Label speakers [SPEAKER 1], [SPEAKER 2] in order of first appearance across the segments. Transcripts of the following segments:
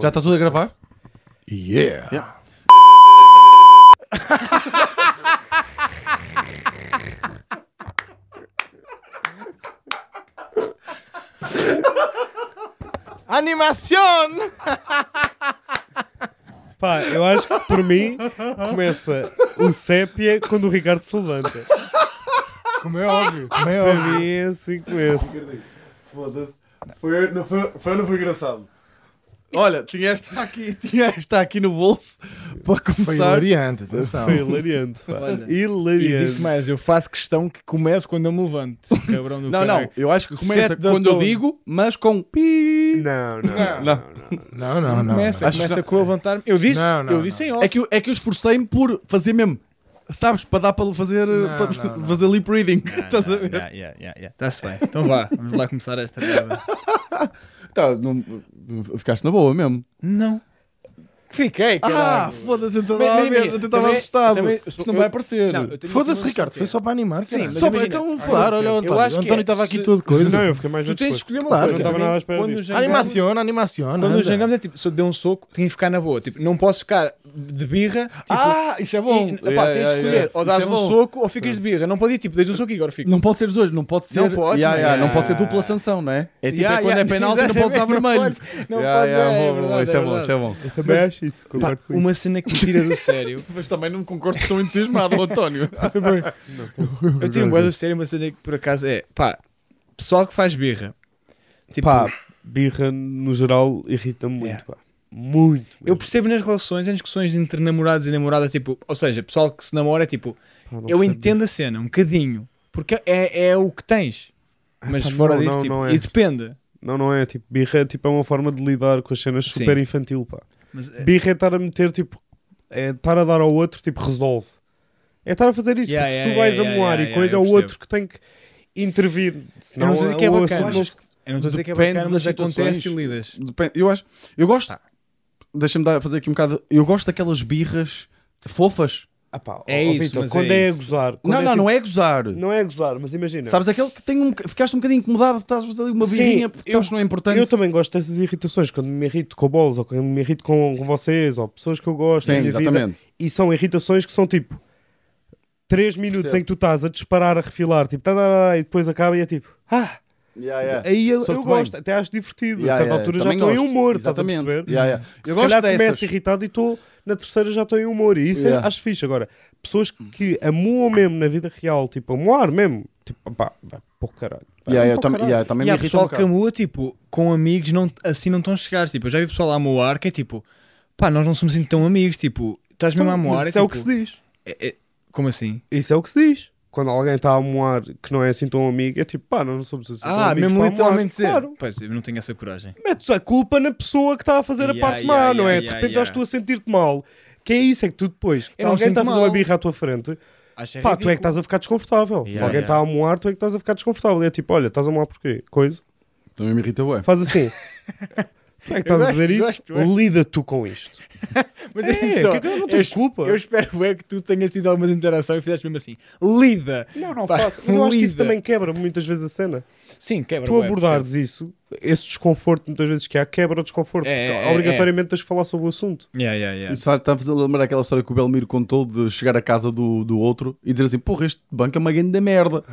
[SPEAKER 1] Já está tudo a gravar?
[SPEAKER 2] Yeah!
[SPEAKER 3] Animação!
[SPEAKER 4] Pá, eu acho que por mim começa o sépia quando o Ricardo se levanta.
[SPEAKER 2] Como é óbvio, como é
[SPEAKER 4] Para
[SPEAKER 2] óbvio.
[SPEAKER 4] mim é assim que começa.
[SPEAKER 3] Foda-se. Foi, não foi, foi, não foi engraçado.
[SPEAKER 1] Olha, tinha esta aqui, tinha esta aqui no bolso para
[SPEAKER 2] Foi
[SPEAKER 1] começar.
[SPEAKER 2] hilariante, atenção.
[SPEAKER 4] Foi hilariante, pá.
[SPEAKER 3] Olha, E
[SPEAKER 4] Hilariante.
[SPEAKER 3] digo mais, eu faço questão que comece quando eu me levanto. Cabrão do
[SPEAKER 1] Não, não,
[SPEAKER 3] caralho.
[SPEAKER 1] eu acho que começa
[SPEAKER 3] Sete da
[SPEAKER 1] quando eu
[SPEAKER 3] tarde.
[SPEAKER 1] digo, mas com pi.
[SPEAKER 4] Não, não, não.
[SPEAKER 1] Não.
[SPEAKER 2] Não, não, não.
[SPEAKER 3] Começa,
[SPEAKER 1] Acho
[SPEAKER 3] começa com eu levantar-me. Eu disse,
[SPEAKER 2] Não, não,
[SPEAKER 3] eu disse em off.
[SPEAKER 1] É que, eu- é que eu esforcei-me por fazer mesmo, sabes, para dar para fazer,
[SPEAKER 2] Não,
[SPEAKER 1] para
[SPEAKER 2] não, não.
[SPEAKER 1] fazer lip reading. Estás a
[SPEAKER 3] Está-se
[SPEAKER 1] ver?
[SPEAKER 3] bem. Então vá, vamos lá começar esta merda.
[SPEAKER 1] Tá, não, ficaste na boa mesmo.
[SPEAKER 3] Não.
[SPEAKER 4] Fiquei,
[SPEAKER 1] Ah,
[SPEAKER 4] caralho.
[SPEAKER 1] foda-se, eu
[SPEAKER 3] Bem,
[SPEAKER 1] estava a
[SPEAKER 3] bem,
[SPEAKER 1] ver,
[SPEAKER 3] bem,
[SPEAKER 1] eu estava
[SPEAKER 3] assim, também-
[SPEAKER 1] assustado.
[SPEAKER 3] também-
[SPEAKER 1] Isto
[SPEAKER 3] eu-
[SPEAKER 1] não vai aparecer.
[SPEAKER 3] Não, eu tenho aqui
[SPEAKER 2] Foda-se,
[SPEAKER 3] uma
[SPEAKER 2] Ricardo, foi
[SPEAKER 3] cena.
[SPEAKER 2] só para animar.
[SPEAKER 3] Sim,
[SPEAKER 2] caralho.
[SPEAKER 3] mas
[SPEAKER 1] Só para
[SPEAKER 3] imagina,
[SPEAKER 1] então
[SPEAKER 3] olha,
[SPEAKER 1] falar, olha o
[SPEAKER 3] eu acho
[SPEAKER 1] António. O
[SPEAKER 3] que
[SPEAKER 1] António
[SPEAKER 3] é-
[SPEAKER 1] estava aqui
[SPEAKER 3] se-
[SPEAKER 1] todo coisa.
[SPEAKER 4] Não, eu fiquei mais
[SPEAKER 3] Tu
[SPEAKER 4] junto
[SPEAKER 3] tens de escolher uma
[SPEAKER 2] Claro,
[SPEAKER 3] coisa.
[SPEAKER 2] eu não
[SPEAKER 4] estava nada à espera
[SPEAKER 3] Quando
[SPEAKER 4] disto.
[SPEAKER 3] o Jangamos-
[SPEAKER 2] Animaciona, animaciona.
[SPEAKER 3] Quando o
[SPEAKER 2] anda.
[SPEAKER 3] Jangamos é tipo, se eu der um soco, tenho que ficar na boa. Tipo, não posso ficar de birra. Tipo,
[SPEAKER 1] ah, isso é bom.
[SPEAKER 3] e, epá, tens de escolher. Ou dás
[SPEAKER 1] Isso é
[SPEAKER 3] um
[SPEAKER 1] bom.
[SPEAKER 3] soco ou ficas de birra. Não pode ir, tipo, dás um soco e agora fico.
[SPEAKER 1] Não pode ser os dois, não pode ser.
[SPEAKER 3] Não pode,
[SPEAKER 1] Ya,
[SPEAKER 3] não é?
[SPEAKER 1] ya, não pode ser
[SPEAKER 3] Yeah.
[SPEAKER 1] dupla sanção, não é? É tipo
[SPEAKER 3] Ya,
[SPEAKER 1] é quando
[SPEAKER 3] ya,
[SPEAKER 1] é penalti, não pode usar
[SPEAKER 3] exatamente, não
[SPEAKER 1] vermelho.
[SPEAKER 3] podes- Não
[SPEAKER 1] Ya,
[SPEAKER 3] podes,
[SPEAKER 1] ya,
[SPEAKER 3] é,
[SPEAKER 1] bom, bom,
[SPEAKER 3] verdade,
[SPEAKER 1] isso é bom,
[SPEAKER 3] verdade.
[SPEAKER 1] isso é bom.
[SPEAKER 4] Também acho isso,
[SPEAKER 3] Pá,
[SPEAKER 4] concordo com isso.
[SPEAKER 3] uma cena que me tira do sério.
[SPEAKER 1] Mas também não concordo tão entusiasmado, António.
[SPEAKER 3] Ah, Eu tiro um
[SPEAKER 4] Uhum.
[SPEAKER 3] guarda do sério, uma cena que por acaso é, pá, pessoal que faz birra. Tipo,
[SPEAKER 4] Pá, birra no geral irrita-me muito,
[SPEAKER 3] Yeah.
[SPEAKER 4] pá. Muito.
[SPEAKER 3] eu
[SPEAKER 4] mesmo.
[SPEAKER 3] percebo nas relações, nas discussões entre namorados e namorada, tipo, ou seja, pessoal que se namora é tipo,
[SPEAKER 4] Pá, não
[SPEAKER 3] eu
[SPEAKER 4] percebo.
[SPEAKER 3] entendo a cena um bocadinho, porque é, é o que tens.
[SPEAKER 4] Ah,
[SPEAKER 3] Mas
[SPEAKER 4] pá,
[SPEAKER 3] fora
[SPEAKER 4] não,
[SPEAKER 3] disso,
[SPEAKER 4] não,
[SPEAKER 3] tipo,
[SPEAKER 4] não é.
[SPEAKER 3] e depende.
[SPEAKER 4] Não, não é. Tipo, birra é, tipo, é uma forma de lidar com as cenas
[SPEAKER 3] Sim.
[SPEAKER 4] super infantil, pá.
[SPEAKER 3] Mas, é-
[SPEAKER 4] Birra é estar a meter, tipo, é estar a dar ao outro, tipo, resolve. É estar a fazer isso,
[SPEAKER 3] Yeah,
[SPEAKER 4] porque se
[SPEAKER 3] yeah,
[SPEAKER 4] tu vais
[SPEAKER 3] yeah,
[SPEAKER 4] a moar
[SPEAKER 3] yeah,
[SPEAKER 4] e
[SPEAKER 3] yeah,
[SPEAKER 4] coisa,
[SPEAKER 3] eu
[SPEAKER 4] é o
[SPEAKER 3] percebo.
[SPEAKER 4] outro que tem que intervir. Senão,
[SPEAKER 3] não estou a dizer que é
[SPEAKER 4] o
[SPEAKER 3] bacana,
[SPEAKER 4] assunto não se-
[SPEAKER 3] eu não estou a dizer que é
[SPEAKER 1] Depende
[SPEAKER 3] bacana, mas
[SPEAKER 1] das
[SPEAKER 3] acontece e
[SPEAKER 1] situações.
[SPEAKER 3] lidas.
[SPEAKER 1] Depende- Eu acho, eu gosto.
[SPEAKER 3] Ah.
[SPEAKER 1] Deixa-me dar- fazer aqui um bocado. Eu gosto daquelas birras fofas.
[SPEAKER 4] Ah, pá,
[SPEAKER 3] É
[SPEAKER 4] ó, ó,
[SPEAKER 3] isso,
[SPEAKER 4] Vitor,
[SPEAKER 3] mas é
[SPEAKER 4] quando é, a
[SPEAKER 3] isso.
[SPEAKER 4] gozar.
[SPEAKER 1] Não, não,
[SPEAKER 3] tipo
[SPEAKER 1] não é gozar.
[SPEAKER 4] Não é a gozar, mas imagina.
[SPEAKER 1] Sabes aquele que tem um, boca- ficaste um bocadinho incomodado, estás ali uma
[SPEAKER 4] Sim,
[SPEAKER 1] birrinha, porque
[SPEAKER 4] eu-
[SPEAKER 1] sabes que não é importante.
[SPEAKER 4] Eu também gosto dessas irritações, quando me irrito com bolos, ou quando me irrito com, com vocês, ou pessoas que eu gosto,
[SPEAKER 1] Sim,
[SPEAKER 4] da minha vida,
[SPEAKER 1] exatamente.
[SPEAKER 4] e são irritações que são tipo 3 minutos
[SPEAKER 1] Percebo.
[SPEAKER 4] em que tu estás a disparar, a refilar, tipo, tá, tá, tá, e depois acaba e é tipo, ah,
[SPEAKER 1] É.
[SPEAKER 4] aí eu,
[SPEAKER 1] Soa-te
[SPEAKER 4] eu
[SPEAKER 1] bem.
[SPEAKER 4] gosto, até acho divertido.
[SPEAKER 1] Yeah,
[SPEAKER 4] a certa
[SPEAKER 1] yeah,
[SPEAKER 4] altura já
[SPEAKER 1] também
[SPEAKER 4] estou em
[SPEAKER 1] gosto. Uhum.
[SPEAKER 4] humor, estás a
[SPEAKER 1] Exatamente.
[SPEAKER 4] perceber?
[SPEAKER 1] Yeah, yeah.
[SPEAKER 4] Se
[SPEAKER 1] Eu
[SPEAKER 4] calhar
[SPEAKER 1] gosto
[SPEAKER 4] começo
[SPEAKER 1] dessas.
[SPEAKER 4] irritado e estou na terceira já estou em humor, e isso
[SPEAKER 1] Yeah.
[SPEAKER 4] é, acho fixe. Agora, pessoas que amuam mesmo na vida real, tipo, amuar mesmo, tipo, pá, vai para o caralho. Vai
[SPEAKER 1] Yeah, yeah,
[SPEAKER 4] para o
[SPEAKER 1] tam-
[SPEAKER 4] caralho.
[SPEAKER 1] yeah, também
[SPEAKER 3] E há
[SPEAKER 1] me irrita um
[SPEAKER 3] pessoal que
[SPEAKER 1] bocado.
[SPEAKER 3] amua, tipo, com amigos não, assim não estão a chegar. Tipo, eu já vi pessoal a moar que é tipo, pá, nós não somos assim tão amigos. Tipo, estás mesmo tipo a
[SPEAKER 4] Então,
[SPEAKER 3] moar.
[SPEAKER 4] mas Isso é o que se diz.
[SPEAKER 3] Como assim?
[SPEAKER 4] Isso é o que se diz. Quando alguém está a moar que não é assim tão amigo, é tipo, pá, nós não somos assim tão
[SPEAKER 3] Ah,
[SPEAKER 4] amigos
[SPEAKER 3] mesmo
[SPEAKER 4] para
[SPEAKER 3] literalmente
[SPEAKER 4] moar.
[SPEAKER 3] dizer.
[SPEAKER 4] Claro.
[SPEAKER 3] Pois, eu não tenho essa coragem.
[SPEAKER 4] Metes a culpa na pessoa que está a fazer
[SPEAKER 3] Yeah,
[SPEAKER 4] a parte
[SPEAKER 3] yeah,
[SPEAKER 4] má, não é?
[SPEAKER 3] yeah,
[SPEAKER 4] de
[SPEAKER 3] yeah,
[SPEAKER 4] repente
[SPEAKER 3] yeah.
[SPEAKER 4] estás tu a sentir-te mal. Que é isso, é que tu depois,
[SPEAKER 3] Eu não me
[SPEAKER 4] alguém está a
[SPEAKER 3] sinto
[SPEAKER 4] fazer uma
[SPEAKER 3] mal.
[SPEAKER 4] birra à tua frente,
[SPEAKER 3] Acho
[SPEAKER 4] pá, tu é que estás a ficar desconfortável. Se
[SPEAKER 3] Yeah,
[SPEAKER 4] alguém
[SPEAKER 3] yeah.
[SPEAKER 4] está a moar, tu é que estás a ficar desconfortável. E é tipo, olha, estás a moar porquê? Coisa.
[SPEAKER 1] Também me irrita, ué.
[SPEAKER 4] Faz assim. tu é que
[SPEAKER 3] Eu
[SPEAKER 4] estás a fazer
[SPEAKER 3] gosto,
[SPEAKER 4] isso?
[SPEAKER 3] gosto, é.
[SPEAKER 4] Lida tu com isto.
[SPEAKER 3] Mas
[SPEAKER 4] É,
[SPEAKER 3] atenção,
[SPEAKER 4] que é que eu não
[SPEAKER 3] eu
[SPEAKER 4] tenho
[SPEAKER 3] es-
[SPEAKER 4] culpa.
[SPEAKER 3] Eu espero é que tu tenhas tido alguma interação e fizeste mesmo assim. Lida!
[SPEAKER 4] Não, não
[SPEAKER 3] Pá,
[SPEAKER 4] faço. Mas eu acho que isso
[SPEAKER 3] lida. é,
[SPEAKER 4] também quebra muitas vezes a cena.
[SPEAKER 3] Sim, quebra
[SPEAKER 4] tu
[SPEAKER 3] bué,
[SPEAKER 4] abordares isso, esse desconforto muitas vezes que há, quebra o desconforto.
[SPEAKER 3] É,
[SPEAKER 4] Porque
[SPEAKER 3] é, é,
[SPEAKER 4] obrigatoriamente tens de falar sobre o assunto.
[SPEAKER 3] percebo. Yeah, yeah, yeah.
[SPEAKER 1] Isso faz- está-me a fazer lembrar aquela história que o Belmiro contou de chegar à casa do, do outro e dizer assim: Porra, este banco é uma grande merda.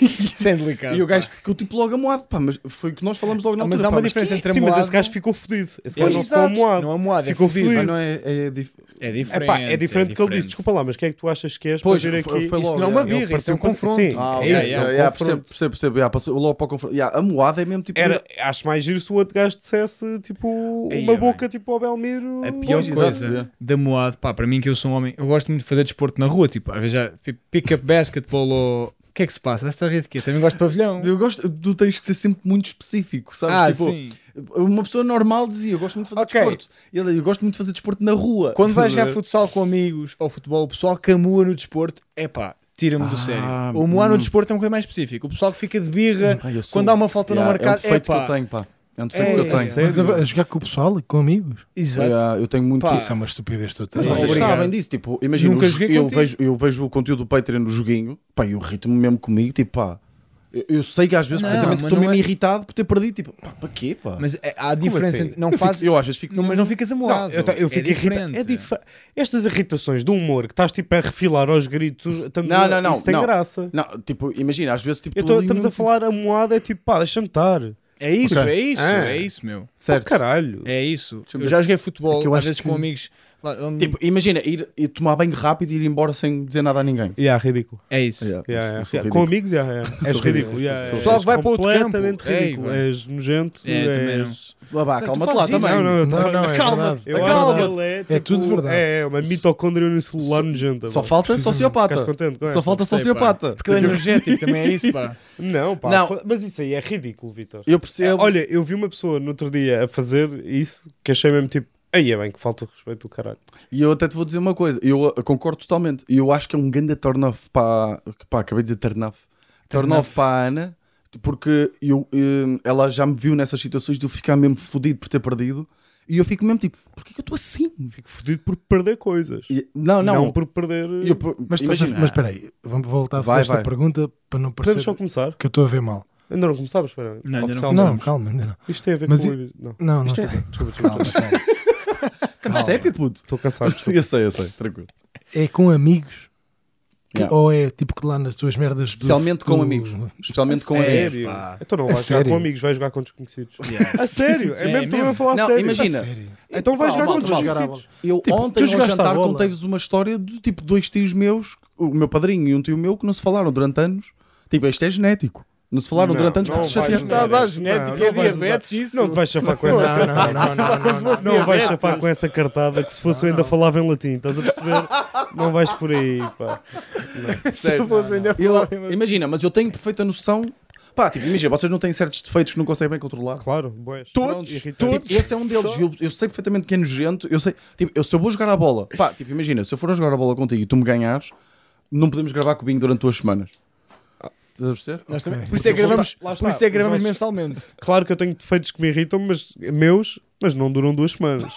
[SPEAKER 3] Isso é delicado.
[SPEAKER 1] e o
[SPEAKER 3] pá.
[SPEAKER 1] gajo ficou tipo logo amoado. Pá, mas foi o que nós falamos logo na
[SPEAKER 3] Ah, mas
[SPEAKER 1] altura,
[SPEAKER 3] há uma
[SPEAKER 1] pá,
[SPEAKER 3] diferença entre
[SPEAKER 4] Sim, mas
[SPEAKER 3] amoado-
[SPEAKER 4] esse gajo ficou fodido. Esse
[SPEAKER 3] Pois,
[SPEAKER 4] gajo não ficou
[SPEAKER 1] exato.
[SPEAKER 4] amoado.
[SPEAKER 3] Não é moado, é
[SPEAKER 4] Ficou
[SPEAKER 3] fodido.
[SPEAKER 1] Mas
[SPEAKER 4] fodido.
[SPEAKER 1] não é, é dif-
[SPEAKER 3] É
[SPEAKER 4] É,
[SPEAKER 3] diferente.
[SPEAKER 4] pá, é diferente do que ele disse.
[SPEAKER 3] diferente.
[SPEAKER 4] Desculpa lá, mas o que é que tu achas que és
[SPEAKER 1] Pois,
[SPEAKER 4] para vir
[SPEAKER 1] foi-
[SPEAKER 4] aqui?
[SPEAKER 1] foi
[SPEAKER 4] Isso
[SPEAKER 1] logo,
[SPEAKER 3] Isso não é uma
[SPEAKER 1] yeah.
[SPEAKER 4] Eu
[SPEAKER 3] birra, isso é um
[SPEAKER 4] partilho com-
[SPEAKER 3] confronto.
[SPEAKER 4] Sim.
[SPEAKER 1] Ah, yeah,
[SPEAKER 4] É isso, é um
[SPEAKER 1] yeah, yeah,
[SPEAKER 4] confronto.
[SPEAKER 1] percebo, percebo, percebo. Yeah, passou logo para o confronto. Yeah, a moada é mesmo tipo.
[SPEAKER 4] Era, acho mais giro se o outro gajo dissesse tipo
[SPEAKER 3] Aí,
[SPEAKER 4] uma
[SPEAKER 3] é
[SPEAKER 4] boca tipo ao Belmiro.
[SPEAKER 3] A pior
[SPEAKER 1] Pois,
[SPEAKER 3] coisa
[SPEAKER 1] exato, é.
[SPEAKER 3] da moado, pá, para mim que eu sou um homem, eu gosto muito de fazer desporto na rua, tipo, às vezes já pi- pick-up basketball ou... O que é que se passa? Esta rede aqui, eu também gosto de pavilhão.
[SPEAKER 1] Eu gosto, tu tens que ser sempre muito específico, sabes?
[SPEAKER 3] ah,
[SPEAKER 1] Tipo,
[SPEAKER 3] sim.
[SPEAKER 1] Uma pessoa normal dizia: Eu gosto muito de fazer
[SPEAKER 3] Ok.
[SPEAKER 1] desporto. E ele, eu gosto muito de fazer desporto na rua. Tipo,
[SPEAKER 3] Quando
[SPEAKER 1] Estás a
[SPEAKER 3] vais jogar
[SPEAKER 1] ver?
[SPEAKER 3] futsal com amigos ou futebol, o pessoal que amua no desporto, é pá, tira-me do
[SPEAKER 1] Ah,
[SPEAKER 3] sério. O moar no
[SPEAKER 1] hum.
[SPEAKER 3] desporto é um bocadinho mais específico. O pessoal que fica de birra
[SPEAKER 1] Pá, eu sou-
[SPEAKER 3] quando há uma falta
[SPEAKER 1] Yeah,
[SPEAKER 3] no mercado,
[SPEAKER 1] é um defeito
[SPEAKER 3] pá.
[SPEAKER 1] que eu tenho, pá. É um defeito
[SPEAKER 3] É,
[SPEAKER 1] que eu tenho.
[SPEAKER 3] é,
[SPEAKER 4] Sério?
[SPEAKER 2] Mas a, a jogar com o pessoal, e com amigos.
[SPEAKER 3] Exato.
[SPEAKER 1] Yeah, eu tenho muito
[SPEAKER 3] Pá.
[SPEAKER 1] isso.
[SPEAKER 2] Isso é uma estupidez total.
[SPEAKER 1] Mas
[SPEAKER 3] Não,
[SPEAKER 1] vocês
[SPEAKER 3] obrigado.
[SPEAKER 1] sabem disso, tipo, imagina,
[SPEAKER 3] Nunca
[SPEAKER 1] o-
[SPEAKER 3] joguei
[SPEAKER 1] eu,
[SPEAKER 3] contigo.
[SPEAKER 1] vejo, eu vejo o conteúdo do Patreon no joguinho, pá, e o ritmo mesmo comigo, tipo, pá, Eu, eu sei que às vezes
[SPEAKER 3] Não,
[SPEAKER 1] perfeitamente
[SPEAKER 3] mas
[SPEAKER 1] estou
[SPEAKER 3] não
[SPEAKER 1] mesmo
[SPEAKER 3] é-
[SPEAKER 1] irritado por ter perdido. Tipo, pá, para quê, pá?
[SPEAKER 3] Mas é- há a diferença
[SPEAKER 4] assim?
[SPEAKER 3] entre. Não
[SPEAKER 1] eu, fico-
[SPEAKER 3] faz.
[SPEAKER 1] eu às vezes fico.
[SPEAKER 3] não, mas não ficas
[SPEAKER 4] Não,
[SPEAKER 3] amoado.
[SPEAKER 4] eu, ta- eu fico
[SPEAKER 3] é
[SPEAKER 4] irritado.
[SPEAKER 3] diferente.
[SPEAKER 4] É dife- Estas irritações do humor que estás tipo a refilar aos gritos, estamos
[SPEAKER 1] Não,
[SPEAKER 4] a-
[SPEAKER 1] não, não,
[SPEAKER 4] isso tem
[SPEAKER 1] não.
[SPEAKER 4] graça.
[SPEAKER 1] Não, tipo, imagina, às vezes tipo,
[SPEAKER 4] Eu
[SPEAKER 1] tu
[SPEAKER 4] tô-
[SPEAKER 1] ali
[SPEAKER 4] estamos
[SPEAKER 1] no-
[SPEAKER 4] a falar a moada, é tipo pá, deixa-me estar.
[SPEAKER 3] É isso,
[SPEAKER 1] Ok.
[SPEAKER 3] é isso,
[SPEAKER 4] Ah.
[SPEAKER 3] é isso, meu.
[SPEAKER 4] Certo.
[SPEAKER 1] Certo.
[SPEAKER 4] caralho.
[SPEAKER 3] É isso.
[SPEAKER 1] Deixa-me
[SPEAKER 3] Eu
[SPEAKER 1] ver
[SPEAKER 3] já
[SPEAKER 1] se-
[SPEAKER 3] joguei
[SPEAKER 1] é
[SPEAKER 3] futebol,
[SPEAKER 1] que eu
[SPEAKER 3] às
[SPEAKER 1] acho
[SPEAKER 3] vezes
[SPEAKER 1] que-
[SPEAKER 3] com amigos. lá, onde-
[SPEAKER 1] Tipo, imagina, ir, ir tomar banho rápido e ir embora sem dizer nada a ninguém.
[SPEAKER 4] Yeah, ridículo.
[SPEAKER 3] é isso.
[SPEAKER 4] Yeah, yeah.
[SPEAKER 1] Eu sou
[SPEAKER 4] Com
[SPEAKER 1] ridículo.
[SPEAKER 4] amigos, yeah, yeah. és
[SPEAKER 1] Sou
[SPEAKER 4] ridículo.
[SPEAKER 1] ridículo.
[SPEAKER 4] yeah, yeah.
[SPEAKER 1] Sou
[SPEAKER 3] Pessoal que vai
[SPEAKER 4] És
[SPEAKER 3] para outro campo.
[SPEAKER 4] completamente
[SPEAKER 3] Ei,
[SPEAKER 4] ridículo.
[SPEAKER 3] mano.
[SPEAKER 4] é um és nojento.
[SPEAKER 3] É, também não.
[SPEAKER 4] és-
[SPEAKER 1] Vá, vá,
[SPEAKER 3] tu
[SPEAKER 1] calma-te lá
[SPEAKER 3] fazes isso?
[SPEAKER 1] também.
[SPEAKER 4] Não, não, eu tô-
[SPEAKER 2] Não, não, é
[SPEAKER 3] Acalma-te,
[SPEAKER 2] verdade.
[SPEAKER 4] Eu
[SPEAKER 2] É
[SPEAKER 4] acho que
[SPEAKER 2] verdade.
[SPEAKER 4] ele é,
[SPEAKER 2] É tudo
[SPEAKER 4] tipo,
[SPEAKER 2] verdade.
[SPEAKER 4] É, é uma mitocôndria no celular nojenta.
[SPEAKER 1] Só
[SPEAKER 4] mano.
[SPEAKER 1] falta sociopata.
[SPEAKER 4] Ficaste contente com
[SPEAKER 1] Só
[SPEAKER 4] essa?
[SPEAKER 1] falta
[SPEAKER 3] Sei, pá.
[SPEAKER 1] sociopata.
[SPEAKER 3] Porque ele é energético, também é isso, pá.
[SPEAKER 4] Não, pá.
[SPEAKER 1] Não. é um-
[SPEAKER 4] fa- Mas isso aí é ridículo, Vitor. É,
[SPEAKER 1] Eu percebo.
[SPEAKER 4] Olha, eu vi uma pessoa no outro dia a fazer isso que achei mesmo tipo, aí é bem que falta de respeito do caralho.
[SPEAKER 1] E eu até te vou dizer uma coisa, eu uh, concordo totalmente. E eu acho que é um grande turn-off para. Pá, acabei de dizer turn-off. Turn-off para a Ana, porque eu, eh, ela já me viu nessas situações de eu ficar mesmo fodido por ter perdido. E eu fico mesmo tipo, porquê que eu estou assim?
[SPEAKER 4] Fico fodido por perder coisas.
[SPEAKER 1] E- não, não.
[SPEAKER 4] Não, por perder.
[SPEAKER 1] eu, por-
[SPEAKER 2] Mas, estás a-
[SPEAKER 1] imagina,
[SPEAKER 2] mas espera aí, vamos voltar a fazer
[SPEAKER 1] Vai,
[SPEAKER 2] esta
[SPEAKER 1] vai.
[SPEAKER 2] pergunta para não parecer
[SPEAKER 4] Podemos só começar?
[SPEAKER 2] que eu estou a ver mal.
[SPEAKER 4] Ainda não começámos, espera.
[SPEAKER 3] Não, ainda não
[SPEAKER 4] Oficial,
[SPEAKER 3] começámos.
[SPEAKER 2] Não, calma, ainda não.
[SPEAKER 4] Isto tem a ver
[SPEAKER 2] Mas
[SPEAKER 4] com
[SPEAKER 2] e-
[SPEAKER 4] o. Não.
[SPEAKER 2] Não, não
[SPEAKER 4] Isto é.
[SPEAKER 2] tem.
[SPEAKER 4] Desculpa, desculpa.
[SPEAKER 2] Calma,
[SPEAKER 4] desculpa.
[SPEAKER 2] calma.
[SPEAKER 1] mas percebe, puto?
[SPEAKER 4] Estou cansado. desculpa.
[SPEAKER 1] Eu sei, eu sei, tranquilo.
[SPEAKER 2] É com amigos? Que-
[SPEAKER 1] Yeah.
[SPEAKER 2] Ou é tipo que lá nas tuas merdas. do-
[SPEAKER 1] Especialmente com
[SPEAKER 2] do-
[SPEAKER 1] amigos. Especialmente com amigos.
[SPEAKER 4] sério?
[SPEAKER 3] pá.
[SPEAKER 4] Então não
[SPEAKER 2] A
[SPEAKER 4] vai jogar
[SPEAKER 2] sério?
[SPEAKER 4] com amigos, vai jogar com desconhecidos.
[SPEAKER 3] Yeah.
[SPEAKER 4] A sério? É
[SPEAKER 3] É
[SPEAKER 4] mesmo tu
[SPEAKER 3] mesmo.
[SPEAKER 4] a falar a
[SPEAKER 1] Não,
[SPEAKER 4] sério?
[SPEAKER 2] A
[SPEAKER 1] imagina.
[SPEAKER 2] sério? Tá
[SPEAKER 4] Então vai
[SPEAKER 1] Pá,
[SPEAKER 4] jogar com
[SPEAKER 1] malta, vá jogar à
[SPEAKER 4] desconhecidos.
[SPEAKER 1] Eu
[SPEAKER 2] Tipo,
[SPEAKER 1] ontem
[SPEAKER 2] tu
[SPEAKER 1] ao
[SPEAKER 2] jogaste à
[SPEAKER 1] jantar
[SPEAKER 2] bola.
[SPEAKER 1] contei-vos uma história de tipo dois tios meus, o meu padrinho e um tio meu, que não se falaram durante anos. Tipo, isto é genético. Não se falaram
[SPEAKER 4] Não,
[SPEAKER 1] durante anos
[SPEAKER 4] não
[SPEAKER 1] porque se
[SPEAKER 4] vais
[SPEAKER 1] chatearam.
[SPEAKER 4] usar.
[SPEAKER 3] Está a dar
[SPEAKER 4] Não, não
[SPEAKER 3] genética, é
[SPEAKER 4] vais usar.
[SPEAKER 3] diabetes, isso.
[SPEAKER 4] Não te vais chafar com
[SPEAKER 2] Não,
[SPEAKER 4] essa
[SPEAKER 2] não, não, não, não, não, não.
[SPEAKER 4] Não vais chapar com essa cartada que se fosse eu ainda falava em latim, estás a perceber? não vais por aí, pá.
[SPEAKER 1] Sério. Eu- imagina, mas eu tenho perfeita noção. Pá, tipo, imagina, vocês não têm certos defeitos que não conseguem bem controlar.
[SPEAKER 4] Claro, boés.
[SPEAKER 1] Todos,
[SPEAKER 4] Irritante.
[SPEAKER 1] Tipo, esse é um deles. Eu, eu sei perfeitamente que é nojento. Eu sei, tipo, eu, se eu vou jogar a bola, pá, tipo, imagina, se eu for a jogar a bola contigo e tu me ganhares, não podemos gravar com o Binho durante duas semanas. Estás a perceber?
[SPEAKER 3] Nós também-
[SPEAKER 2] Ok.
[SPEAKER 3] Por isso é que gravamos,
[SPEAKER 4] Lá está.
[SPEAKER 3] por isso é que gravamos
[SPEAKER 4] Mas-
[SPEAKER 3] mensalmente.
[SPEAKER 4] Claro que eu tenho defeitos que me irritam, mas meus, mas não duram duas semanas.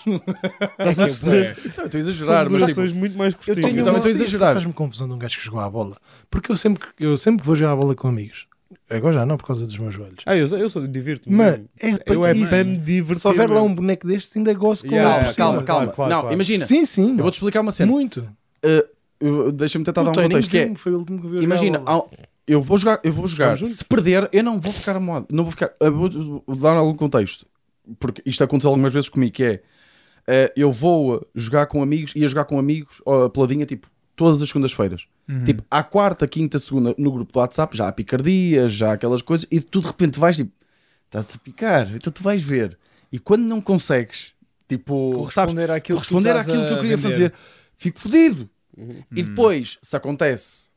[SPEAKER 4] Estás a perceber?
[SPEAKER 1] Então, eu estou a
[SPEAKER 4] São
[SPEAKER 1] exagerar, mas tipo,
[SPEAKER 4] durações muito mais
[SPEAKER 3] tenho
[SPEAKER 4] curtinhas.
[SPEAKER 1] Eu
[SPEAKER 2] Não,
[SPEAKER 1] também
[SPEAKER 2] mas
[SPEAKER 1] estou a
[SPEAKER 2] isso-
[SPEAKER 1] exagerar.
[SPEAKER 2] isso Faz-me confusão de um gajo que jogou à bola. Porque eu sempre, que- eu sempre que vou jogar à bola com amigos, agora já não por causa dos meus joelhos.
[SPEAKER 4] Ah, eu, sou- eu sou divirto-me.
[SPEAKER 2] Mas
[SPEAKER 4] mesmo.
[SPEAKER 2] é
[SPEAKER 4] eu
[SPEAKER 2] para
[SPEAKER 4] é
[SPEAKER 2] isso.
[SPEAKER 4] para me divertir.
[SPEAKER 2] Se houver lá
[SPEAKER 4] mesmo.
[SPEAKER 2] um boneco destes, ainda gosto com
[SPEAKER 4] Yeah,
[SPEAKER 2] ele
[SPEAKER 1] calma, calma, calma.
[SPEAKER 2] por cima.
[SPEAKER 4] Claro, É, claro,
[SPEAKER 1] não,
[SPEAKER 4] claro.
[SPEAKER 1] imagina,
[SPEAKER 2] Sim, sim.
[SPEAKER 1] eu vou-te explicar uma cena.
[SPEAKER 2] Muito.
[SPEAKER 1] Eu- Deixa-me tentar dar
[SPEAKER 2] O
[SPEAKER 1] um
[SPEAKER 2] Tony
[SPEAKER 1] contexto. Que é,
[SPEAKER 2] viu-me, foi o último que viu jogar
[SPEAKER 3] é
[SPEAKER 2] à
[SPEAKER 1] imagina,
[SPEAKER 2] bola.
[SPEAKER 1] há- um- eu vou jogar, eu vou jogar.
[SPEAKER 4] Estamos juntos?
[SPEAKER 1] Se perder, eu não vou ficar amoado. Não vou ficar. eu vou- vou dar algum contexto. Porque isto aconteceu algumas vezes comigo, que é eh, eu vou eh, jogar com amigos, ia jogar com amigos, ou a peladinha, tipo, todas as segundas-feiras. Tipo, à quarta, quinta, segunda, no grupo do WhatsApp, já há picardia, já há aquelas coisas, e tu de repente vais tipo, estás a picar, então tu vais ver. E quando não consegues, tipo, sabes,
[SPEAKER 3] Responder àquilo que tu
[SPEAKER 1] responder
[SPEAKER 3] estás
[SPEAKER 1] àquilo
[SPEAKER 3] a
[SPEAKER 1] que eu queria
[SPEAKER 3] vender.
[SPEAKER 1] fazer, fico fodido.
[SPEAKER 2] Hum.
[SPEAKER 1] E depois, se acontece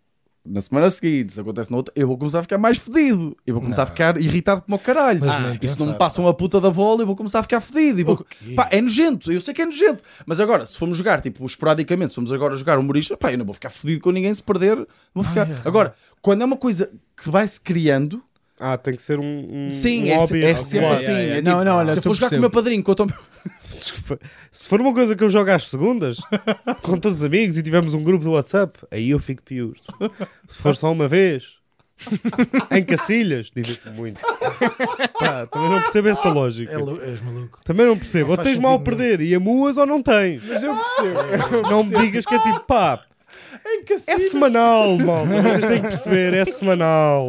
[SPEAKER 1] na semana seguinte, se acontece na outra, eu vou começar a ficar mais fodido. Eu vou começar a ficar irritado como o caralho.
[SPEAKER 2] Mas
[SPEAKER 1] Ah,
[SPEAKER 2] nem
[SPEAKER 1] e se não
[SPEAKER 2] pensar,
[SPEAKER 1] me passam a puta da bola, eu vou começar a ficar fodido. e vou-
[SPEAKER 2] O quê?
[SPEAKER 1] Pá, é nojento, eu sei que é nojento. Mas agora, se formos jogar, tipo, esporadicamente, se formos agora jogar humorista, pá, eu não vou ficar fodido com ninguém se perder. não Vou ficar...
[SPEAKER 2] é.
[SPEAKER 1] Agora, quando é uma coisa que vai-se criando,
[SPEAKER 4] Ah, tem que ser um. um
[SPEAKER 1] sim,
[SPEAKER 4] um
[SPEAKER 1] é,
[SPEAKER 4] hobby
[SPEAKER 1] se- é
[SPEAKER 4] regular.
[SPEAKER 1] sempre assim.
[SPEAKER 3] Yeah, yeah.
[SPEAKER 1] é
[SPEAKER 3] Não,
[SPEAKER 1] tipo,
[SPEAKER 3] não, olha,
[SPEAKER 1] se eu
[SPEAKER 3] tu
[SPEAKER 1] for jogar com o
[SPEAKER 3] percebo.
[SPEAKER 1] meu padrinho, conta o meu-
[SPEAKER 4] Se for uma coisa que eu jogo às segundas, com todos os amigos e tivermos um grupo do WhatsApp, aí eu fico pior. Se for só uma vez, em Cacilhas, divirto-me muito. Pá, também não percebo essa lógica.
[SPEAKER 2] É lou- És maluco.
[SPEAKER 4] Também não percebo.
[SPEAKER 2] Não
[SPEAKER 4] ou
[SPEAKER 2] faz
[SPEAKER 4] tens mal a
[SPEAKER 2] sentido
[SPEAKER 4] perder e amuas ou não tens.
[SPEAKER 3] Mas eu percebo.
[SPEAKER 4] Não me digas que é tipo, pá, é semanal, malta. Vocês têm que perceber, é semanal.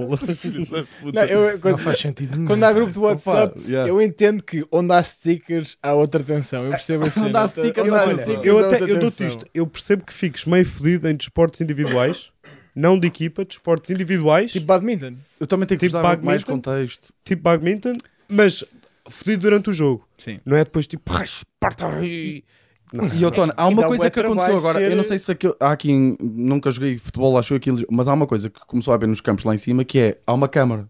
[SPEAKER 3] Não, eu-
[SPEAKER 2] Não
[SPEAKER 3] quando,
[SPEAKER 2] faz sentido nenhum.
[SPEAKER 3] quando há grupo do WhatsApp,
[SPEAKER 1] Opa, yeah.
[SPEAKER 3] eu entendo que onde há stickers há outra tensão. Eu percebo assim.
[SPEAKER 1] Onde há stickers, há outra tensão.
[SPEAKER 4] Eu, até, eu dou-te isto. Eu percebo que fiques meio fodido em desportos individuais, não de equipa, desportos individuais.
[SPEAKER 3] Tipo badminton.
[SPEAKER 1] Eu também tenho que
[SPEAKER 4] Tipo
[SPEAKER 1] dar mais
[SPEAKER 4] badminton?
[SPEAKER 1] contexto.
[SPEAKER 4] tipo badminton, mas fodido durante o jogo.
[SPEAKER 3] Sim.
[SPEAKER 4] Não é depois tipo, "Ah, Esparta e... Não.
[SPEAKER 1] E eu, Tony, há
[SPEAKER 4] E dá
[SPEAKER 1] uma coisa
[SPEAKER 4] bué
[SPEAKER 1] que aconteceu
[SPEAKER 4] trabalho
[SPEAKER 1] agora.
[SPEAKER 4] ser-
[SPEAKER 1] Eu não sei se aquilo, há aqui. em- Nunca joguei futebol, acho eu aquilo. Mas há uma coisa que começou a haver nos campos lá em cima que é: há uma câmara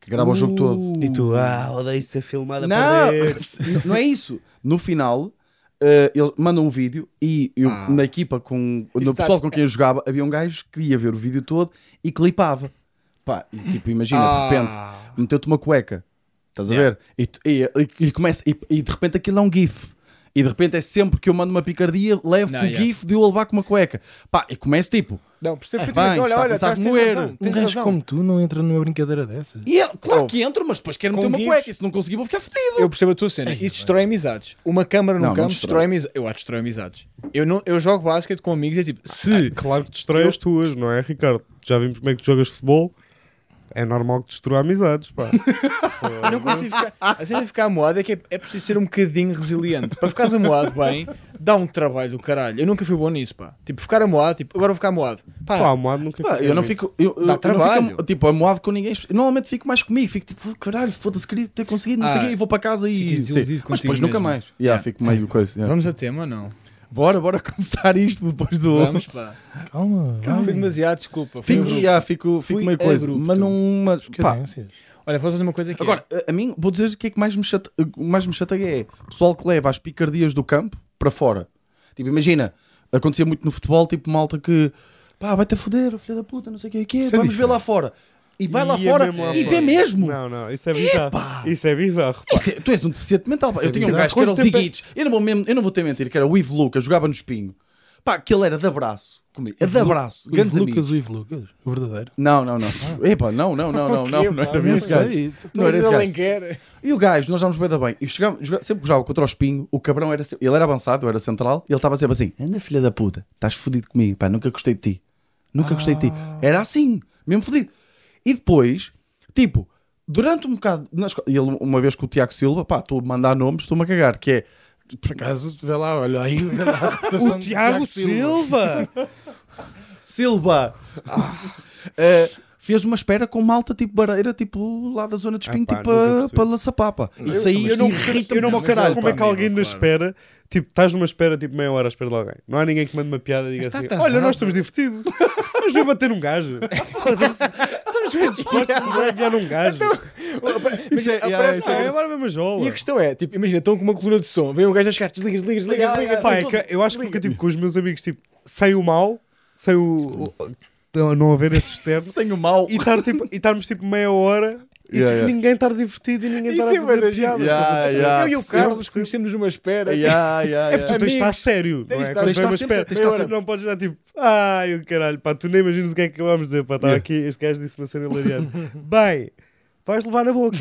[SPEAKER 1] que grava o
[SPEAKER 4] Uh,
[SPEAKER 1] jogo todo.
[SPEAKER 4] E tu, ah, odeio ser filmada
[SPEAKER 1] Não, não é isso. No final, eh, ele manda um vídeo e eu,
[SPEAKER 3] Ah.
[SPEAKER 1] na equipa, com
[SPEAKER 3] Isso
[SPEAKER 1] no
[SPEAKER 3] tá-
[SPEAKER 1] pessoal com quem eu jogava, havia um gajo que ia ver o vídeo todo e clipava. Pá, e tipo, imagina,
[SPEAKER 4] Ah.
[SPEAKER 1] de repente, meteu-te uma cueca. Estás a ver? E, tu- e- e- e começa, e, e de repente aquilo é um GIF. E de repente é sempre que eu mando uma picardia, levo
[SPEAKER 3] Não,
[SPEAKER 1] com o
[SPEAKER 3] yeah.
[SPEAKER 1] gif de eu a levar com uma cueca. Pá, e começo tipo.
[SPEAKER 5] Não, percebo
[SPEAKER 1] É,
[SPEAKER 5] perfeitamente.
[SPEAKER 1] bem,
[SPEAKER 5] Olha,
[SPEAKER 1] está a
[SPEAKER 5] olha,
[SPEAKER 1] começar a
[SPEAKER 5] estás, tens
[SPEAKER 1] moer.
[SPEAKER 5] razão.
[SPEAKER 2] Um
[SPEAKER 5] Tens
[SPEAKER 2] gajo
[SPEAKER 5] razão.
[SPEAKER 2] como tu não entra numa brincadeira dessas.
[SPEAKER 1] E eu, claro
[SPEAKER 5] Oh.
[SPEAKER 1] que entro, mas depois quero
[SPEAKER 3] Com
[SPEAKER 1] meter uma
[SPEAKER 3] gifs.
[SPEAKER 1] cueca. E se não conseguir, vou ficar fodido.
[SPEAKER 3] Eu percebo a tua cena. Isso destrói amizades. Uma câmara num
[SPEAKER 1] Não, não
[SPEAKER 3] campo destrói
[SPEAKER 1] destrói.
[SPEAKER 3] amizades. Eu acho que destrói amizades. Eu, não, eu jogo basquete com amigos e é tipo,
[SPEAKER 1] Ah,
[SPEAKER 3] se.
[SPEAKER 4] Claro que destrói
[SPEAKER 3] Eu-
[SPEAKER 4] as tuas, não é, Ricardo? Já vimos como é que tu jogas futebol. É normal que destrua amizades, pá.
[SPEAKER 3] Eu não consigo ficar. A cena de ficar amoado é que é, é preciso ser um bocadinho resiliente. Para ficares amoado bem, dá um trabalho do caralho. Eu nunca fui bom nisso, pá. Tipo, ficar amoado, tipo, agora vou ficar amoado. Pá,
[SPEAKER 4] Pá, o Moado nunca
[SPEAKER 1] Pá,
[SPEAKER 4] fica
[SPEAKER 1] eu não
[SPEAKER 4] bonito.
[SPEAKER 1] fico. Eu, eu
[SPEAKER 3] Dá
[SPEAKER 1] não
[SPEAKER 3] trabalho.
[SPEAKER 1] fico, tipo, amoado com ninguém. Normalmente fico mais comigo. Fico tipo, caralho, foda-se, queria ter conseguido, não
[SPEAKER 3] Ah,
[SPEAKER 1] sei o quê. E vou para casa e.
[SPEAKER 3] ficas
[SPEAKER 1] sim.
[SPEAKER 3] desiludido
[SPEAKER 1] Mas
[SPEAKER 3] contigo
[SPEAKER 1] depois nunca
[SPEAKER 3] mesmo.
[SPEAKER 1] mais. Yeah,
[SPEAKER 3] Yeah.
[SPEAKER 1] Fico meio coisa. yeah.
[SPEAKER 3] vamos a tema ou não?
[SPEAKER 1] Bora, bora começar isto depois do.
[SPEAKER 3] Vamos, pá.
[SPEAKER 2] Calma,
[SPEAKER 3] Foi
[SPEAKER 2] calma.
[SPEAKER 3] demasiado, desculpa. Foi
[SPEAKER 1] Fico,
[SPEAKER 3] abrupto.
[SPEAKER 1] yeah, fico, fico
[SPEAKER 3] Fui
[SPEAKER 1] meio coisa.
[SPEAKER 3] abrupto.
[SPEAKER 1] Mas não. Mas, pá,
[SPEAKER 2] Cadências.
[SPEAKER 3] Olha, vou fazer uma coisa aqui.
[SPEAKER 1] Agora, a, a mim, vou dizer o que é que mais me, chate, mais me chateia é o pessoal que leva as picardias do campo para fora. Tipo, imagina, acontecia muito no futebol, tipo, malta que pá, vai-te a foder, filha da puta, não sei o que é que é,
[SPEAKER 2] Isso é
[SPEAKER 1] vamos ver lá
[SPEAKER 2] diferente.
[SPEAKER 1] fora. E vai lá
[SPEAKER 4] Ia
[SPEAKER 1] fora
[SPEAKER 4] é mesmo lá
[SPEAKER 1] e
[SPEAKER 4] fora.
[SPEAKER 1] vê mesmo.
[SPEAKER 4] Não, não, isso é bizarro.
[SPEAKER 1] Epá!
[SPEAKER 4] Isso é bizarro. pá.
[SPEAKER 1] Isso é- tu és um deficiente mental. pá.
[SPEAKER 2] Isso é
[SPEAKER 1] eu tinha um
[SPEAKER 2] bizarro.
[SPEAKER 1] gajo que era o
[SPEAKER 4] Quanto tempo é-
[SPEAKER 1] Ziguites. Eu, não vou mesmo- eu não vou ter mentir, que era o Ivo Lucas, jogava no espinho. Pá, que ele era de abraço comigo. É de abraço.
[SPEAKER 2] O Ivo
[SPEAKER 1] Grandes
[SPEAKER 2] Lucas,
[SPEAKER 1] amigos.
[SPEAKER 2] o Ivo Lucas, o verdadeiro.
[SPEAKER 1] Não, não, não. Epá, não, não, não, não, não, é não era bem esse gajo. Não era esse gajo. E o gajo, nós estávamos bem da bem. E chegava, joga- sempre que jogava contra o Espinho, o cabrão era. se- Ele era avançado, eu era central, e ele estava sempre assim: anda, filha da puta, estás fodido comigo, pá, nunca gostei de ti. Nunca gostei de ti. Era assim, mesmo fodido. E depois, tipo, durante um bocado. na esco- e ele, uma vez com o Tiago Silva, pá, estou a mandar nomes, estou-me a cagar, que é.
[SPEAKER 2] Por acaso, vê lá, olha aí. vê lá a reputação
[SPEAKER 4] O
[SPEAKER 2] do
[SPEAKER 4] Tiago Silva!
[SPEAKER 1] Silva! Ah. Eh, fez uma espera com malta tipo Bareira, tipo lá da zona de Espinho,
[SPEAKER 4] Ah, pá,
[SPEAKER 1] tipo
[SPEAKER 4] nunca
[SPEAKER 1] para
[SPEAKER 4] percebi.
[SPEAKER 1] pa lançar papa. Isso aí
[SPEAKER 4] eu não percebo,
[SPEAKER 1] irrita-me
[SPEAKER 4] eu não
[SPEAKER 1] para o
[SPEAKER 4] percebo
[SPEAKER 1] caralho.
[SPEAKER 4] como é que
[SPEAKER 1] pá.
[SPEAKER 4] alguém na
[SPEAKER 3] Amigo,
[SPEAKER 4] espera, tipo, estás numa espera tipo meia hora à espera de alguém. Não há ninguém que mande uma piada e diga
[SPEAKER 3] Mas
[SPEAKER 4] assim:
[SPEAKER 3] está
[SPEAKER 4] Olha,
[SPEAKER 3] atrasado.
[SPEAKER 4] nós estamos divertidos. Vamos ver bater um gajo. estamos bem dispostos a enviar um gajo.
[SPEAKER 1] Isso é- yeah,
[SPEAKER 3] aparece
[SPEAKER 1] isso
[SPEAKER 4] Ah,
[SPEAKER 1] é-
[SPEAKER 4] é agora mesmo a jola.
[SPEAKER 3] E a questão é, tipo, imagina, estão com uma coluna de som, vem um gajo a chegar, desligas, desligas, desligas, desligas.
[SPEAKER 4] Pá, é que eu acho que nunca tive com os meus amigos, tipo, sem o mal, sem o. o- não haver esse externo.
[SPEAKER 1] Sem o mal.
[SPEAKER 4] e estar, tipo, e estarmos tipo meia hora
[SPEAKER 1] Yeah,
[SPEAKER 4] e tipo,
[SPEAKER 1] yeah.
[SPEAKER 4] ninguém estar divertido e ninguém
[SPEAKER 3] Isso
[SPEAKER 4] estar
[SPEAKER 3] é
[SPEAKER 4] a fazer
[SPEAKER 3] verdade.
[SPEAKER 1] Yeah,
[SPEAKER 4] piadas. estás a perceber?
[SPEAKER 1] yeah.
[SPEAKER 3] Eu e o
[SPEAKER 4] percebo,
[SPEAKER 3] Carlos
[SPEAKER 4] percebo.
[SPEAKER 3] conhecemos numa espera. tipo,
[SPEAKER 1] Yeah, yeah,
[SPEAKER 4] É porque tu
[SPEAKER 1] yeah.
[SPEAKER 4] tens de estar sério, não
[SPEAKER 3] Tens de
[SPEAKER 4] é?
[SPEAKER 3] estar-
[SPEAKER 4] Quando
[SPEAKER 1] tens de
[SPEAKER 4] vem uma
[SPEAKER 1] estar sempre-
[SPEAKER 4] espera,
[SPEAKER 1] tens de estar
[SPEAKER 4] tu
[SPEAKER 1] sempre-
[SPEAKER 4] não podes dar tipo, ai o caralho, pá, tu nem imaginas o que é que vamos dizer, pá, estava
[SPEAKER 1] Yeah.
[SPEAKER 4] aqui, este gajo disse uma cena hilariante. Bem, vais levar na boca.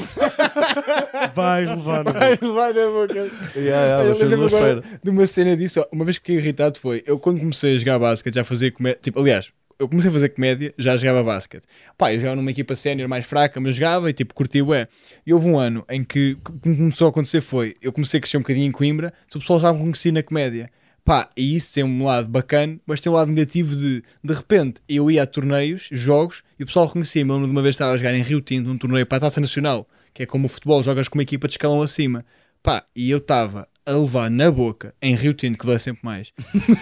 [SPEAKER 4] vais levar na boca.
[SPEAKER 3] Vai na boca.
[SPEAKER 1] Yeah, yeah,
[SPEAKER 3] eu
[SPEAKER 1] vocês não
[SPEAKER 3] lembro agora
[SPEAKER 1] esperam.
[SPEAKER 3] de uma cena disso. ó, Uma vez que fiquei irritado foi eu, quando comecei a jogar basquete, já fazia comédia. Tipo, aliás, eu comecei a fazer comédia, já jogava basquete. Pá, eu jogava numa equipa sénior mais fraca, mas jogava e tipo, curti o é. E houve um ano em que o que me começou a acontecer foi eu comecei a crescer um bocadinho em Coimbra, o pessoal já me conhecia na comédia. Pá, e isso tem um lado bacana, mas tem um lado negativo de, de repente, eu ia a torneios, jogos, e o pessoal reconhecia-me. Eu lembro de uma vez estava a jogar em Rio Tinto, num torneio para a Taça Nacional, que é como o futebol, jogas com uma equipa de escalão acima. Pá, e eu estava a levar na boca, em Rio Tinto, que dói sempre mais,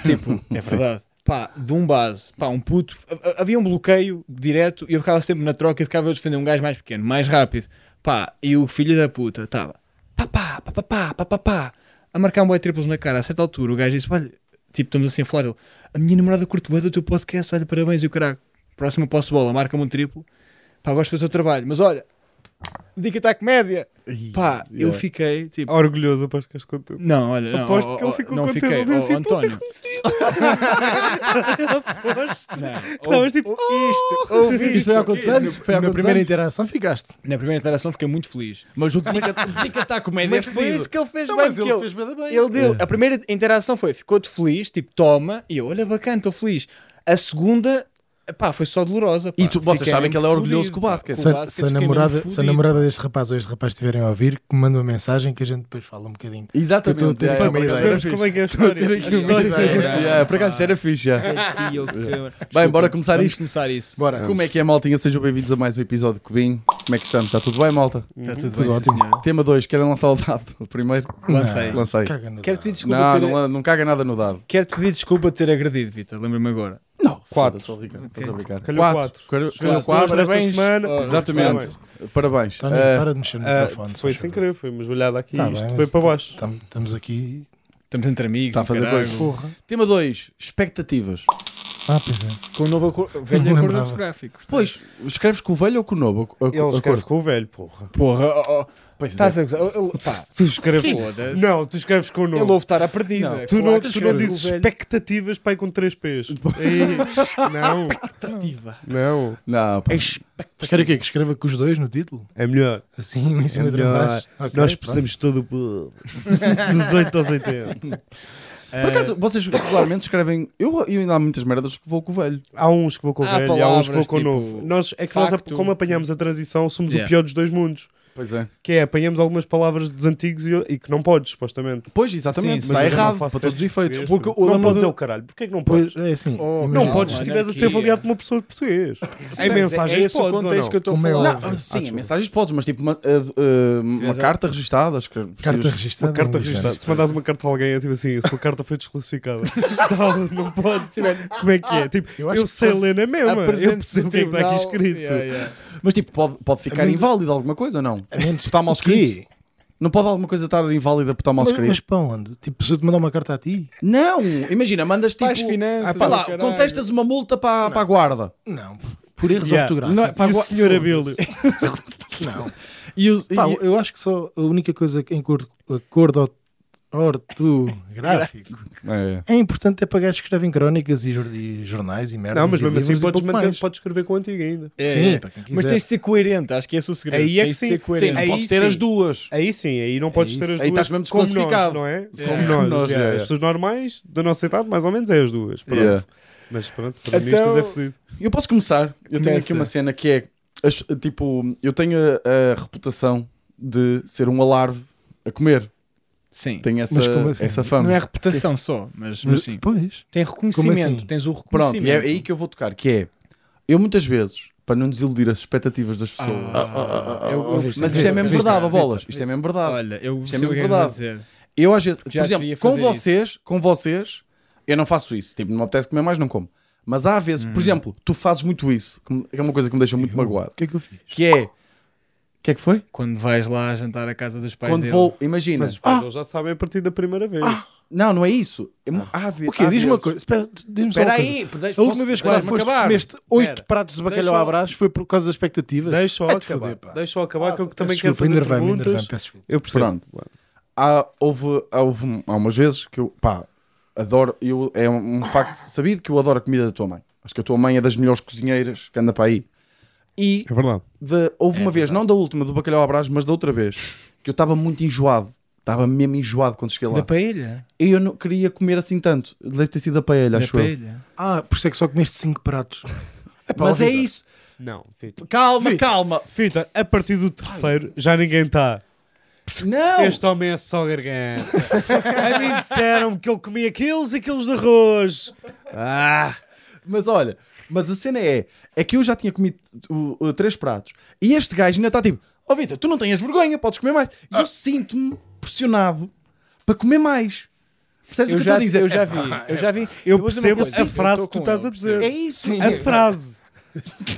[SPEAKER 3] tipo, é verdade, pá, de um base, pá, um puto, ha- ha- havia um bloqueio direto e eu ficava sempre na troca e ficava eu a defender um gajo mais pequeno, mais rápido, pá, e o filho da puta estava, pá, pá, pá, pá, pá, pá, pá, pá, a marcar um boi triplos na cara, a certa altura o gajo disse, olha, tipo, estamos assim a falar, ele, a minha namorada curte bem do teu podcast, olha, parabéns, e o caralho, próxima posse bola, marca-me um triplo, pá, gosto do teu trabalho, mas olha, dica-te à comédia, pá, eu
[SPEAKER 1] yeah.
[SPEAKER 3] fiquei, tipo,
[SPEAKER 4] Orgulhoso, aposto que és contente.
[SPEAKER 3] não, olha, não,
[SPEAKER 4] Aposto
[SPEAKER 3] ó,
[SPEAKER 4] que ele
[SPEAKER 3] ó,
[SPEAKER 4] ficou
[SPEAKER 3] não
[SPEAKER 4] contente,
[SPEAKER 3] fiquei.
[SPEAKER 4] ele disse,
[SPEAKER 3] Ó,
[SPEAKER 4] "Estou a ser
[SPEAKER 3] António, não, Então,
[SPEAKER 4] Não, mas tipo,
[SPEAKER 3] oh, isto, ouvi
[SPEAKER 1] Isto foi há quantos anos? Foi há
[SPEAKER 2] Na
[SPEAKER 1] quantos
[SPEAKER 2] primeira
[SPEAKER 1] anos?
[SPEAKER 2] interação ficaste.
[SPEAKER 3] Na primeira interação fiquei muito feliz.
[SPEAKER 1] Mas o Dica está com medo.
[SPEAKER 3] Mas foi isso que ele fez
[SPEAKER 2] Não,
[SPEAKER 3] bem.
[SPEAKER 2] mas
[SPEAKER 3] que
[SPEAKER 2] ele
[SPEAKER 3] ele
[SPEAKER 2] fez bem.
[SPEAKER 3] ele deu.
[SPEAKER 1] É.
[SPEAKER 3] A primeira interação foi: ficou-te feliz, tipo, toma. E eu, olha, bacana, estou feliz. A segunda, pá, foi só dolorosa. Pá.
[SPEAKER 1] E tu- vocês
[SPEAKER 3] Fiquei
[SPEAKER 1] sabem
[SPEAKER 3] mesmo
[SPEAKER 1] que ele é orgulhoso
[SPEAKER 3] fodido,
[SPEAKER 1] com o
[SPEAKER 3] pá.
[SPEAKER 1] basquete.
[SPEAKER 3] Com
[SPEAKER 2] Se,
[SPEAKER 3] o
[SPEAKER 2] a-
[SPEAKER 3] basquete
[SPEAKER 2] se a
[SPEAKER 3] fiquei
[SPEAKER 2] namorada,
[SPEAKER 3] mesmo
[SPEAKER 2] se a
[SPEAKER 3] fodido.
[SPEAKER 2] namorada deste rapaz ou este rapaz estiverem a ouvir, que me manda uma mensagem que a gente depois fala um bocadinho.
[SPEAKER 1] Exatamente.
[SPEAKER 2] Eu estou a ter
[SPEAKER 1] yeah, yeah,
[SPEAKER 2] aqui uma
[SPEAKER 1] yeah.
[SPEAKER 2] ideia.
[SPEAKER 4] percebemos como é que é a história.
[SPEAKER 2] ter aqui uma ideia.
[SPEAKER 1] Yeah, yeah, É, Por acaso, isso era fixe já. Bem, bora começar
[SPEAKER 3] Vamos
[SPEAKER 1] isto.
[SPEAKER 3] começar isso.
[SPEAKER 2] Bora.
[SPEAKER 1] Como é que é, maltinha? Sejam bem-vindos a mais um episódio de Cubinho. Como é que estamos? Está tudo bem, malta?
[SPEAKER 3] Está tudo,
[SPEAKER 2] Tudo
[SPEAKER 3] bem, sim,
[SPEAKER 2] ótimo.
[SPEAKER 3] senhora.
[SPEAKER 1] Tema 2, querem lançar o dado o primeiro?
[SPEAKER 3] Lancei.
[SPEAKER 1] Lancei.
[SPEAKER 2] Caga no
[SPEAKER 3] Quero
[SPEAKER 2] dado.
[SPEAKER 3] pedir desculpa.
[SPEAKER 1] Não,
[SPEAKER 3] de ter...
[SPEAKER 1] não, é- não caga nada no dado.
[SPEAKER 3] Quero-te pedir desculpa de ter agredido, Vitor. Lembra-me agora.
[SPEAKER 1] Não,
[SPEAKER 4] Quatro.
[SPEAKER 1] Só Ricardo, estás a brincar.
[SPEAKER 4] Calhou quatro.
[SPEAKER 1] Calhou
[SPEAKER 4] Calhou
[SPEAKER 1] calhou
[SPEAKER 4] quatro
[SPEAKER 1] quatro.
[SPEAKER 4] esta
[SPEAKER 3] parabéns.
[SPEAKER 4] semana.
[SPEAKER 3] Oh,
[SPEAKER 1] Exatamente. Parabéns.
[SPEAKER 2] António,
[SPEAKER 1] Eh,
[SPEAKER 2] para de mexer no
[SPEAKER 4] Ah, foi
[SPEAKER 2] microfone. se
[SPEAKER 4] sem
[SPEAKER 2] faz favor.
[SPEAKER 4] querer, foi uma joelhada aqui.
[SPEAKER 2] Tá
[SPEAKER 4] Isto
[SPEAKER 2] bem,
[SPEAKER 4] foi
[SPEAKER 2] mas
[SPEAKER 4] para
[SPEAKER 2] tam-
[SPEAKER 4] baixo.
[SPEAKER 2] tam- Estamos aqui.
[SPEAKER 3] Estamos entre amigos.
[SPEAKER 1] Está tá a
[SPEAKER 3] e
[SPEAKER 1] fazer
[SPEAKER 3] caralho.
[SPEAKER 1] coisas.
[SPEAKER 2] Porra.
[SPEAKER 1] Tema 2, expectativas.
[SPEAKER 2] Ah, pois é.
[SPEAKER 3] Com o novo acor...
[SPEAKER 2] me
[SPEAKER 3] velho acordo
[SPEAKER 2] lembrava.
[SPEAKER 3] ortográfico.
[SPEAKER 1] Pois, escreves com o velho ou com o novo? A- a-
[SPEAKER 4] Ele
[SPEAKER 1] a cor.
[SPEAKER 4] escreve com o velho, porra.
[SPEAKER 3] Porra, ó, ó,
[SPEAKER 1] Pois
[SPEAKER 3] Estás a gozar? Ele- ele- pá,
[SPEAKER 4] Tu escreves.
[SPEAKER 3] Foda-se.
[SPEAKER 4] Não, tu escreves com o
[SPEAKER 3] Ele
[SPEAKER 4] nome.
[SPEAKER 3] ouve estar à perdida.
[SPEAKER 1] Não,
[SPEAKER 4] Tu não,
[SPEAKER 3] é? claro que
[SPEAKER 4] tu não
[SPEAKER 3] escreve.
[SPEAKER 4] dizes
[SPEAKER 3] O velho-
[SPEAKER 4] expectativas, pai, com três P's. Ei, não, não.
[SPEAKER 1] Não, pá.
[SPEAKER 2] Mas quero o quê? Que escreva com os dois no título?
[SPEAKER 4] É melhor.
[SPEAKER 2] Assim, em
[SPEAKER 4] É
[SPEAKER 2] cima de um
[SPEAKER 4] melhor.
[SPEAKER 2] baixo? Ok,
[SPEAKER 4] Nós
[SPEAKER 2] pronto.
[SPEAKER 4] precisamos todo o povo. 18 aos 80.
[SPEAKER 1] Por
[SPEAKER 4] É.
[SPEAKER 1] acaso, vocês regularmente escrevem. Eu, eu ainda há muitas merdas que vou com o velho.
[SPEAKER 4] Há uns que vou com o
[SPEAKER 3] Há
[SPEAKER 4] velho, há uns que vou
[SPEAKER 3] palavras
[SPEAKER 4] com o
[SPEAKER 3] tipo
[SPEAKER 4] novo. Nós, é que nós,
[SPEAKER 3] facto.
[SPEAKER 4] como apanhamos a transição, somos o
[SPEAKER 3] Yeah.
[SPEAKER 4] pior dos dois mundos.
[SPEAKER 1] Pois é.
[SPEAKER 4] Que é, apanhamos algumas palavras dos antigos e, e que não podes, supostamente.
[SPEAKER 1] Pois, exatamente.
[SPEAKER 3] Sim,
[SPEAKER 1] está
[SPEAKER 3] mas eu já
[SPEAKER 1] errado
[SPEAKER 4] não
[SPEAKER 1] para
[SPEAKER 4] faço
[SPEAKER 1] todos os
[SPEAKER 4] testes
[SPEAKER 1] efeitos.
[SPEAKER 4] português.
[SPEAKER 1] Porque o
[SPEAKER 4] não
[SPEAKER 1] Adão
[SPEAKER 4] podes é o
[SPEAKER 1] Madeu-
[SPEAKER 4] caralho. Porquê que não podes?
[SPEAKER 2] Pois, é assim.
[SPEAKER 3] Oh,
[SPEAKER 2] imagina.
[SPEAKER 4] Não
[SPEAKER 3] Não,
[SPEAKER 4] podes se estiveres a ser
[SPEAKER 3] anarquia.
[SPEAKER 4] avaliado por uma pessoa de português.
[SPEAKER 3] Sim,
[SPEAKER 4] Em
[SPEAKER 3] mas é- é
[SPEAKER 4] mensagens
[SPEAKER 3] esse o
[SPEAKER 4] podes ou
[SPEAKER 3] contexto
[SPEAKER 4] não?
[SPEAKER 3] que eu estou a
[SPEAKER 2] Como é
[SPEAKER 3] falar.
[SPEAKER 1] Não,
[SPEAKER 2] óbvio.
[SPEAKER 1] sim,
[SPEAKER 4] desculpa.
[SPEAKER 1] mensagens podes, mas tipo uma, uh, uh, uma
[SPEAKER 3] exato.
[SPEAKER 1] carta registada. acho que-
[SPEAKER 2] Carta
[SPEAKER 1] precisas-
[SPEAKER 2] registrada.
[SPEAKER 4] Uma carta
[SPEAKER 2] não
[SPEAKER 4] registrada.
[SPEAKER 2] registrada.
[SPEAKER 4] Se mandares uma carta a alguém, é tipo assim, a sua carta foi desclassificada. Tal, não pode. Como é que é? Tipo,
[SPEAKER 2] Eu
[SPEAKER 4] eu,
[SPEAKER 2] acho que
[SPEAKER 4] sei
[SPEAKER 2] pessoas-
[SPEAKER 4] ler na mesma. Eu percebo o que é que está aqui escrito.
[SPEAKER 1] Mas tipo, pode, pode ficar inválida alguma coisa ou não?
[SPEAKER 2] A menos que está mal escrito.
[SPEAKER 1] Não pode alguma coisa estar inválida por estar mal
[SPEAKER 2] Mas,
[SPEAKER 1] escrito?
[SPEAKER 2] mas para onde? Tipo, se eu te mandar uma carta a ti?
[SPEAKER 1] Não! Imagina, mandas tipo.
[SPEAKER 3] Faz finanças,
[SPEAKER 1] sei lá,
[SPEAKER 3] caralho.
[SPEAKER 1] contestas uma multa para, para a guarda.
[SPEAKER 2] Não. Por erros
[SPEAKER 4] Yeah.
[SPEAKER 2] ortográficos.
[SPEAKER 1] Não é- pá,
[SPEAKER 4] e o
[SPEAKER 1] gua-
[SPEAKER 4] senhor Abílio?
[SPEAKER 2] Não.
[SPEAKER 1] E, os- e-
[SPEAKER 2] Pá, eu acho que só a única coisa que em cor- acordo or- ortográfico
[SPEAKER 1] É.
[SPEAKER 2] é importante é para gajos que escrevem crónicas e, jor- e jornais e merda.
[SPEAKER 4] Não, mas mesmo assim podes, manter-
[SPEAKER 2] manter.
[SPEAKER 4] podes escrever com o antigo ainda.
[SPEAKER 2] Sim, para quem quiser.
[SPEAKER 3] É, Mas tens de ser coerente, acho que esse é o segredo.
[SPEAKER 4] Aí é
[SPEAKER 3] tens
[SPEAKER 4] que
[SPEAKER 3] de
[SPEAKER 4] sim.
[SPEAKER 3] ser coerente.
[SPEAKER 1] Sim,
[SPEAKER 4] Aí
[SPEAKER 1] podes ter
[SPEAKER 4] sim.
[SPEAKER 1] as duas.
[SPEAKER 4] Aí sim, aí não podes ter as
[SPEAKER 2] isso.
[SPEAKER 4] duas.
[SPEAKER 1] Aí estás mesmo
[SPEAKER 4] como nós,
[SPEAKER 1] desclassificado.
[SPEAKER 4] não é?
[SPEAKER 3] É.
[SPEAKER 4] Como nós.
[SPEAKER 1] Como nós,
[SPEAKER 4] já.
[SPEAKER 1] é, é.
[SPEAKER 4] As pessoas normais, da nossa idade, mais ou menos, é as duas. Pronto.
[SPEAKER 1] Yeah.
[SPEAKER 4] Mas pronto, feministas
[SPEAKER 3] Então-
[SPEAKER 4] é fodido.
[SPEAKER 1] Eu posso começar. Eu tenho
[SPEAKER 3] Começa.
[SPEAKER 1] aqui uma cena que é as- tipo, eu tenho a, a reputação de ser um alarve a comer.
[SPEAKER 3] Sim.
[SPEAKER 1] Tenho essa,
[SPEAKER 2] Mas como assim?
[SPEAKER 1] essa fama.
[SPEAKER 3] Não é reputação só, mas, mas sim.
[SPEAKER 2] Depois.
[SPEAKER 3] Tem reconhecimento,
[SPEAKER 2] assim?
[SPEAKER 3] tens o
[SPEAKER 1] Pronto,
[SPEAKER 3] reconhecimento.
[SPEAKER 1] e é aí que eu vou tocar, que é eu muitas vezes, para não desiludir as expectativas das pessoas.
[SPEAKER 3] Ah,
[SPEAKER 1] ah,
[SPEAKER 3] eu- eu-
[SPEAKER 1] mas isto é mesmo
[SPEAKER 3] Vitor,
[SPEAKER 1] verdade, ó
[SPEAKER 3] Vitor,
[SPEAKER 1] bolas. Isto é mesmo verdade.
[SPEAKER 3] Olha, eu
[SPEAKER 1] Isto é
[SPEAKER 3] percebo o que
[SPEAKER 1] mesmo
[SPEAKER 3] é que vais
[SPEAKER 1] verdade.
[SPEAKER 3] dizer.
[SPEAKER 1] Eu às vezes, por
[SPEAKER 3] Já devia
[SPEAKER 1] exemplo, com
[SPEAKER 3] fazer isso.
[SPEAKER 1] vocês, com vocês, eu não faço isso. Tipo, não me apetece comer mais, não como. Mas há vezes, por exemplo, tu fazes muito isso, que me- que é uma coisa que me deixa muito magoado.
[SPEAKER 2] O que é que eu fiz?
[SPEAKER 1] Que é. O que é que foi?
[SPEAKER 3] Quando vais lá jantar à casa dos pais
[SPEAKER 1] Quando
[SPEAKER 3] dele.
[SPEAKER 1] vou, imagina.
[SPEAKER 4] Mas os pais eles já sabem a partir da primeira vez.
[SPEAKER 1] Não, não é isso. É mu- há ve-
[SPEAKER 2] O quê?
[SPEAKER 1] há
[SPEAKER 2] Diz-me uma
[SPEAKER 1] vezes-
[SPEAKER 2] coisa. Espera, Diz-me só uma
[SPEAKER 1] Espera
[SPEAKER 2] coisa.
[SPEAKER 1] aí, deixa-
[SPEAKER 2] A última
[SPEAKER 1] posso-
[SPEAKER 2] vez que lá
[SPEAKER 1] deixa-me
[SPEAKER 2] foste
[SPEAKER 1] acabar.
[SPEAKER 2] comeste 8
[SPEAKER 1] Espera.
[SPEAKER 2] pratos de bacalhau
[SPEAKER 1] Deixa-
[SPEAKER 2] à brás foi por causa das expectativas.
[SPEAKER 4] Deixa-o
[SPEAKER 2] Vai-te
[SPEAKER 4] acabar.
[SPEAKER 2] foder, pá.
[SPEAKER 4] Deixa-o acabar, que eu também
[SPEAKER 2] Desculpa,
[SPEAKER 4] quero fazer
[SPEAKER 2] enervei-me,
[SPEAKER 4] perguntas.
[SPEAKER 2] enervei-me, peço desculpa.
[SPEAKER 4] Eu percebo.
[SPEAKER 1] Pronto. há, houve, há, houve- um- há umas vezes que eu, pá, adoro, eu, é um, um facto sabido que eu adoro a comida da tua mãe. Acho que a tua mãe é das melhores cozinheiras que anda para aí. E
[SPEAKER 4] É verdade.
[SPEAKER 1] de- houve uma vez, não da última do bacalhau à brás, mas da outra vez, que eu estava muito enjoado. Estava mesmo enjoado quando cheguei
[SPEAKER 3] Da
[SPEAKER 1] lá.
[SPEAKER 3] paella.
[SPEAKER 1] E eu não queria comer assim tanto. Deve ter sido a paella,
[SPEAKER 3] Da
[SPEAKER 1] acho eu.
[SPEAKER 3] paella.
[SPEAKER 2] Ah, por isso é que só comeste 5 pratos. Epá,
[SPEAKER 1] Mas é
[SPEAKER 2] horrível.
[SPEAKER 1] isso.
[SPEAKER 4] Não, Fita.
[SPEAKER 1] Calma, calma.
[SPEAKER 4] Fita, a partir do terceiro já ninguém está.
[SPEAKER 1] Não!
[SPEAKER 4] Este homem é só garganta. a mim disseram que ele comia quilos e quilos de arroz. Ah!
[SPEAKER 1] Mas olha, mas a cena é, é que eu já tinha comido uh, uh, três pratos e este gajo ainda está tipo, ó Vitor, tu não tens vergonha, podes comer mais. E
[SPEAKER 3] Ah.
[SPEAKER 1] eu sinto-me pressionado para comer mais. Percebes
[SPEAKER 3] Eu
[SPEAKER 1] o que eu estou
[SPEAKER 3] já,
[SPEAKER 1] a dizer?
[SPEAKER 3] eu já vi, eu já vi.
[SPEAKER 4] Eu
[SPEAKER 3] vou dizer uma
[SPEAKER 4] percebo
[SPEAKER 3] coisa.
[SPEAKER 4] a frase
[SPEAKER 3] Eu
[SPEAKER 4] que tu
[SPEAKER 3] tô com
[SPEAKER 4] estás
[SPEAKER 3] ele,
[SPEAKER 4] a dizer.
[SPEAKER 1] É isso.
[SPEAKER 4] A frase.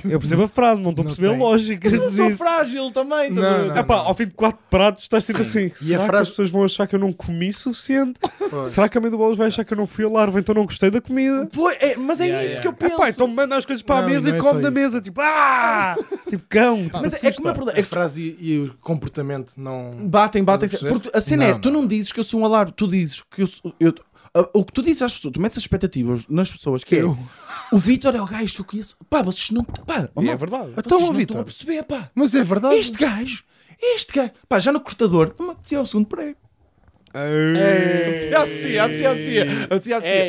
[SPEAKER 4] Eu percebo a frase, não estou a
[SPEAKER 2] Não
[SPEAKER 4] perceber a
[SPEAKER 2] tem.
[SPEAKER 4] lógica.
[SPEAKER 1] Mas eu sou
[SPEAKER 4] disso.
[SPEAKER 1] frágil também. tá estás a ver?
[SPEAKER 2] Não,
[SPEAKER 4] Ah pá, ao fim de quatro pratos estás tipo assim. será que
[SPEAKER 2] frase-
[SPEAKER 4] as pessoas vão achar que eu não comi o suficiente?
[SPEAKER 2] Pois.
[SPEAKER 4] Será que a mãe do Bolas vai achar que eu não fui a larva, então não gostei da comida?
[SPEAKER 1] Pô, é- mas é
[SPEAKER 3] Yeah,
[SPEAKER 1] isso
[SPEAKER 3] yeah.
[SPEAKER 1] que eu
[SPEAKER 4] Ah
[SPEAKER 1] penso.
[SPEAKER 4] pá, então manda as coisas para
[SPEAKER 2] Não,
[SPEAKER 4] a mesa
[SPEAKER 2] não
[SPEAKER 4] e
[SPEAKER 2] é
[SPEAKER 4] come
[SPEAKER 2] só
[SPEAKER 4] da
[SPEAKER 2] isso.
[SPEAKER 4] mesa. Tipo, ah! tipo cão. tipo,
[SPEAKER 1] mas é que o meu
[SPEAKER 4] assusta.
[SPEAKER 1] problema
[SPEAKER 2] A
[SPEAKER 1] é que
[SPEAKER 2] frase e, e o comportamento não.
[SPEAKER 1] batem, batem.
[SPEAKER 2] Estás a perceber?
[SPEAKER 1] Porque a cena
[SPEAKER 2] Não,
[SPEAKER 1] é, tu não dizes que eu sou um alarme, tu dizes que eu sou. eu- ah, o que tu dizes às pessoas, tu metes as expectativas nas pessoas que é, o Vitor é o gajo que eu conheço. Pá, vocês não. Pá, ó,
[SPEAKER 4] E é
[SPEAKER 1] malta,
[SPEAKER 4] verdade.
[SPEAKER 2] Então,
[SPEAKER 1] Vocês
[SPEAKER 2] ó,
[SPEAKER 1] não estão
[SPEAKER 2] Vitor.
[SPEAKER 1] a perceber, pá.
[SPEAKER 2] Mas é verdade.
[SPEAKER 1] Este gajo, este gajo. Pá, já no cortador, não me apetecia ao segundo prego. Apetecia, apetecia, apetecia. Apetecia,
[SPEAKER 3] Ei,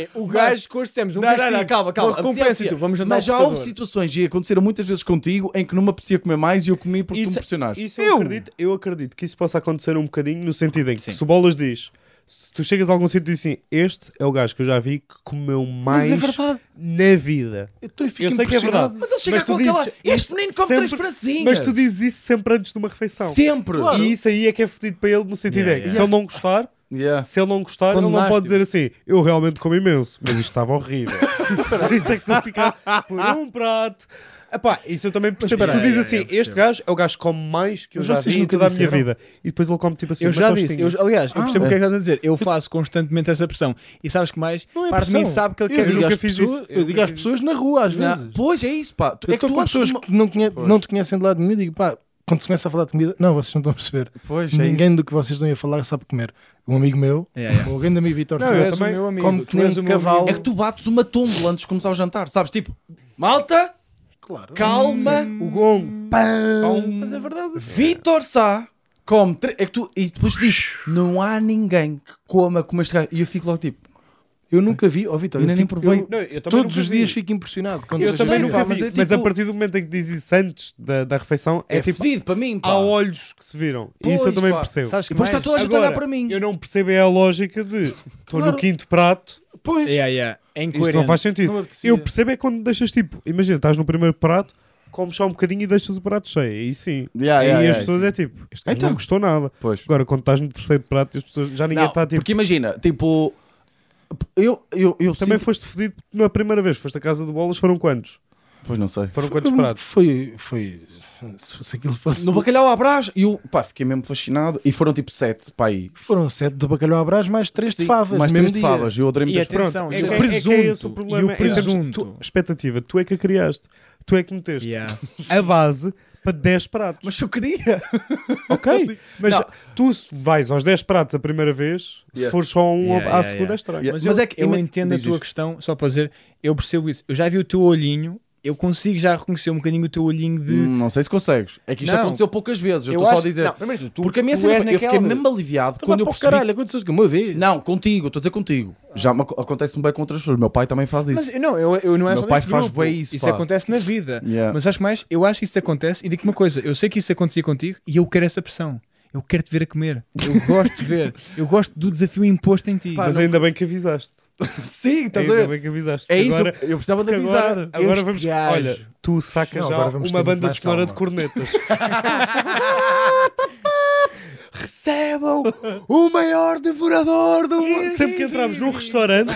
[SPEAKER 1] apetecia.
[SPEAKER 3] o
[SPEAKER 1] Mas-
[SPEAKER 3] gajo que hoje temos um
[SPEAKER 1] Não, não,
[SPEAKER 3] castigo.
[SPEAKER 1] não, calma, calma.
[SPEAKER 3] Uma
[SPEAKER 1] apetecia,
[SPEAKER 3] recompensa e
[SPEAKER 1] apetecia.
[SPEAKER 3] tu, vamos jantar
[SPEAKER 1] Mas
[SPEAKER 3] ao
[SPEAKER 1] já houve
[SPEAKER 3] computador.
[SPEAKER 1] situações, e aconteceram muitas vezes contigo, em que não me apetecia comer mais e eu comi porque tu me
[SPEAKER 4] Isso-
[SPEAKER 1] pressionaste.
[SPEAKER 4] Isso é um eu, acredito, eu acredito que isso possa acontecer um bocadinho no sentido em que se o Bolas diz, se tu chegas a algum sítio e diz assim, este é o gajo que eu já vi que comeu
[SPEAKER 2] Mas
[SPEAKER 4] mais
[SPEAKER 2] é verdade.
[SPEAKER 4] na vida.
[SPEAKER 2] Então eu fico
[SPEAKER 4] Eu sei que é
[SPEAKER 2] impressionado.
[SPEAKER 4] verdade.
[SPEAKER 1] Mas ele chega
[SPEAKER 4] Mas tu
[SPEAKER 1] com aquela.
[SPEAKER 4] dizes-
[SPEAKER 1] Este menino come
[SPEAKER 4] sempre-
[SPEAKER 1] três francinhas.
[SPEAKER 4] Mas tu dizes isso sempre antes de uma refeição.
[SPEAKER 1] Sempre.
[SPEAKER 2] Claro.
[SPEAKER 4] E isso aí é que é fodido para ele no sentido
[SPEAKER 3] Yeah,
[SPEAKER 4] é que
[SPEAKER 3] yeah.
[SPEAKER 4] se ele não gostar,
[SPEAKER 1] Yeah.
[SPEAKER 4] se ele não gostar, ele não
[SPEAKER 2] Condenaste-o.
[SPEAKER 4] pode dizer assim, eu realmente como imenso, mas isto estava horrível. por isso é que se eu ficar por um prato... Epá, isso eu também percebo.
[SPEAKER 3] espera
[SPEAKER 4] Se tu
[SPEAKER 3] aí,
[SPEAKER 4] dizes
[SPEAKER 3] é,
[SPEAKER 4] assim,
[SPEAKER 3] é, percebo.
[SPEAKER 4] este gajo é o gajo que come mais que eu
[SPEAKER 2] Mas
[SPEAKER 4] já
[SPEAKER 2] vocês
[SPEAKER 4] vi em
[SPEAKER 2] nunca
[SPEAKER 4] toda a minha
[SPEAKER 2] disseram?
[SPEAKER 4] vida. E depois ele come tipo assim,
[SPEAKER 3] Eu
[SPEAKER 4] uma
[SPEAKER 3] já disse,
[SPEAKER 4] tostinha.
[SPEAKER 3] eu, aliás, eu percebo
[SPEAKER 2] Ah,
[SPEAKER 3] o que é que estás a dizer. Eu faço constantemente essa pressão. E sabes que mais?
[SPEAKER 2] Não é
[SPEAKER 3] Parte de mim
[SPEAKER 2] pressão.
[SPEAKER 3] sabe que ele
[SPEAKER 2] Eu,
[SPEAKER 3] quer
[SPEAKER 2] digo
[SPEAKER 4] nunca
[SPEAKER 2] às
[SPEAKER 4] fiz
[SPEAKER 2] pessoas-
[SPEAKER 4] isso. Eu
[SPEAKER 2] eu digo
[SPEAKER 4] nunca
[SPEAKER 2] às
[SPEAKER 4] fiz
[SPEAKER 2] pessoas na rua, às
[SPEAKER 1] Não,
[SPEAKER 2] vezes.
[SPEAKER 1] Pois é isso, pá. Tu-
[SPEAKER 2] Eu
[SPEAKER 1] é que
[SPEAKER 2] estou
[SPEAKER 1] tu
[SPEAKER 2] com
[SPEAKER 1] antes de
[SPEAKER 2] pessoas
[SPEAKER 1] uma-
[SPEAKER 2] que não, conhe- não te conhecem de lado nenhum e digo, pá, quando se começa a falar de comida, não, vocês não estão a perceber.
[SPEAKER 1] Pois,
[SPEAKER 2] Ninguém do que vocês estão a falar sabe comer. Um amigo meu,
[SPEAKER 3] É, é.
[SPEAKER 2] ou alguém da minha Vitor
[SPEAKER 3] Não,
[SPEAKER 2] Silva
[SPEAKER 3] és o
[SPEAKER 2] também,
[SPEAKER 3] meu amigo,
[SPEAKER 2] come
[SPEAKER 3] tu
[SPEAKER 2] que nem
[SPEAKER 3] és o
[SPEAKER 2] um
[SPEAKER 3] meu
[SPEAKER 2] cavalo.
[SPEAKER 1] É que tu bates uma tumba antes de começar o jantar, sabes? Tipo, malta,
[SPEAKER 2] Claro.
[SPEAKER 1] É calma,
[SPEAKER 4] O gongo.
[SPEAKER 1] pão.
[SPEAKER 2] Mas é verdade.
[SPEAKER 1] Vitor Sá come. tre- É que tu, e depois diz: não há ninguém que coma como este gajo. E eu fico logo tipo:
[SPEAKER 2] Eu nunca vi, ó Vitor,
[SPEAKER 1] ainda
[SPEAKER 2] eu
[SPEAKER 1] nem
[SPEAKER 2] fico-
[SPEAKER 1] provei.
[SPEAKER 2] eu
[SPEAKER 4] Não, eu também
[SPEAKER 2] todos
[SPEAKER 4] nunca
[SPEAKER 2] os
[SPEAKER 4] vi.
[SPEAKER 2] dias fico impressionado. quando
[SPEAKER 3] Eu
[SPEAKER 2] vocês-
[SPEAKER 3] também
[SPEAKER 1] sei,
[SPEAKER 3] nunca
[SPEAKER 1] pá,
[SPEAKER 3] vi.
[SPEAKER 1] mas é
[SPEAKER 4] Mas a
[SPEAKER 1] tipo-
[SPEAKER 4] partir do momento em que diz isso antes da, da refeição, é,
[SPEAKER 1] É,
[SPEAKER 4] tipo.
[SPEAKER 1] fedido para mim, pá.
[SPEAKER 4] Há olhos que se viram. E isso eu
[SPEAKER 1] Pois,
[SPEAKER 4] também
[SPEAKER 1] pá.
[SPEAKER 4] percebo.
[SPEAKER 3] Sabes
[SPEAKER 1] E
[SPEAKER 3] que
[SPEAKER 1] depois está
[SPEAKER 3] mais?
[SPEAKER 1] toda a gente a olhar para mim.
[SPEAKER 4] Eu não percebo é a lógica de estou
[SPEAKER 2] Claro.
[SPEAKER 4] no quinto prato,
[SPEAKER 2] Pois,
[SPEAKER 3] Yeah, yeah. É
[SPEAKER 4] isto
[SPEAKER 3] incoerente.
[SPEAKER 4] não faz sentido.
[SPEAKER 2] não me apetecia.
[SPEAKER 4] eu percebo é quando deixas tipo, imagina, estás no primeiro prato, comes só um bocadinho e deixas o prato cheio. Aí sim.
[SPEAKER 1] Yeah,
[SPEAKER 4] Aí
[SPEAKER 1] yeah,
[SPEAKER 4] as
[SPEAKER 1] yeah,
[SPEAKER 4] pessoas
[SPEAKER 1] sim.
[SPEAKER 4] é tipo, este gajo
[SPEAKER 1] Então.
[SPEAKER 4] não gostou nada.
[SPEAKER 1] Pois.
[SPEAKER 4] Agora, quando estás no terceiro prato, as pessoas- já ninguém
[SPEAKER 1] Não,
[SPEAKER 4] está tipo.
[SPEAKER 1] Porque imagina, tipo, eu, eu, eu
[SPEAKER 4] Também
[SPEAKER 1] sinto-
[SPEAKER 4] foste fedido na primeira vez, foste à casa de bolas, foram quantos?
[SPEAKER 1] Pois não sei.
[SPEAKER 4] Foram
[SPEAKER 2] Foi
[SPEAKER 4] quantos
[SPEAKER 2] muito-
[SPEAKER 4] pratos?
[SPEAKER 2] Foi, foi, se fosse aquilo fosse...
[SPEAKER 1] No bacalhau à brás, e eu, pá, fiquei mesmo fascinado. E foram tipo sete, pá, aí.
[SPEAKER 2] Foram sete de bacalhau à brás, mais três de
[SPEAKER 1] Sim,
[SPEAKER 2] favas.
[SPEAKER 1] Mais
[SPEAKER 2] no mesmo
[SPEAKER 1] três de
[SPEAKER 2] dia.
[SPEAKER 1] favas. Eu adorei
[SPEAKER 3] E
[SPEAKER 1] muitas
[SPEAKER 3] atenção,
[SPEAKER 4] Pronto,
[SPEAKER 3] é,
[SPEAKER 4] é
[SPEAKER 3] que-
[SPEAKER 4] que-
[SPEAKER 3] é,
[SPEAKER 4] é que é esse o
[SPEAKER 3] E
[SPEAKER 4] problema,
[SPEAKER 3] o
[SPEAKER 4] é termos-
[SPEAKER 3] presunto.
[SPEAKER 4] tu- expectativa, tu é que a criaste, tu é que meteste
[SPEAKER 3] Yeah.
[SPEAKER 4] a base para 10 pratos.
[SPEAKER 1] Mas eu queria.
[SPEAKER 4] ok, mas
[SPEAKER 1] Não.
[SPEAKER 4] tu se vais aos 10 pratos a primeira vez, se
[SPEAKER 1] Yeah.
[SPEAKER 4] for só um
[SPEAKER 3] Yeah,
[SPEAKER 4] à
[SPEAKER 3] yeah,
[SPEAKER 4] segunda
[SPEAKER 3] yeah.
[SPEAKER 4] é estranho.
[SPEAKER 1] Yeah.
[SPEAKER 3] Mas,
[SPEAKER 1] Mas
[SPEAKER 3] eu,
[SPEAKER 1] é que-
[SPEAKER 3] eu
[SPEAKER 1] ima-
[SPEAKER 3] entendo a
[SPEAKER 1] diz,
[SPEAKER 3] tua
[SPEAKER 1] diz.
[SPEAKER 3] questão, só para dizer, eu percebo isso. Eu já vi o teu olhinho, eu consigo já reconhecer um bocadinho o teu olhinho de.
[SPEAKER 1] Hum, Não sei se consegues. É que isto
[SPEAKER 3] Não.
[SPEAKER 1] aconteceu poucas vezes. Eu
[SPEAKER 3] Eu
[SPEAKER 1] estou só a
[SPEAKER 3] acho-
[SPEAKER 1] dizer.
[SPEAKER 3] não, primeiro de tudo, tu-
[SPEAKER 1] porque a minha
[SPEAKER 3] tu
[SPEAKER 1] cena
[SPEAKER 3] és
[SPEAKER 1] foi- eu fiquei
[SPEAKER 3] naquela de-
[SPEAKER 1] mesmo aliviado
[SPEAKER 2] Então
[SPEAKER 1] quando
[SPEAKER 2] vá
[SPEAKER 1] eu
[SPEAKER 2] para o
[SPEAKER 1] percebi.
[SPEAKER 2] caralho, aconteceu que uma vez.
[SPEAKER 1] Não, contigo, estou a dizer contigo. Já me ac- acontece-me bem com outras pessoas. Meu pai também faz isso.
[SPEAKER 3] Mas eu- não, eu, eu não é
[SPEAKER 1] Meu
[SPEAKER 3] só
[SPEAKER 1] pai
[SPEAKER 3] deste
[SPEAKER 1] faz
[SPEAKER 3] grupo.
[SPEAKER 1] bué isso,
[SPEAKER 3] Isso
[SPEAKER 1] pá.
[SPEAKER 3] acontece na vida.
[SPEAKER 1] Yeah.
[SPEAKER 3] Mas acho mais, eu acho que isso acontece e digo-te uma coisa, eu sei que isso acontecia contigo e eu quero essa pressão. Eu quero te ver a comer. Eu gosto de ver. Eu gosto do desafio imposto em ti.
[SPEAKER 4] mas ainda bem que avisaste.
[SPEAKER 1] Sim, estás a
[SPEAKER 4] Ainda
[SPEAKER 1] ver?
[SPEAKER 4] bem que avisaste.
[SPEAKER 1] É
[SPEAKER 4] porque
[SPEAKER 1] isso.
[SPEAKER 4] agora-
[SPEAKER 1] Eu precisava de
[SPEAKER 4] porque
[SPEAKER 1] avisar.
[SPEAKER 4] Agora, agora
[SPEAKER 3] Este
[SPEAKER 4] vamos.
[SPEAKER 3] gajo.
[SPEAKER 4] Olha, tu sacas
[SPEAKER 2] Não,
[SPEAKER 4] já
[SPEAKER 2] agora vamos ter
[SPEAKER 4] uma
[SPEAKER 2] muito
[SPEAKER 4] banda
[SPEAKER 2] mais
[SPEAKER 4] sonora
[SPEAKER 2] calma.
[SPEAKER 4] de cornetas.
[SPEAKER 1] Recebam o maior devorador do mundo.
[SPEAKER 4] Sempre que entramos num restaurante,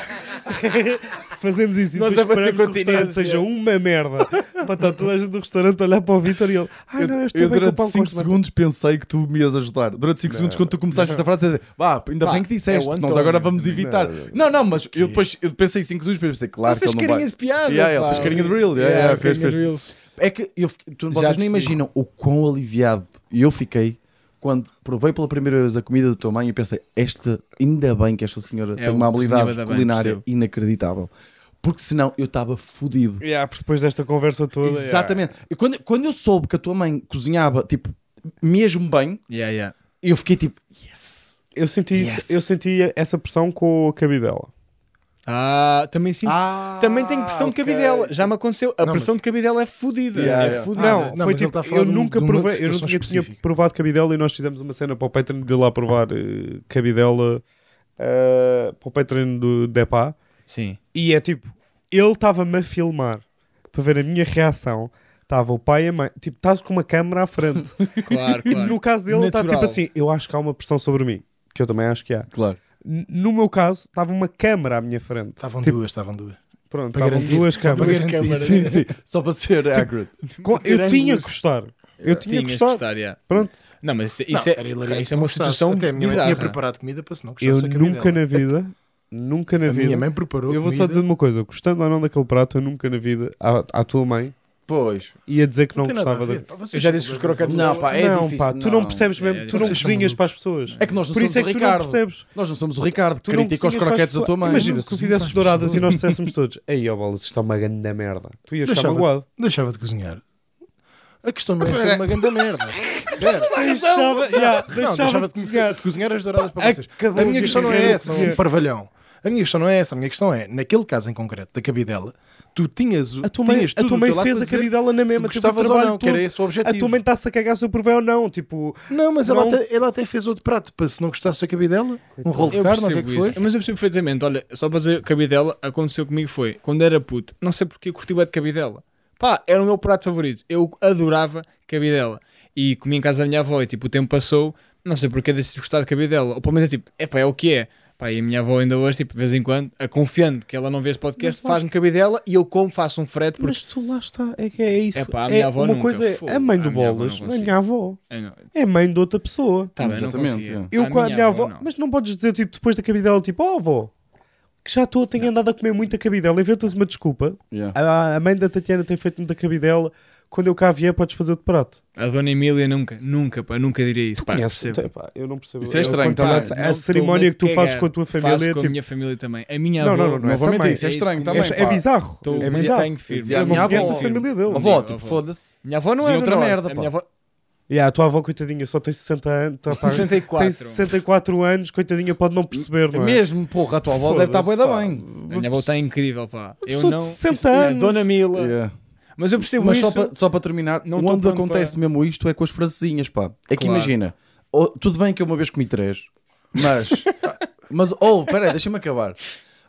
[SPEAKER 4] fazemos isso. E
[SPEAKER 3] Nós
[SPEAKER 4] depois
[SPEAKER 3] a bater
[SPEAKER 4] esperamos que o restaurante
[SPEAKER 3] continência.
[SPEAKER 4] seja uma merda. Para estar toda a gente do restaurante a olhar para o Vitor e ele. Ah, não, eu estou bem com o
[SPEAKER 1] durante
[SPEAKER 4] pão com
[SPEAKER 1] 5
[SPEAKER 4] as batatas."
[SPEAKER 1] segundos pensei que tu me ias ajudar. Durante 5 segundos, quando tu começaste esta frase, dizer, vá, ainda
[SPEAKER 3] Pá,
[SPEAKER 1] bem que
[SPEAKER 3] é o
[SPEAKER 1] disseste, porque nós
[SPEAKER 3] António.
[SPEAKER 1] agora vamos evitar. Não, não, mas eu depois eu pensei 5 segundos pensei, claro
[SPEAKER 3] Ele
[SPEAKER 1] que
[SPEAKER 3] fez
[SPEAKER 1] ele não
[SPEAKER 3] carinha
[SPEAKER 1] vai.
[SPEAKER 3] de piada.
[SPEAKER 1] Yeah, ele
[SPEAKER 3] pá.
[SPEAKER 1] fez carinha de real, yeah, yeah, fez,
[SPEAKER 3] carinha de
[SPEAKER 1] fez.
[SPEAKER 3] reels.
[SPEAKER 1] É que eu, fiquei- tu,
[SPEAKER 3] Já
[SPEAKER 1] vocês
[SPEAKER 3] te
[SPEAKER 1] não
[SPEAKER 3] sigo.
[SPEAKER 1] imaginam o quão aliviado eu fiquei quando provei pela primeira vez a comida da tua mãe e pensei, esta, ainda bem que esta senhora
[SPEAKER 4] É
[SPEAKER 1] tem
[SPEAKER 3] uma
[SPEAKER 1] uma habilidade
[SPEAKER 3] cozinha bem,
[SPEAKER 1] culinária
[SPEAKER 3] percebo.
[SPEAKER 1] inacreditável. Porque senão eu estava fodido.
[SPEAKER 4] Yeah, porque depois desta conversa toda. yeah.
[SPEAKER 1] Exatamente. E quando, quando eu soube que a tua mãe cozinhava, tipo, mesmo bem,
[SPEAKER 3] Yeah, yeah.
[SPEAKER 1] eu fiquei tipo, yes.
[SPEAKER 4] Eu senti, isso-
[SPEAKER 1] Yes.
[SPEAKER 4] eu senti essa pressão com a cabidela.
[SPEAKER 3] Ah, também sinto. também tenho pressão
[SPEAKER 1] ok.
[SPEAKER 3] de cabidela. Já me aconteceu. A
[SPEAKER 2] Não,
[SPEAKER 3] pressão de cabidela é fodida.
[SPEAKER 1] Yeah,
[SPEAKER 3] É
[SPEAKER 1] yeah.
[SPEAKER 3] fodida.
[SPEAKER 4] não,
[SPEAKER 2] mas- não,
[SPEAKER 4] foi
[SPEAKER 2] mas ele
[SPEAKER 4] tipo,
[SPEAKER 2] tá a falar
[SPEAKER 4] eu
[SPEAKER 2] de um-
[SPEAKER 4] nunca
[SPEAKER 2] de uma
[SPEAKER 4] provei, eu
[SPEAKER 2] situação
[SPEAKER 4] nunca tinha
[SPEAKER 2] específica.
[SPEAKER 4] provado cabidela e nós fizemos uma cena para o Patreon de lá provar eh, cabidela eh, para o Patreon do Depá
[SPEAKER 3] Sim.
[SPEAKER 4] e é tipo, ele estava-me a filmar para ver a minha reação, estava o pai e a mãe, tipo, estás com uma câmera à frente
[SPEAKER 3] Claro,
[SPEAKER 4] e
[SPEAKER 3] claro.
[SPEAKER 4] no caso dele está tipo
[SPEAKER 3] Natural.
[SPEAKER 4] assim, eu acho que há uma pressão sobre mim, que eu também acho que há.
[SPEAKER 1] Claro.
[SPEAKER 4] N- No meu caso, estava uma câmera à minha frente.
[SPEAKER 2] Estavam
[SPEAKER 4] Tipo-
[SPEAKER 2] duas, estavam duas.
[SPEAKER 4] Pronto,
[SPEAKER 2] Para
[SPEAKER 4] estavam
[SPEAKER 2] garantir.
[SPEAKER 4] duas
[SPEAKER 2] Só para
[SPEAKER 4] câmaras.
[SPEAKER 2] garantir.
[SPEAKER 1] Sim, sim. Só para ser
[SPEAKER 4] Tipo,
[SPEAKER 1] accurate.
[SPEAKER 4] Com- Eu
[SPEAKER 3] Tirando
[SPEAKER 4] tinha
[SPEAKER 3] luz.
[SPEAKER 4] que gostar. Eu tinha
[SPEAKER 3] Tinhas
[SPEAKER 4] que
[SPEAKER 3] que
[SPEAKER 4] gostar.
[SPEAKER 3] gostar, yeah.
[SPEAKER 4] Pronto.
[SPEAKER 3] Não, mas isso,
[SPEAKER 2] Não,
[SPEAKER 3] isso é,
[SPEAKER 2] era hilariante
[SPEAKER 3] isso
[SPEAKER 2] se
[SPEAKER 3] é
[SPEAKER 2] não
[SPEAKER 3] uma
[SPEAKER 2] gostasse.
[SPEAKER 3] situação
[SPEAKER 2] Até a minha mãe
[SPEAKER 3] bizarra.
[SPEAKER 2] tinha preparado comida para se não
[SPEAKER 4] Eu
[SPEAKER 2] gostasse da comida
[SPEAKER 4] nunca
[SPEAKER 2] dela.
[SPEAKER 4] na vida, nunca na
[SPEAKER 2] A minha
[SPEAKER 4] vida.
[SPEAKER 2] mãe preparou
[SPEAKER 4] Eu vou só
[SPEAKER 2] comida.
[SPEAKER 4] dizer uma coisa: gostando ou não daquele prato, eu nunca na vida, à, à tua mãe,
[SPEAKER 1] Pois.
[SPEAKER 4] ia dizer que não,
[SPEAKER 2] tem nada a
[SPEAKER 4] gostava
[SPEAKER 2] ver.
[SPEAKER 4] da.
[SPEAKER 2] Pá, vocês
[SPEAKER 3] Eu já
[SPEAKER 2] são
[SPEAKER 3] disse que os
[SPEAKER 2] completamente
[SPEAKER 3] crocantes
[SPEAKER 1] Não,
[SPEAKER 2] malucos.
[SPEAKER 1] pá, é
[SPEAKER 4] não,
[SPEAKER 1] difícil.
[SPEAKER 4] pá, tu não, percebes
[SPEAKER 3] é
[SPEAKER 4] mesmo, tu não
[SPEAKER 3] difícil.
[SPEAKER 4] cozinhas
[SPEAKER 2] Vocês são
[SPEAKER 4] para as pessoas.
[SPEAKER 1] É que nós não
[SPEAKER 4] Por
[SPEAKER 1] somos
[SPEAKER 4] isso é
[SPEAKER 1] o
[SPEAKER 4] que tu não
[SPEAKER 1] Ricardo.
[SPEAKER 4] percebes.
[SPEAKER 1] Nós não somos o Ricardo que
[SPEAKER 4] Tu não
[SPEAKER 1] critica os
[SPEAKER 4] cozinhas para as
[SPEAKER 1] croquetes da
[SPEAKER 4] pessoas.
[SPEAKER 1] tua mãe.
[SPEAKER 4] Imagina, se tu fizesses douradas e nós dissessemos todos: Ei, ó, bolas, isto é uma grande merda. Tu ias ficar
[SPEAKER 2] Deixava-
[SPEAKER 4] magoado.
[SPEAKER 2] Deixava de cozinhar. A questão não é ser uma grande merda.
[SPEAKER 4] Deixava, yeah,
[SPEAKER 2] Não, deixava de cozinhar, de cozinhar as douradas para vocês.
[SPEAKER 4] Acabou
[SPEAKER 2] a minha
[SPEAKER 4] de
[SPEAKER 2] questão não é
[SPEAKER 4] cozinhar o
[SPEAKER 2] essa,
[SPEAKER 4] cozinhar.
[SPEAKER 2] um parvalhão. A minha questão não é essa. A minha questão é, naquele caso em concreto, da cabidela, tu tinhas o
[SPEAKER 4] A tua mãe,
[SPEAKER 2] tinhas
[SPEAKER 4] a
[SPEAKER 2] tudo
[SPEAKER 4] tua
[SPEAKER 2] do
[SPEAKER 4] mãe
[SPEAKER 2] teu lado
[SPEAKER 4] fez
[SPEAKER 2] para
[SPEAKER 4] a
[SPEAKER 2] dizer
[SPEAKER 4] cabidela na mesma. Teve o
[SPEAKER 2] se gostavas ou
[SPEAKER 4] trabalho
[SPEAKER 2] não, que era
[SPEAKER 4] todo.
[SPEAKER 2] esse o
[SPEAKER 4] A
[SPEAKER 2] objetivo.
[SPEAKER 4] tua mãe está-se a cagar se eu provei ou não. Tipo,
[SPEAKER 2] Não, mas
[SPEAKER 4] Não.
[SPEAKER 2] Ela, até, ela até fez outro prato, para se não gostasse da cabidela, um rolo de
[SPEAKER 3] Eu
[SPEAKER 2] carne, ou o que é
[SPEAKER 3] percebo
[SPEAKER 2] que
[SPEAKER 3] isso.
[SPEAKER 2] foi.
[SPEAKER 3] Mas eu percebo perfeitamente. Olha, só para dizer, cabidela aconteceu comigo foi quando era puto. Não sei porque eu curti bué de cabidela. Pá, era o meu prato favorito. Eu adorava cabidela. E comi em casa da minha avó e tipo, o tempo passou. Não sei porque decidi gostar de cabidela. Ou pelo menos é tipo, é pá, é o que é. Pá, e a minha avó ainda hoje, tipo, de vez em quando, a confiando que ela não vê este podcast, faz-me cabidela e eu como, faço um frete porque.
[SPEAKER 4] Mas tu lá está, é que é isso.
[SPEAKER 3] É pá, a minha
[SPEAKER 4] É
[SPEAKER 3] avó
[SPEAKER 4] uma
[SPEAKER 3] nunca
[SPEAKER 4] coisa é
[SPEAKER 3] foi.
[SPEAKER 4] a mãe do
[SPEAKER 3] A minha avó não
[SPEAKER 4] Bolas, não é
[SPEAKER 3] consigo.
[SPEAKER 4] minha avó,
[SPEAKER 3] Ai, Ah, não.
[SPEAKER 4] é mãe de outra pessoa.
[SPEAKER 3] Tá bem, não
[SPEAKER 1] Exatamente,
[SPEAKER 3] conseguia.
[SPEAKER 1] é.
[SPEAKER 4] Eu
[SPEAKER 3] a
[SPEAKER 4] com a minha avó,
[SPEAKER 3] não.
[SPEAKER 4] mas não podes dizer tipo depois da cabidela, tipo, ó avó, que já estou, tenho andado a comer muita cabidela, inventas uma desculpa.
[SPEAKER 1] Yeah.
[SPEAKER 4] A, a mãe da Tatiana tem feito muita cabidela, quando eu cá vier podes fazer de prato.
[SPEAKER 3] A dona Emília nunca, nunca, pá, nunca diria isso. Pá,
[SPEAKER 4] Conheces?
[SPEAKER 3] percebe?
[SPEAKER 4] Então, pá, eu não percebo.
[SPEAKER 1] Isso é estranho,
[SPEAKER 4] quando
[SPEAKER 1] tá?
[SPEAKER 4] ela-
[SPEAKER 3] Não
[SPEAKER 4] Então, a
[SPEAKER 3] estou-me
[SPEAKER 4] cerimónia que tu fazes
[SPEAKER 3] cagar.
[SPEAKER 4] com a tua
[SPEAKER 3] Faço
[SPEAKER 4] família é
[SPEAKER 3] com a
[SPEAKER 4] tipo.
[SPEAKER 3] minha família também. A minha
[SPEAKER 4] Não,
[SPEAKER 3] avó.
[SPEAKER 4] não, não, não é
[SPEAKER 1] Novamente,
[SPEAKER 4] também.
[SPEAKER 1] isso é
[SPEAKER 3] É isso
[SPEAKER 1] estranho
[SPEAKER 3] que-
[SPEAKER 1] também.
[SPEAKER 4] É, é
[SPEAKER 1] pá.
[SPEAKER 4] bizarro.
[SPEAKER 3] Estou
[SPEAKER 4] É bizarro.
[SPEAKER 3] um tenho firme.
[SPEAKER 1] Dizia a
[SPEAKER 4] Eu não
[SPEAKER 1] minha
[SPEAKER 4] conheço
[SPEAKER 1] avó.
[SPEAKER 4] a família dele.
[SPEAKER 1] Avó,
[SPEAKER 3] Minha
[SPEAKER 1] tipo,
[SPEAKER 3] é avó.
[SPEAKER 1] foda-se.
[SPEAKER 3] Minha avó não é
[SPEAKER 1] Dizia outra
[SPEAKER 3] do norte.
[SPEAKER 1] merda,
[SPEAKER 3] A
[SPEAKER 1] pá.
[SPEAKER 3] minha avó
[SPEAKER 4] Yeah, a tua avó, coitadinha, só tem 60 anos. Tá, pá,
[SPEAKER 3] 64.
[SPEAKER 4] Tem 64 anos, coitadinha, pode não perceber, não é?
[SPEAKER 1] Mesmo, porra, a tua avó deve estar
[SPEAKER 4] Foda-se,
[SPEAKER 1] bué da
[SPEAKER 4] pá.
[SPEAKER 1] bem.
[SPEAKER 3] A minha avó está incrível, pá. Eu
[SPEAKER 4] Pessoa de
[SPEAKER 3] não.
[SPEAKER 4] 60
[SPEAKER 3] isso- é,
[SPEAKER 4] anos.
[SPEAKER 3] Dona Mila.
[SPEAKER 1] Yeah.
[SPEAKER 3] Mas eu percebo
[SPEAKER 1] Mas
[SPEAKER 3] isso.
[SPEAKER 1] só para, só para terminar,
[SPEAKER 3] Não tô
[SPEAKER 1] onde
[SPEAKER 3] pronto
[SPEAKER 1] acontece
[SPEAKER 3] para-
[SPEAKER 1] mesmo isto é com as francesinhas, pá. É que
[SPEAKER 3] Claro.
[SPEAKER 1] imagina, oh, tudo bem que eu uma vez comi três, mas, mas oh, peraí, deixa-me acabar.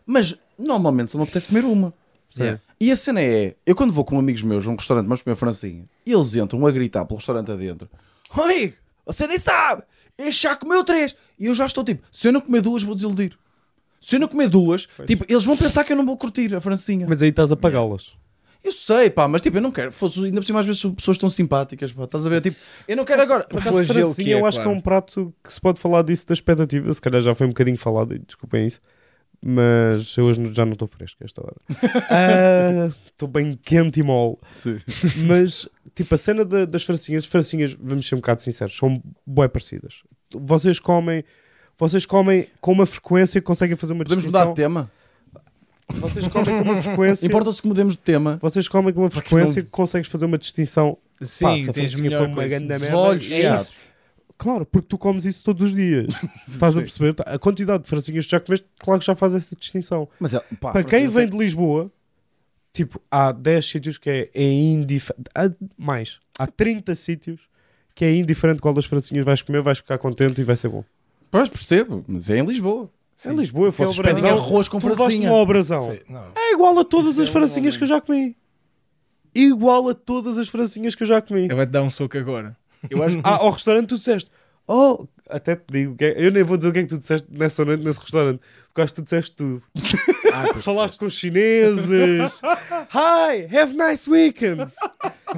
[SPEAKER 1] Mas normalmente só me apetece comer uma.
[SPEAKER 3] Yeah.
[SPEAKER 1] E a cena é, eu quando vou com amigos meus a um restaurante, vamos comer francinha, e eles entram a gritar pelo restaurante adentro: "Oh, Amigo, você nem sabe, este já comeu três. E eu já estou tipo: se eu não comer duas, vou desiludir. Se eu não comer duas, tipo, eles vão pensar que eu não vou curtir a francinha.
[SPEAKER 4] Mas aí estás a pagá-las.
[SPEAKER 1] Eu sei, pá, mas tipo, eu não quero. Fosse, ainda por cima, às vezes são pessoas tão simpáticas, pá, estás a ver? Tipo, eu não quero agora.
[SPEAKER 4] Por
[SPEAKER 3] O
[SPEAKER 4] acaso,
[SPEAKER 3] flagelo
[SPEAKER 4] francesinha,
[SPEAKER 3] que é,
[SPEAKER 4] eu acho
[SPEAKER 3] claro.
[SPEAKER 4] que é um prato que se pode falar disso da expectativa. Se calhar já foi um bocadinho falado, e desculpem isso. Mas eu hoje já não estou fresco a esta hora. Ah, Estou bem quente e mole. Mas, tipo, a cena da- das francinhas, as francinhas, vamos ser um bocado sinceros, são bué parecidas. Vocês comem, vocês comem com uma frequência que conseguem fazer uma
[SPEAKER 1] Podemos
[SPEAKER 4] distinção.
[SPEAKER 1] mudar de tema?
[SPEAKER 4] Vocês comem com uma frequência.
[SPEAKER 1] Importa-se que mudemos de tema.
[SPEAKER 4] Vocês comem com uma frequência que consegues fazer uma distinção.
[SPEAKER 3] Sim,
[SPEAKER 4] Pá, se
[SPEAKER 3] tens
[SPEAKER 4] a francesinha
[SPEAKER 3] melhor
[SPEAKER 4] for uma
[SPEAKER 3] coisa.
[SPEAKER 4] grande
[SPEAKER 1] Os
[SPEAKER 4] merda,
[SPEAKER 1] olhos
[SPEAKER 4] é isso.
[SPEAKER 1] chatos.
[SPEAKER 4] Claro, porque tu comes isso todos os dias. Estás a perceber? Tá, A quantidade de francinhas que já comeste, claro que já faz essa distinção.
[SPEAKER 1] Mas, é, pá,
[SPEAKER 4] Para quem
[SPEAKER 1] francesinha
[SPEAKER 4] vem
[SPEAKER 1] tem-
[SPEAKER 4] de Lisboa, tipo, há 10 sítios que é, é indiferente. Há mais. Há 30 sítios que é indiferente qual das francinhas vais comer, vais ficar contente e vai ser bom.
[SPEAKER 1] Pois percebo, mas é em Lisboa.
[SPEAKER 4] Em Lisboa, eu fui ao
[SPEAKER 1] Vocês pedem
[SPEAKER 4] é Brasão.
[SPEAKER 1] arroz com
[SPEAKER 4] tu levaste-me
[SPEAKER 1] francinha.
[SPEAKER 4] ao Brasão.
[SPEAKER 2] Sei, não.
[SPEAKER 4] É igual a todas
[SPEAKER 3] Isso
[SPEAKER 4] as
[SPEAKER 3] é um
[SPEAKER 4] francinhas que eu já comi. Igual a todas as francinhas que eu já comi.
[SPEAKER 3] Eu vou-te dar um soco agora. Eu acho.
[SPEAKER 4] Ah, ao restaurante tu disseste, oh, até te digo, que- eu nem vou dizer o que é que tu disseste nessa noite, nesse restaurante, porque acho que tu disseste tudo.
[SPEAKER 2] Ah,
[SPEAKER 4] ah, Falaste com os chineses. Hi, have nice weekends.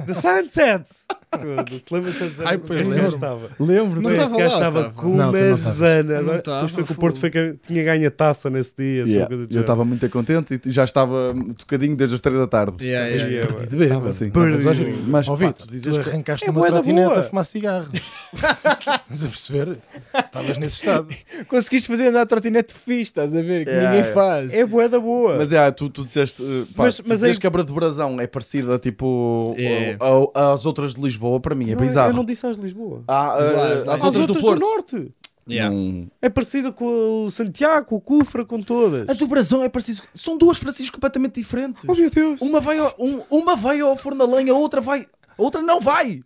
[SPEAKER 4] The sunset. Foda-se, Lembras-te de
[SPEAKER 1] Ai, pois
[SPEAKER 4] este
[SPEAKER 1] lembro-me.
[SPEAKER 4] gajo estava?
[SPEAKER 1] Lembro,
[SPEAKER 3] Não
[SPEAKER 1] não é?
[SPEAKER 4] este
[SPEAKER 3] estava
[SPEAKER 4] gajo
[SPEAKER 3] lá,
[SPEAKER 4] estava
[SPEAKER 3] estava.
[SPEAKER 4] com
[SPEAKER 2] Não, tu não estavas.
[SPEAKER 4] mesana.
[SPEAKER 3] Não
[SPEAKER 4] agora-
[SPEAKER 3] estava,
[SPEAKER 4] Depois foi que o
[SPEAKER 3] fogo.
[SPEAKER 4] Porto foi que tinha ganho a taça nesse dia. só uma coisa do
[SPEAKER 1] Eu
[SPEAKER 4] género.
[SPEAKER 1] estava muito contente e já estava tocadinho desde as 3 da tarde.
[SPEAKER 3] Yeah, yeah, yeah.
[SPEAKER 4] Yeah,
[SPEAKER 2] De bem,
[SPEAKER 1] Estava assim.
[SPEAKER 2] Mas olha,
[SPEAKER 1] Mas,
[SPEAKER 2] ó,
[SPEAKER 1] pá,
[SPEAKER 2] Vitor,
[SPEAKER 1] tu
[SPEAKER 2] tu arrancaste
[SPEAKER 4] É
[SPEAKER 2] numa
[SPEAKER 4] bué da
[SPEAKER 2] trotinete
[SPEAKER 4] boa.
[SPEAKER 2] a fumar cigarro. Estás a perceber? Estavas nesse estado.
[SPEAKER 3] Conseguiste fazer andar a trotinete fixe, estás a ver? Que
[SPEAKER 1] Yeah,
[SPEAKER 3] ninguém
[SPEAKER 1] yeah.
[SPEAKER 3] faz.
[SPEAKER 4] É bué da boa.
[SPEAKER 1] Mas é, tu, tu disseste, eh, pá,
[SPEAKER 4] Mas-
[SPEAKER 1] tu
[SPEAKER 4] mas
[SPEAKER 1] dizes
[SPEAKER 4] aí-
[SPEAKER 1] que a Abra de Brasão é parecida tipo
[SPEAKER 3] É.
[SPEAKER 1] ao- ao- às outras de Lisboa, para mim é
[SPEAKER 4] Não,
[SPEAKER 1] bizarro.
[SPEAKER 4] eu não disse às de Lisboa.
[SPEAKER 1] Há, eh,
[SPEAKER 3] Claro,
[SPEAKER 1] às
[SPEAKER 3] claro.
[SPEAKER 1] outras, do Porto.
[SPEAKER 4] Norte.
[SPEAKER 3] Yeah.
[SPEAKER 1] Hum.
[SPEAKER 4] É parecida com o Santiago, com o Cufra, com todas.
[SPEAKER 1] A do oh, Brasão é parecido. São duas Francisco completamente diferentes.
[SPEAKER 4] meu Deus!
[SPEAKER 1] Uma vai ao, um- uma vai ao forno a lenha, a outra vai. A outra não vai.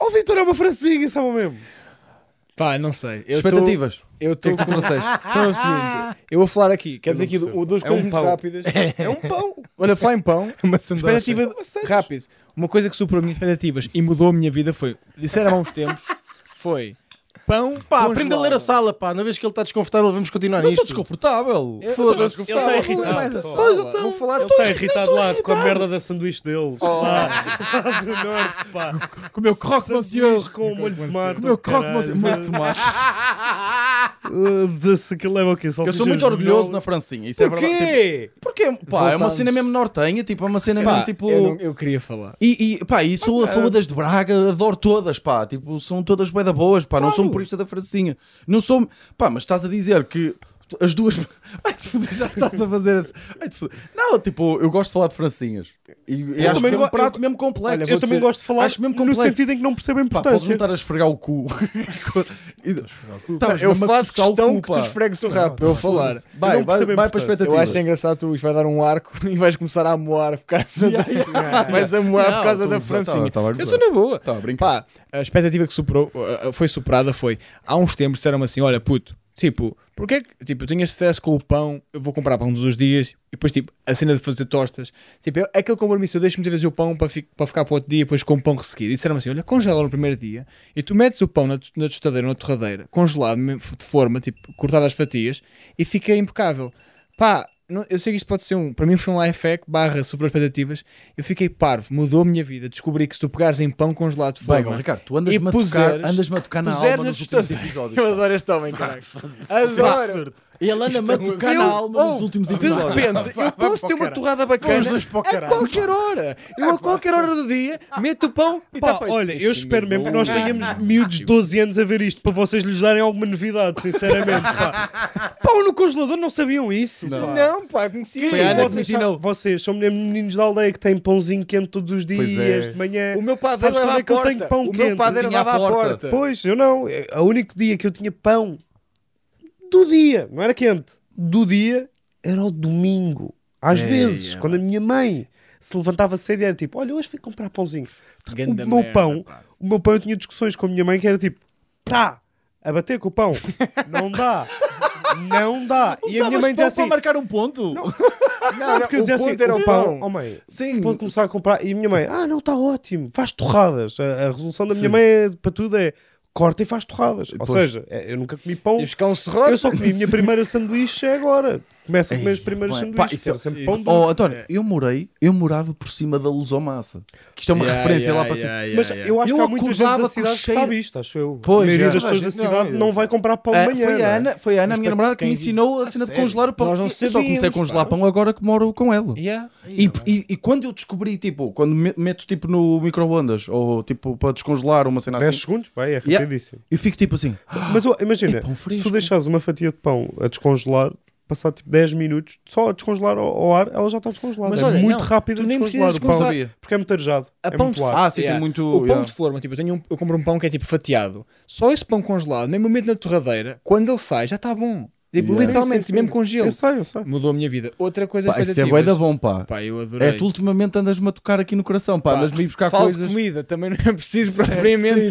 [SPEAKER 4] O Vitor é uma francinha, sabe o mesmo?
[SPEAKER 3] Pá, não sei. Eu
[SPEAKER 1] Expectativas.
[SPEAKER 3] Tô, eu estou com
[SPEAKER 1] trouxeste?
[SPEAKER 3] Então é o seguinte, eu vou falar aqui. Quer dizer aqui
[SPEAKER 2] percebo.
[SPEAKER 3] do- duas
[SPEAKER 4] É um
[SPEAKER 3] coisas muito
[SPEAKER 4] pão.
[SPEAKER 3] rápidas. É um pão. Olha, falar em pão.
[SPEAKER 2] Uma sandália.
[SPEAKER 3] Expectativa de- rápido. Uma coisa que superou as minhas expectativas e mudou a minha vida foi, disseram há uns tempos, foi pão
[SPEAKER 2] Pá,
[SPEAKER 3] congelado.
[SPEAKER 2] aprenda a ler a sala, pá. Na vez que ele está desconfortável, vamos continuar
[SPEAKER 1] Não
[SPEAKER 2] nisto.
[SPEAKER 1] estou desconfortável.
[SPEAKER 3] Eu-
[SPEAKER 1] Foda-se.
[SPEAKER 3] eu tô- eu tô
[SPEAKER 4] tá
[SPEAKER 2] é
[SPEAKER 1] Estava a ler
[SPEAKER 3] irritado,
[SPEAKER 1] mais a
[SPEAKER 3] só.
[SPEAKER 1] sala. Vou falar.
[SPEAKER 4] Ele está irritado lá com a merda da sanduíche deles. Lá, lá do norte, pá.
[SPEAKER 1] Com o meu croque,
[SPEAKER 4] Sanduíche com o molho de tomate.
[SPEAKER 1] O meu croque, monsieur. Muito tomate.
[SPEAKER 4] Desse que leva o quê?
[SPEAKER 1] Eu sou muito orgulhoso na Francinha. Isso é verdade. Tipo,
[SPEAKER 4] Porquê?
[SPEAKER 1] Porque, pá, é uma
[SPEAKER 3] Voltamos.
[SPEAKER 1] cena mesmo nortenha, tipo, é uma cena
[SPEAKER 3] Pá,
[SPEAKER 1] mesmo, tipo...
[SPEAKER 3] eu, não- eu queria falar.
[SPEAKER 1] E, e, pá, e sou a favor das de Braga, adoro todas, pá, tipo, são todas bué da boas, pá, não sou um purista da francinha. Não sou... Pá, mas estás a dizer que as duas... Ai-te foder, já estás a fazer esse... Ai-te foder. Não, tipo, eu gosto de falar de francinhas. E, e acho que
[SPEAKER 4] também
[SPEAKER 1] é um
[SPEAKER 4] go-
[SPEAKER 1] prato mesmo complexo.
[SPEAKER 4] Eu também gosto de falar
[SPEAKER 1] acho mesmo
[SPEAKER 4] no
[SPEAKER 1] complexo.
[SPEAKER 4] sentido em que não percebo a
[SPEAKER 1] Pá, podes
[SPEAKER 4] importância.
[SPEAKER 1] não estar a esfregar o cu. E- Tá,
[SPEAKER 3] eu
[SPEAKER 1] mesmo a
[SPEAKER 3] faço
[SPEAKER 1] coçar o
[SPEAKER 3] questão
[SPEAKER 1] cu,
[SPEAKER 3] que tu
[SPEAKER 1] pá.
[SPEAKER 3] esfregues o rabo para eu falar.
[SPEAKER 1] Vai, vai,
[SPEAKER 4] não percebo
[SPEAKER 1] vai
[SPEAKER 4] a
[SPEAKER 1] para a
[SPEAKER 4] importância.
[SPEAKER 1] expectativa.
[SPEAKER 3] Eu acho engraçado tu vais dar um arco e vais começar a moar por causa da... Vais a moar por
[SPEAKER 1] Não,
[SPEAKER 3] causa
[SPEAKER 1] tô a
[SPEAKER 3] da
[SPEAKER 1] gozar, tava-
[SPEAKER 3] francinha.
[SPEAKER 1] tava a
[SPEAKER 3] eu
[SPEAKER 1] gozar.
[SPEAKER 3] sou na boa.
[SPEAKER 1] Tá, a brincar.
[SPEAKER 3] Pá, a expectativa que superou, uh, uh, foi superada foi há uns tempos disseram-me assim: olha, puto, tipo, porque é que tipo, eu tenho este stress com o pão, eu vou comprar pão todos os dias, e depois, tipo, a cena de fazer tostas, tipo, é aquele compromisso, eu deixo muitas vezes o pão para, fi- para ficar para outro dia, depois como pão ressequido. E disseram-me assim: olha, congela no primeiro dia, e tu metes o pão na, to- na tostadeira, na torradeira, congelado mesmo, de forma, tipo, cortado às fatias, e fica impecável. Pá. não- Eu sei que isto pode ser um. Para mim foi um life hack barra super expectativas. Eu fiquei parvo, mudou a minha vida. Descobri que se tu pegares em pão congelado de
[SPEAKER 1] Bem,
[SPEAKER 3] forma,
[SPEAKER 1] Ricardo, tu
[SPEAKER 3] E
[SPEAKER 1] andas-me a,
[SPEAKER 3] puseres-
[SPEAKER 1] tocar, andas a tocar na
[SPEAKER 3] puseres
[SPEAKER 1] alma
[SPEAKER 3] na
[SPEAKER 1] nos últimos
[SPEAKER 3] tostadeira.
[SPEAKER 1] episódios.
[SPEAKER 3] Eu
[SPEAKER 1] pá.
[SPEAKER 3] adoro este homem, caralho. Adoro.
[SPEAKER 5] E ele
[SPEAKER 1] é
[SPEAKER 5] anda-me a
[SPEAKER 1] um
[SPEAKER 5] tocar na
[SPEAKER 3] Eu-
[SPEAKER 5] alma nos
[SPEAKER 3] Oh,
[SPEAKER 5] últimos
[SPEAKER 3] De
[SPEAKER 5] episódios.
[SPEAKER 3] repente, eu posso ter uma torrada bacana
[SPEAKER 2] Vamos dois para o
[SPEAKER 3] a
[SPEAKER 2] caralho.
[SPEAKER 3] é qualquer hora. Eu a qualquer hora do dia meto o pão e
[SPEAKER 4] Pá,
[SPEAKER 3] tá feito.
[SPEAKER 4] olha, eu espero mesmo que nós tenhamos miúdos de 12 anos a ver isto para vocês lhes darem alguma novidade, sinceramente. Pá. Pão no congelador não sabiam isso. pá.
[SPEAKER 3] Não, pá, conheci.
[SPEAKER 5] Foi a Ana que me
[SPEAKER 4] Vocês
[SPEAKER 5] ensinou.
[SPEAKER 4] são- Vocês são mesmo meninos da aldeia que têm pãozinho quente todos os
[SPEAKER 1] Pois
[SPEAKER 4] dias,
[SPEAKER 1] é.
[SPEAKER 4] de manhã.
[SPEAKER 3] O meu padeiro
[SPEAKER 4] Sabes quando
[SPEAKER 3] leva
[SPEAKER 4] é
[SPEAKER 3] à
[SPEAKER 4] que eu
[SPEAKER 3] porta.
[SPEAKER 4] tenho pão
[SPEAKER 3] o
[SPEAKER 4] quente?
[SPEAKER 3] meu padeiro
[SPEAKER 1] Tinha à
[SPEAKER 3] leva à
[SPEAKER 1] porta.
[SPEAKER 3] porta.
[SPEAKER 4] Pois, eu não. É O único dia que eu tinha pão do dia, não era quente, do dia, era o domingo. Às vezes,
[SPEAKER 3] é
[SPEAKER 4] quando a minha mãe se levantava cedo e era tipo, olha, hoje fui comprar pãozinho. o
[SPEAKER 3] Ganda
[SPEAKER 4] meu
[SPEAKER 3] merda,
[SPEAKER 4] pão,
[SPEAKER 3] pá.
[SPEAKER 4] o meu pão eu tinha discussões com a minha mãe que era tipo, tá, a bater com o pão, não dá, não dá. E a minha mãe dizia assim,
[SPEAKER 5] para marcar um ponto.
[SPEAKER 4] não, porque eu
[SPEAKER 3] o
[SPEAKER 4] dizia assim,
[SPEAKER 3] ponto era
[SPEAKER 4] o
[SPEAKER 3] o
[SPEAKER 4] pão,
[SPEAKER 3] pão.
[SPEAKER 4] oh mãe,
[SPEAKER 1] Sim,
[SPEAKER 4] pode começar a comprar. E a minha mãe, ah, não, está ótimo, faz torradas. A, a resolução da minha mãe é- para tudo é corta e faz torradas. Ou
[SPEAKER 1] Pois.
[SPEAKER 4] seja, é- eu nunca comi pão,
[SPEAKER 3] E buscar um serrote.
[SPEAKER 4] eu só comi a minha primeira sanduíche é agora. Começa a comer as primeiras
[SPEAKER 1] bem, pá,
[SPEAKER 4] sanduíches,
[SPEAKER 1] isso é-
[SPEAKER 4] quero sempre pão duro.
[SPEAKER 1] Oh, António,
[SPEAKER 3] É.
[SPEAKER 1] eu morei, eu morava por cima da Lusomassa. Que isto é uma
[SPEAKER 3] Yeah,
[SPEAKER 1] referência
[SPEAKER 3] yeah,
[SPEAKER 1] lá para cima.
[SPEAKER 3] yeah, yeah,
[SPEAKER 4] Mas
[SPEAKER 3] yeah.
[SPEAKER 4] eu acho
[SPEAKER 1] Eu
[SPEAKER 4] que há muita gente
[SPEAKER 1] acordava
[SPEAKER 4] da
[SPEAKER 1] com
[SPEAKER 4] cidade que
[SPEAKER 1] cheiro-
[SPEAKER 4] sabe isto, acho eu.
[SPEAKER 1] Pois,
[SPEAKER 4] a maioria
[SPEAKER 1] é.
[SPEAKER 4] das pessoas da
[SPEAKER 2] Não,
[SPEAKER 4] cidade
[SPEAKER 2] eu-
[SPEAKER 4] não, vai comprar pão
[SPEAKER 1] Ah,
[SPEAKER 4] de manhã.
[SPEAKER 1] foi,
[SPEAKER 4] não
[SPEAKER 1] a
[SPEAKER 4] é?
[SPEAKER 1] Ana, foi a Ana, a minha namorada, que me ensinou a cena de
[SPEAKER 2] sério?
[SPEAKER 1] congelar o pão.
[SPEAKER 4] Nós não
[SPEAKER 1] Eu só comecei a
[SPEAKER 4] sabíamos,
[SPEAKER 1] congelar
[SPEAKER 4] pá.
[SPEAKER 1] pão agora que moro com ela.
[SPEAKER 3] Yeah.
[SPEAKER 1] E, e- e quando eu descobri, tipo, quando me- meto tipo no micro-ondas ou tipo para descongelar uma cena
[SPEAKER 4] 10
[SPEAKER 1] assim,
[SPEAKER 4] segundos, vai, é
[SPEAKER 1] Yeah.
[SPEAKER 4] rapidíssimo.
[SPEAKER 1] eu fico tipo assim,
[SPEAKER 4] Mas ó, imagina,
[SPEAKER 1] É pão
[SPEAKER 4] se tu
[SPEAKER 1] fresco.
[SPEAKER 4] deixares uma fatia de pão a descongelar, passar tipo 10 minutos, só a descongelar ao, ao ar, ela já está descongelada.
[SPEAKER 3] Mas
[SPEAKER 4] é
[SPEAKER 3] olha,
[SPEAKER 4] muito
[SPEAKER 3] não,
[SPEAKER 4] rápido
[SPEAKER 3] tu
[SPEAKER 4] a
[SPEAKER 3] nem
[SPEAKER 4] descongelar
[SPEAKER 3] precisas
[SPEAKER 4] o pão.
[SPEAKER 3] descongelar.
[SPEAKER 1] sabia.
[SPEAKER 4] Porque é muito arejado.
[SPEAKER 3] A
[SPEAKER 4] é
[SPEAKER 3] pão
[SPEAKER 4] muito
[SPEAKER 3] de
[SPEAKER 4] ar.
[SPEAKER 3] fato,
[SPEAKER 1] Ah, sim,
[SPEAKER 3] Yeah.
[SPEAKER 1] tem muito.
[SPEAKER 3] O pão
[SPEAKER 1] yeah.
[SPEAKER 3] de forma, tipo, eu, tenho um, eu compro um pão que é tipo fatiado. Só esse pão congelado, mesmo eu meto na torradeira, quando ele sai, já está bom. Tipo,
[SPEAKER 1] Yeah.
[SPEAKER 3] literalmente,
[SPEAKER 4] Sim, sim, sim.
[SPEAKER 3] mesmo congelo.
[SPEAKER 4] Eu sei, eu sei.
[SPEAKER 3] Mudou a minha vida. Outra coisa tipo,
[SPEAKER 1] Pá, isso é bué da bom, pá.
[SPEAKER 3] Pá, eu adorei.
[SPEAKER 1] É, tu ultimamente andas-me a tocar aqui no coração, pá,
[SPEAKER 3] Pá,
[SPEAKER 1] andas-me a ir buscar
[SPEAKER 3] Falo de
[SPEAKER 1] coisas.
[SPEAKER 3] comida, também não é preciso propriamente.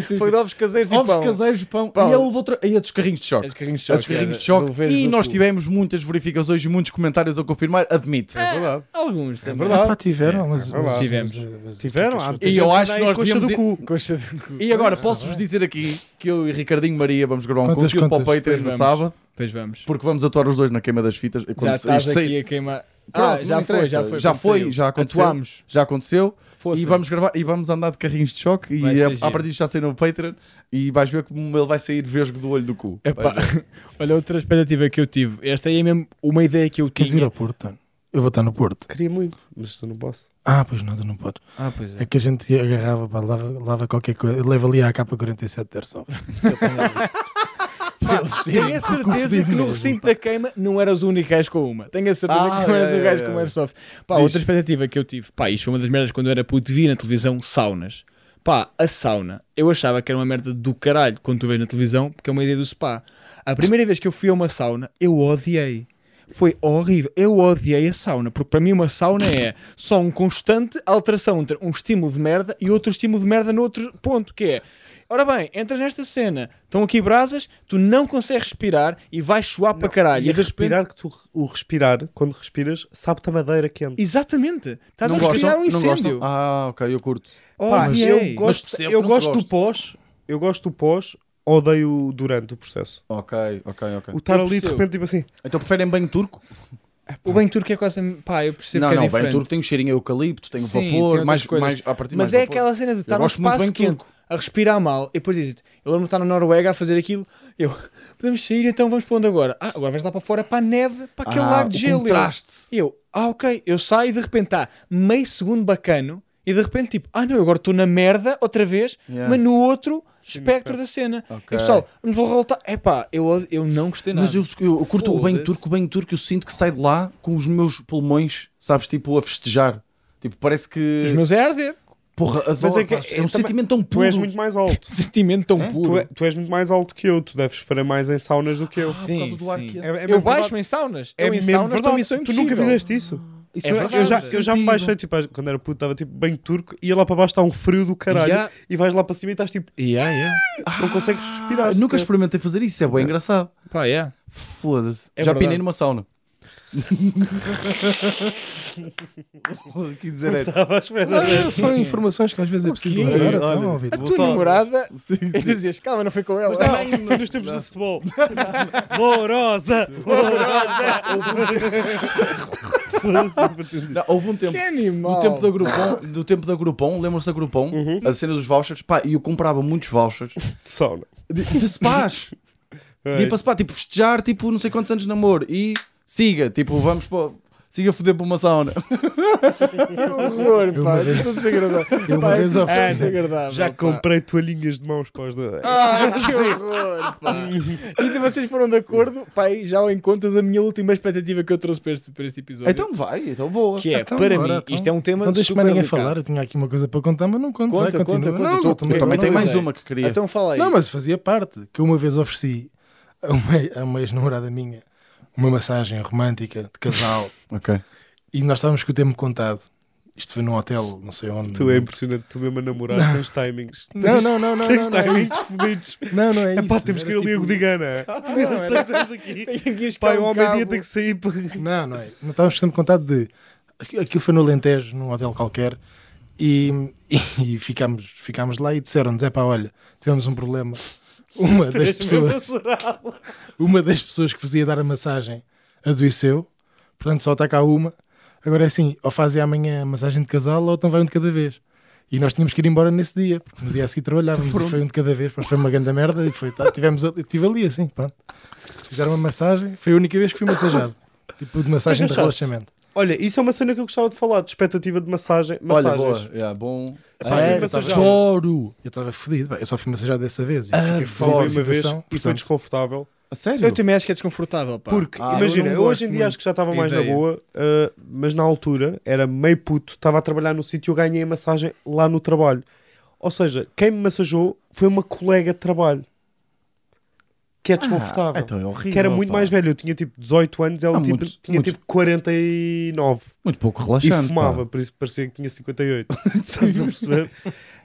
[SPEAKER 1] sim, sim,
[SPEAKER 3] Foi de
[SPEAKER 1] sim.
[SPEAKER 3] ovos
[SPEAKER 4] é
[SPEAKER 3] caseiros
[SPEAKER 1] Ovos
[SPEAKER 3] e pão.
[SPEAKER 1] caseiros, pão.
[SPEAKER 3] Pão.
[SPEAKER 1] E, a outra... e a dos carrinhos de choque.
[SPEAKER 3] Os carrinhos de
[SPEAKER 1] A
[SPEAKER 3] choque.
[SPEAKER 1] dos carrinhos
[SPEAKER 3] é.
[SPEAKER 1] de choque.
[SPEAKER 4] do verde
[SPEAKER 1] E
[SPEAKER 4] do
[SPEAKER 1] nós
[SPEAKER 4] cu.
[SPEAKER 1] tivemos muitas verificações e muitos comentários a confirmar, admite.
[SPEAKER 4] É verdade.
[SPEAKER 3] Alguns também.
[SPEAKER 4] verdade.
[SPEAKER 2] Pá, tiveram, mas.
[SPEAKER 4] verdade.
[SPEAKER 2] mas-
[SPEAKER 3] Tivemos.
[SPEAKER 2] mas- é mas-
[SPEAKER 4] Tiveram?
[SPEAKER 2] mas-
[SPEAKER 4] Há
[SPEAKER 1] E eu acho que nós
[SPEAKER 4] coxa
[SPEAKER 1] devíamos
[SPEAKER 4] do
[SPEAKER 1] ir-
[SPEAKER 4] cu.
[SPEAKER 3] Coxa de cu.
[SPEAKER 1] E agora, posso-vos dizer aqui que eu e Ricardinho Maria vamos gravar um
[SPEAKER 2] Quantas,
[SPEAKER 1] conteúdo para o
[SPEAKER 2] quantas?
[SPEAKER 1] Patreon no
[SPEAKER 3] Pois vamos.
[SPEAKER 1] sábado,
[SPEAKER 3] Pois vamos.
[SPEAKER 1] porque vamos atuar os dois na queima das fitas. Quando
[SPEAKER 3] Já
[SPEAKER 1] isto
[SPEAKER 3] estás
[SPEAKER 1] sair-
[SPEAKER 3] aqui a queimar.
[SPEAKER 1] Pronto,
[SPEAKER 3] ah, já
[SPEAKER 1] não
[SPEAKER 3] foi,
[SPEAKER 1] interessa.
[SPEAKER 3] já foi.
[SPEAKER 1] Já
[SPEAKER 3] quando
[SPEAKER 1] foi,
[SPEAKER 3] saiu.
[SPEAKER 1] já aconteceu.
[SPEAKER 3] Atuámos.
[SPEAKER 1] Já aconteceu.
[SPEAKER 3] Fosse.
[SPEAKER 1] E vamos gravar e vamos andar de carrinhos de choque
[SPEAKER 3] Vai
[SPEAKER 1] e
[SPEAKER 3] ser
[SPEAKER 1] a,
[SPEAKER 3] giro.
[SPEAKER 1] a partir disso já sair no Patreon e vais ver como ele vai sair vesgo do olho do cu.
[SPEAKER 3] Epá,
[SPEAKER 1] Vais ver.
[SPEAKER 3] olha, outra expectativa que eu tive. Esta aí é mesmo uma ideia que eu
[SPEAKER 2] Queres ir
[SPEAKER 3] tinha.
[SPEAKER 2] ao Porto, Tano? Eu vou estar no Porto.
[SPEAKER 4] Queria muito, mas tu não posso.
[SPEAKER 2] Ah, pois não, tu não podes.
[SPEAKER 3] Ah, pois
[SPEAKER 2] É que a gente agarrava, pá, lava, lava qualquer coisa, leva ali à capa 47 de Airsoft.
[SPEAKER 3] Tenho a certeza que no recinto da queima não eras o único gajo com uma. Tenho a certeza
[SPEAKER 1] Ah,
[SPEAKER 3] que não eras
[SPEAKER 1] é,
[SPEAKER 3] o gajo
[SPEAKER 1] é,
[SPEAKER 3] com
[SPEAKER 1] é.
[SPEAKER 3] uma airsoft. Pá,
[SPEAKER 1] Diz.
[SPEAKER 3] outra expectativa que eu tive, pá, isto foi uma das merdas quando eu era puto, vi na televisão saunas. Pá, a sauna, eu achava que era uma merda do caralho quando tu vês na televisão, porque é uma ideia do spa. A primeira vez que eu fui a uma sauna, eu odiei. Foi horrível. Eu odiei a sauna, porque para mim uma sauna é só um constante alteração entre um estímulo de merda e outro estímulo de merda no outro ponto, que é. Ora bem, entras nesta cena, estão aqui brasas, tu não consegues respirar e vais suar para caralho.
[SPEAKER 4] E
[SPEAKER 3] de repente-
[SPEAKER 4] respirar, que tu, o respirar, quando respiras, sabe-te a madeira quente.
[SPEAKER 3] Exatamente. Estás
[SPEAKER 1] Não
[SPEAKER 3] a respirar
[SPEAKER 1] gostam?
[SPEAKER 3] um
[SPEAKER 1] Não gostam?
[SPEAKER 3] incêndio.
[SPEAKER 1] Ah, ok, eu curto.
[SPEAKER 4] Pá,
[SPEAKER 3] Odiei.
[SPEAKER 4] eu
[SPEAKER 1] Mas
[SPEAKER 4] gosto,
[SPEAKER 1] percebo
[SPEAKER 4] eu
[SPEAKER 1] que não se
[SPEAKER 4] gosto do
[SPEAKER 1] goste.
[SPEAKER 4] pós, eu gosto do pós, odeio durante o processo.
[SPEAKER 1] Ok, ok, ok.
[SPEAKER 4] O estar
[SPEAKER 3] Eu
[SPEAKER 4] ali de
[SPEAKER 3] percebo.
[SPEAKER 4] repente, tipo assim,
[SPEAKER 1] Então preferem banho turco?
[SPEAKER 3] O banho turco é quase. Pá, eu percebo
[SPEAKER 1] não,
[SPEAKER 3] que é
[SPEAKER 1] não,
[SPEAKER 3] diferente.
[SPEAKER 1] banho turco tem um cheirinho a eucalipto, tem o
[SPEAKER 3] Sim, tem
[SPEAKER 1] vapor,
[SPEAKER 3] outras
[SPEAKER 1] mais,
[SPEAKER 3] coisas.
[SPEAKER 1] mais, a partir
[SPEAKER 3] Mas é aquela cena de estar num
[SPEAKER 1] gosto muito de
[SPEAKER 3] espaço
[SPEAKER 1] banho
[SPEAKER 3] quente, a respirar mal, e depois dizes, eu lembro-me de estar na Noruega a fazer aquilo, eu, podemos sair, então vamos para onde agora? Ah, agora vais lá para fora, para a neve, para aquele lago de gelo. Eu,
[SPEAKER 1] Ah, Contraste.
[SPEAKER 3] eu, ah, ok, eu saio e de repente está meio segundo bacano, e de repente tipo, ah não, eu agora estou na merda outra vez,
[SPEAKER 1] Yeah.
[SPEAKER 3] mas no outro espectro da cena.
[SPEAKER 1] Ok.
[SPEAKER 3] E pessoal, não vou voltar. Epá, eu, eu não gostei nada.
[SPEAKER 1] Mas eu, eu, eu curto o banho
[SPEAKER 3] Foda-se.
[SPEAKER 1] turco, o banho turco, eu sinto que sai de lá com os meus pulmões, sabes, tipo, a festejar. Tipo, parece que.
[SPEAKER 3] Os meus é a arder.
[SPEAKER 1] Porra, adoro,
[SPEAKER 4] é que-
[SPEAKER 1] pá, é,
[SPEAKER 4] é
[SPEAKER 1] um
[SPEAKER 4] também-
[SPEAKER 1] sentimento tão
[SPEAKER 4] tu
[SPEAKER 1] puro. Ah,
[SPEAKER 4] és muito mais alto.
[SPEAKER 3] Sentimento tão
[SPEAKER 4] Tu,
[SPEAKER 3] puro. Ah,
[SPEAKER 4] é- tu és muito mais alto que eu, tu deves fazer mais em saunas do que eu.
[SPEAKER 1] por causa do ar quente.
[SPEAKER 4] É- é mesmo
[SPEAKER 3] eu baixo
[SPEAKER 4] verdade.
[SPEAKER 3] em saunas.
[SPEAKER 4] É
[SPEAKER 3] eu em
[SPEAKER 4] mesmo
[SPEAKER 3] saunas
[SPEAKER 4] verdade.
[SPEAKER 3] também sou
[SPEAKER 4] Tu
[SPEAKER 3] impossível.
[SPEAKER 4] nunca fizeste isso?
[SPEAKER 1] Isso
[SPEAKER 3] É
[SPEAKER 1] é-
[SPEAKER 3] verdade.
[SPEAKER 4] eu, já, eu já me baixei, tipo, quando era puto, estava tipo banho turco, ia lá para baixo, está um frio do caralho,
[SPEAKER 3] Yeah.
[SPEAKER 4] e vais lá para cima e estás tipo,
[SPEAKER 3] Yeah, yeah.
[SPEAKER 4] não consegues respirar.
[SPEAKER 1] Ah, nunca
[SPEAKER 4] sequer.
[SPEAKER 1] experimentei fazer isso, é bem engraçado.
[SPEAKER 3] Pá, yeah.
[SPEAKER 1] Foda-se.
[SPEAKER 3] É
[SPEAKER 1] já
[SPEAKER 3] verdade.
[SPEAKER 1] pinei numa sauna. que dizer é.
[SPEAKER 4] Estava à espera.
[SPEAKER 2] Ah, São informações que às vezes é preciso
[SPEAKER 1] Ok,
[SPEAKER 2] lançar.
[SPEAKER 1] olha.
[SPEAKER 2] Então, ouvido.
[SPEAKER 3] A tua namorada. E tu dizias, calma, não foi com ela.
[SPEAKER 4] Não, nos tempos do futebol. Lourosa! Lourosa!
[SPEAKER 1] Não, houve um tempo.
[SPEAKER 3] Que animal.
[SPEAKER 1] Do tempo da Groupon, do tempo da Groupon, lembram-se da Groupon? A cena dos vouchers, pá, e eu comprava muitos vouchers
[SPEAKER 4] Sauna.
[SPEAKER 1] de, de spas. Dia para spa, tipo, festejar, tipo, não sei quantos anos de namoro. E siga, tipo, vamos para. Siga a foder para uma sauna.
[SPEAKER 3] horror,
[SPEAKER 2] Eu uma
[SPEAKER 3] pá.
[SPEAKER 2] vez-
[SPEAKER 3] Estou desagradável.
[SPEAKER 2] Eu uma
[SPEAKER 3] Pá,
[SPEAKER 2] vez
[SPEAKER 3] é
[SPEAKER 2] ofereci-
[SPEAKER 3] desagradável.
[SPEAKER 4] Já
[SPEAKER 3] pá.
[SPEAKER 4] comprei toalhinhas de mãos para os dois.
[SPEAKER 3] Ah, que horror, pá. E de vocês foram de acordo, pá, aí já em conta da minha última expectativa que eu trouxe para este, para este episódio.
[SPEAKER 1] Então vai, então boa.
[SPEAKER 3] que é,
[SPEAKER 2] Então,
[SPEAKER 3] para
[SPEAKER 2] bora,
[SPEAKER 3] mim,
[SPEAKER 2] então.
[SPEAKER 3] isto é um tema
[SPEAKER 2] Não
[SPEAKER 3] super
[SPEAKER 2] deixe-me ninguém
[SPEAKER 3] delicado.
[SPEAKER 2] falar, eu tinha aqui uma coisa para contar, mas não conto.
[SPEAKER 3] Conta, conta,
[SPEAKER 2] vai, continua.
[SPEAKER 3] conta.
[SPEAKER 2] Não,
[SPEAKER 3] Tô-
[SPEAKER 2] eu
[SPEAKER 1] Eu também
[SPEAKER 3] Não
[SPEAKER 1] tenho mais
[SPEAKER 3] sei.
[SPEAKER 1] uma que queria.
[SPEAKER 3] Então fala aí.
[SPEAKER 2] Não, mas fazia parte, que eu uma vez ofereci a uma, a uma ex-namorada minha uma massagem romântica de casal
[SPEAKER 1] Ok.
[SPEAKER 2] e nós estávamos com o tempo contado. Isto foi num hotel, não sei onde.
[SPEAKER 4] Tu é impressionante, tu mesmo a namorar, tens timings.
[SPEAKER 2] Não, não, não, não.
[SPEAKER 4] Tens
[SPEAKER 2] não, não, é
[SPEAKER 4] timings
[SPEAKER 2] isso.
[SPEAKER 4] fodidos.
[SPEAKER 2] não, não é isso.
[SPEAKER 4] É pá, temos que ir
[SPEAKER 2] Era
[SPEAKER 4] ali a
[SPEAKER 2] tipo-
[SPEAKER 4] Godigana. Não, tipo aqui. Pá,
[SPEAKER 3] Pai,
[SPEAKER 4] eu
[SPEAKER 3] o
[SPEAKER 4] ao
[SPEAKER 3] homem
[SPEAKER 4] meio-dia
[SPEAKER 3] dia
[SPEAKER 4] tenho que sair para.
[SPEAKER 2] Não, não é. Não estávamos sempre contado de. aqui- Aquilo foi no Alentejo, num hotel qualquer, e, e ficámos, ficámos lá e disseram-nos: é pá, olha, tivemos um problema. Uma das, pessoas, uma das pessoas que vos ia dar a massagem adoeceu, portanto só está cá uma. Agora é assim: ou fazem amanhã a massagem de casal, ou então vai um de cada vez. E nós tínhamos que ir embora nesse dia, porque no dia a seguir trabalhávamos e foi um de cada vez, pronto, foi uma grande merda e foi, tá, tivemos, ali- estive ali assim, pronto. Fizeram uma massagem, foi a única vez que fui massajado. Tipo de massagem de
[SPEAKER 4] Mas achaste?
[SPEAKER 2] relaxamento.
[SPEAKER 4] Olha, isso é uma cena que eu gostava de falar, de expectativa de massagem.
[SPEAKER 1] Olha,
[SPEAKER 4] Massagens.
[SPEAKER 1] boa. Yeah, bom.
[SPEAKER 4] Pá,
[SPEAKER 2] É,
[SPEAKER 4] fui
[SPEAKER 2] eu tava-
[SPEAKER 4] massajado.
[SPEAKER 2] adoro! Eu estava fodido, bem, eu só fui massajado dessa vez. E fiquei fodido
[SPEAKER 4] Foi
[SPEAKER 2] da
[SPEAKER 4] Ah, uma vez
[SPEAKER 2] situação,
[SPEAKER 4] e foi
[SPEAKER 2] portanto,
[SPEAKER 4] desconfortável.
[SPEAKER 1] A sério?
[SPEAKER 3] Eu também acho que é desconfortável, pá.
[SPEAKER 4] Porque,
[SPEAKER 1] Ah, eu
[SPEAKER 4] imagina,
[SPEAKER 1] não
[SPEAKER 4] eu hoje em
[SPEAKER 1] gosto
[SPEAKER 4] dia
[SPEAKER 1] muito.
[SPEAKER 4] acho que já estava mais na
[SPEAKER 3] Ideia.
[SPEAKER 4] boa, ah, mas na altura era meio puto, estava a trabalhar no sítio, eu ganhei a massagem lá no trabalho. Ou seja, quem me massajou foi uma colega de trabalho. Que é desconfortável.
[SPEAKER 1] então é horrível,
[SPEAKER 4] que era muito
[SPEAKER 1] pá.
[SPEAKER 4] mais velho. Eu tinha tipo 18 anos, ela
[SPEAKER 1] Ah,
[SPEAKER 4] tipo-
[SPEAKER 1] muito-
[SPEAKER 4] tinha
[SPEAKER 1] muito-
[SPEAKER 4] tipo 49.
[SPEAKER 1] Muito pouco
[SPEAKER 4] E
[SPEAKER 1] relaxante.
[SPEAKER 4] fumava,
[SPEAKER 1] pá.
[SPEAKER 4] por isso parecia que tinha 58. Estás a perceber?